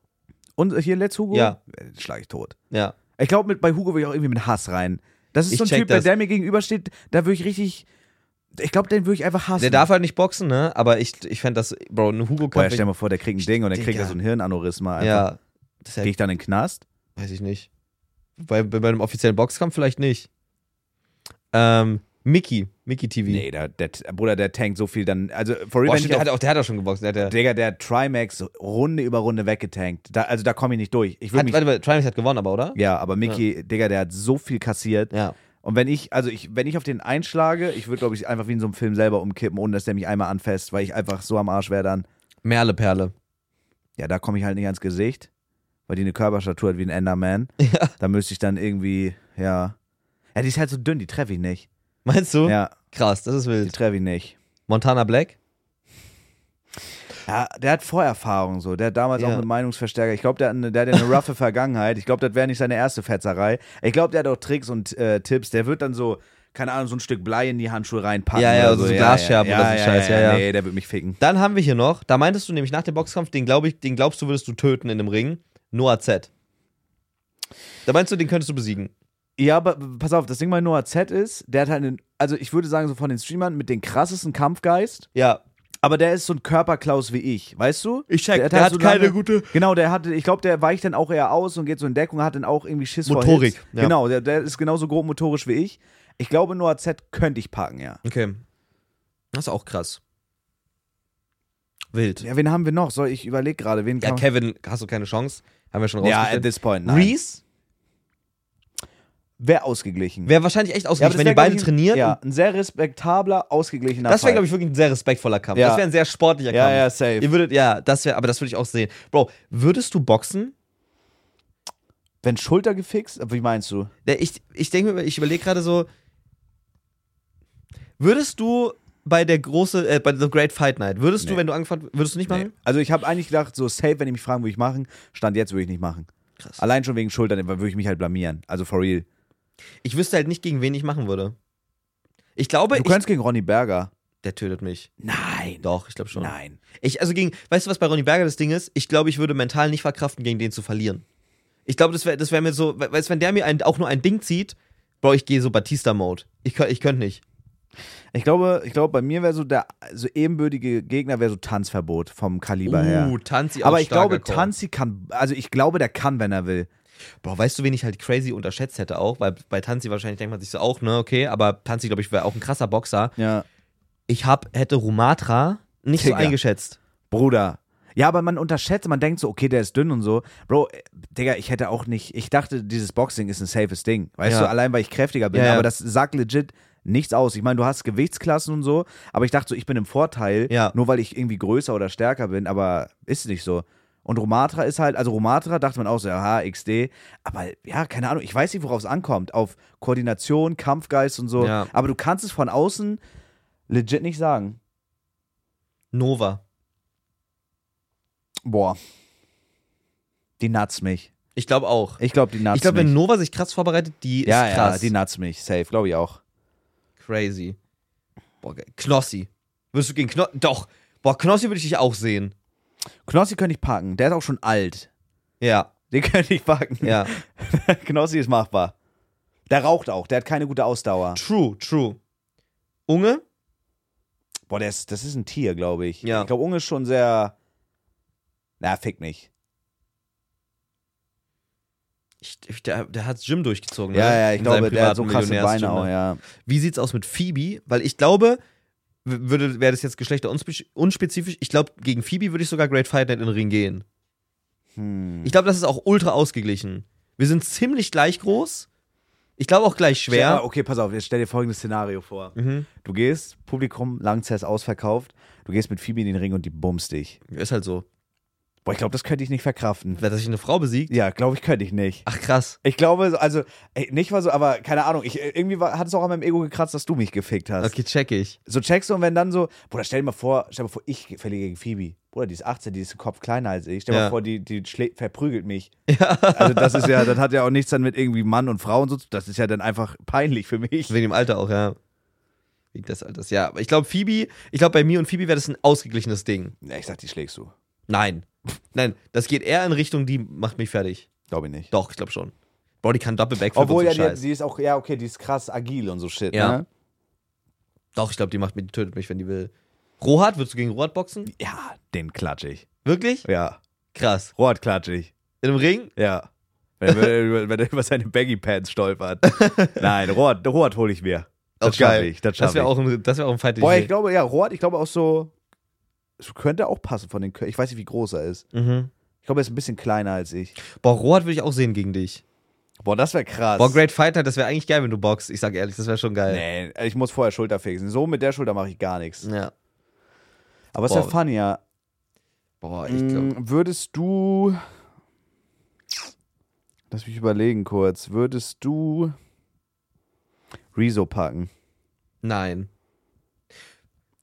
B: Und hier, Let's Hugo,
A: Ja.
B: Äh, schlag ich tot.
A: Ja.
B: Ich glaube, bei Hugo will ich auch irgendwie mit Hass rein. Das ist
A: Ich
B: so ein
A: check
B: Typ,
A: das.
B: der, der mir gegenübersteht, da würde ich richtig, ich glaube, den würde ich einfach hassen.
A: Der darf halt nicht boxen, ne? Aber ich, ich fände das, Bro, ein
B: Boah,
A: hugo
B: ja,
A: kampf
B: stell dir mal vor, der kriegt ein Ding und dann kriegt
A: Digga.
B: er so ein Hirnaneurysma. Einfach.
A: Ja. Das
B: Gehe
A: hätte,
B: ich dann in den Knast?
A: weiß ich nicht. Bei, bei bei einem offiziellen Boxkampf vielleicht nicht. Ähm, Mickey. Mickey TV.
B: Nee, der, der, Bruder, der tankt so viel dann. Also, for real,
A: Boah,
B: wenn
A: stimmt,
B: ich
A: der,
B: auf-
A: hat auch, der hat auch schon geboxt. Der hat, der,
B: Digga, der hat Trimax Runde über Runde weggetankt. Da, also, da komme ich nicht durch. Ich würde
A: hat,
B: mich
A: warte mal, Trimax hat gewonnen, aber, oder?
B: Ja, aber Mickey, Digga, der hat so viel kassiert.
A: Ja.
B: Und wenn ich, also ich, wenn ich auf den einschlage, ich würde, glaube ich, einfach wie in so einem Film selber umkippen, ohne dass der mich einmal anfasst, weil ich einfach so am Arsch wäre dann.
A: Merle Perle.
B: Ja, da komme ich halt nicht ans Gesicht, weil die eine Körperstatur hat wie ein Enderman.
A: Ja.
B: Da müsste ich dann irgendwie, ja. Ja, die ist halt so dünn, die treffe ich nicht.
A: Meinst du?
B: Ja,
A: Krass, das ist
B: die
A: wild.
B: treffe ich nicht.
A: Montana Black?
B: Ja, der hat Vorerfahrung so. Der hat damals
A: Ja.
B: auch mit Meinungsverstärker. Ich glaube, der, hat eine- der hat ja eine roughe Vergangenheit. Ich glaube, das wäre nicht seine erste Fetzerei. Ich glaube, der hat auch Tricks und äh, Tipps. Der wird dann so, keine Ahnung, so ein Stück Blei in die Handschuhe reinpacken.
A: Ja, ja,
B: oder
A: also so Glasscherben
B: ja,
A: oder so
B: ja,
A: Scheiß. Ja, ja.
B: Nee, der wird mich ficken.
A: Dann haben wir hier noch, da meintest du nämlich nach dem Boxkampf, den, glaub ich, den glaubst du, würdest du töten in dem Ring. Noah Z. Da meinst du, den könntest du besiegen.
B: Ja, aber pass auf, das Ding bei Noah Z ist, der hat halt einen, also ich würde sagen, so von den Streamern mit den krassesten Kampfgeist.
A: Ja.
B: Aber der ist so ein Körperklaus wie ich, weißt du?
A: Ich check, der
B: halt
A: hat
B: so
A: keine gute-
B: Genau, der hatte, ich glaube, der weicht dann auch eher aus und geht so in Deckung, hat dann auch irgendwie Schiss vor
A: Motorik,
B: Hits.
A: ja.
B: Genau, der, der ist genauso grob motorisch wie ich. Ich glaube, Noah Z könnte ich packen, ja.
A: Okay. Das ist auch krass. Wild. Ja,
B: Ja, wen haben wir noch? Soll ich überlege gerade, wen kann
A: Kevin, hast du keine Chance. Haben wir schon
B: man, Ja, at
A: rausgestellt.
B: this point, nein.
A: Reese
B: Wäre ausgeglichen.
A: wäre wahrscheinlich echt
B: Ja,
A: ausgeglichen,
B: aber das
A: wenn
B: wär,
A: die beiden
B: glaub ich,
A: trainieren.
B: Ja,
A: und-
B: ein sehr respektabler, ausgeglichener
A: Das wäre,
B: Fall.
A: glaube ich, wirklich ein sehr respektvoller Kampf.
B: Ja.
A: Das wäre ein sehr sportlicher
B: Ja,
A: Kampf.
B: ja, safe.
A: Ihr würdet, ja, das wäre, aber das würde ich auch sehen. Bro, würdest du boxen?
B: Wenn Schulter gefixt, wie meinst du?
A: Ne, Ich, ich denke mir, ich überlege gerade so, würdest du bei der große, äh, bei The Great Fight Night, würdest du,
B: Nee.
A: wenn du angefangen, würdest du nicht machen?
B: Nee. Also ich habe eigentlich gedacht, so safe, wenn die mich fragen, würde ich machen. Stand jetzt würde ich nicht machen.
A: Krass.
B: Allein schon wegen Schultern würde ich mich halt blamieren. Also for real.
A: Ich wüsste halt nicht, gegen wen ich machen würde. Ich glaube,
B: Du
A: ich,
B: könntest gegen Ronny Berger.
A: der tötet mich.
B: Nein.
A: Doch, ich glaube schon.
B: Nein.
A: Ich, also gegen, weißt du, was bei Ronny Berger das Ding ist? Ich glaube, ich würde mental nicht verkraften, gegen den zu verlieren. Ich glaube, das wäre das wär mir so, we- weißt du, wenn der mir ein, auch nur ein Ding zieht, Bro, ich gehe so Batista-Mode. Ich, kö- ich könnte nicht.
B: Ich glaube, ich glaube, bei mir wäre so der so ebenbürtige Gegner wäre so Tanzverbot vom Kaliber her.
A: Uh, Tanzi auch
B: Aber ich glaube,
A: starker Call.
B: Tanzi kann, also ich glaube, der kann, wenn er will.
A: Bro, weißt du, wen ich halt crazy unterschätzt hätte auch? Weil bei Tanzi wahrscheinlich denkt man sich so auch, ne, okay, aber Tanzi, glaube ich, wäre auch ein krasser Boxer.
B: Ja.
A: Ich hab, hätte Rumatra nicht
B: Digga.
A: so eingeschätzt.
B: Bruder. Ja, aber man unterschätzt, man denkt so, okay, der ist dünn und so. Bro, äh, Digga, ich hätte auch nicht, ich dachte, dieses Boxing ist ein safes Ding. Weißt
A: Ja.
B: du, allein weil ich kräftiger bin,
A: Ja, ja.
B: aber das sagt legit nichts aus. Ich meine, du hast Gewichtsklassen und so, aber ich dachte so, ich bin im Vorteil,
A: Ja.
B: nur weil ich irgendwie größer oder stärker bin, aber ist nicht so. Und Romatra ist halt, also Romatra dachte man auch so, aha, XD, aber ja, keine Ahnung, ich weiß nicht, worauf es ankommt, auf Koordination, Kampfgeist und so,
A: Ja.
B: aber du kannst es von außen legit nicht sagen.
A: Nova.
B: Boah. Die natzt mich.
A: Ich glaube auch.
B: Ich glaube, die natzt
A: Ich glaube, wenn
B: mich.
A: Nova sich krass vorbereitet, die
B: ja,
A: ist krass.
B: ja, die natzt mich. Safe, glaube ich auch.
A: Crazy. Boah, ge- Knossi. Würdest du gegen Knossi? Doch. Boah, Knossi würde ich dich auch sehen.
B: Knossi könnte ich packen. Der ist auch schon alt.
A: Ja,
B: Den könnte ich packen.
A: ja.
B: Knossi ist machbar. Der raucht auch. Der hat keine gute Ausdauer.
A: true, true. Unge?
B: Boah, der ist, das ist ein Tier, glaube ich.
A: Ja.
B: Ich glaube, Unge ist schon sehr. Na, fick mich.
A: Ich, ich, der, der hat Gym durchgezogen.
B: Ja,
A: ne?
B: ja, ich
A: In seinem
B: glaube, der hat so
A: privaten
B: krasse
A: Millionärs-Gym,
B: Beine auch,
A: ne?
B: ja.
A: Wie sieht's aus mit Phoebe? Weil ich glaube, w- würde, wäre das jetzt Geschlechter unspezifisch. Ich glaube, gegen Phoebe würde ich sogar Great Fight Night in den Ring gehen.
B: Hm.
A: Ich glaube, das ist auch ultra ausgeglichen. Wir sind ziemlich gleich groß. Ich glaube auch gleich
B: Stell- ah,
A: schwer.
B: Okay, pass auf, jetzt stell dir folgendes Szenario vor.
A: Mhm.
B: Du gehst, Publikum, Langzess ausverkauft, du gehst mit Phoebe in den Ring und die bummst dich.
A: Ist halt so.
B: Boah, ich glaube, das könnte ich nicht verkraften.
A: Wer- Dass sich eine Frau besiegt?
B: Ja, glaube ich, könnte ich nicht.
A: Ach krass.
B: Ich glaube, so- also, ey, nicht mal so, aber keine Ahnung, ich, äh, irgendwie war, hat es auch an meinem Ego gekratzt, dass du mich gefickt hast.
A: Okay, check ich.
B: So checkst du und wenn dann so, Bruder, stell dir mal vor, stell dir mal vor, ich verliere gegen Phoebe. Bruder, die ist 18, die ist im Kopf kleiner als ich. Stell dir
A: Ja.
B: mal vor, die, die schlä- verprügelt mich. Also das ist ja, das hat ja auch nichts dann mit irgendwie Mann und Frau und so. zu- Das ist ja dann einfach peinlich für mich.
A: Wegen dem Alter auch, ja. Wegen des Alters, ja. Aber ich glaube, Phoebe, ich glaube, bei mir und Phoebe wäre das ein ausgeglichenes Ding.
B: Ja, ich sag, die schlägst du.
A: Nein. Nein, das geht eher in Richtung, die macht mich fertig.
B: Glaube ich nicht.
A: Doch, ich glaube schon. Bro, die kann Double Backflip
B: Obwohl
A: und
B: ja,
A: so
B: die,
A: Scheiß.
B: die ist auch, ja, okay, die ist krass agil und so Shit,
A: Ja.
B: ne?
A: Doch, ich glaube, die macht mich, die tötet mich, wenn die will. Rohat, würdest du gegen Rohat boxen?
B: Ja, den klatsch ich.
A: Wirklich?
B: Ja.
A: Krass.
B: Rohrt klatsch ich.
A: In einem Ring?
B: Ja. Wenn, er über- wenn er über seine Baggy Pants stolpert. Nein, Rohrt, Rohrt hole ich mir. Das
A: Auch
B: schaff
A: geil.
B: ich, das schaff
A: Das wäre
B: ich.
A: auch, ein- das wär auch ein Fight, den
B: Boah, ich
A: ich will.
B: glaube, ja, Rohrt, ich glaube auch so. Es könnte auch passen von den Kö Ich weiß nicht, wie groß er ist.
A: Mhm.
B: Ich glaube, er ist ein bisschen kleiner als ich.
A: Boah, Rohat würde ich auch sehen gegen dich.
B: Boah, das wäre krass.
A: Boah, Great Fight Night, das wäre eigentlich geil, wenn du boxst. Ich sag ehrlich, das wäre schon geil.
B: Nee, ich muss vorher Schulter fixen. So mit der Schulter mache ich gar nichts.
A: Ja.
B: Aber es ist ja
A: Boah.
B: funny, ja.
A: Boah, ich glaube.
B: Mm, Würdest du. Lass mich überlegen kurz. Würdest du. Rezo packen?
A: Nein.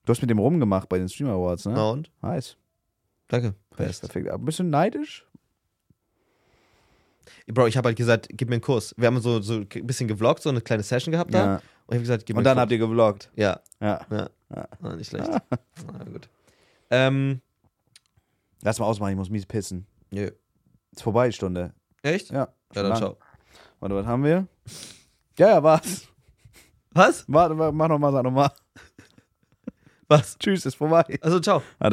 B: Du hast mit dem rumgemacht bei den Stream Awards, ne?
A: Na und?
B: Nice.
A: Danke. Best.
B: Perfekt. Aber Ein bisschen neidisch?
A: Bro, ich habe halt gesagt, gib mir einen Kuss. Wir haben so, so ein bisschen gevloggt, so eine kleine Session gehabt da.
B: Ja.
A: Und ich habe gesagt, gib mir
B: Und dann
A: einen
B: habt ihr gevloggt.
A: Kuss. Ja,
B: Ja.
A: ja.
B: Ja.
A: Ah, nicht schlecht. Na gut. Ähm,
B: Lass mal ausmachen, ich muss mies pissen.
A: nö.
B: Ist vorbei, die Stunde.
A: Echt? Ja,
B: Ja. schon
A: dann
B: lang.
A: ciao.
B: Warte, was haben wir? Ja, ja, war's.
A: Was?
B: Warte, warte, mach nochmal, sag nochmal.
A: Was?
B: Tschüss, ist vorbei.
A: Also ciao.
B: Warte.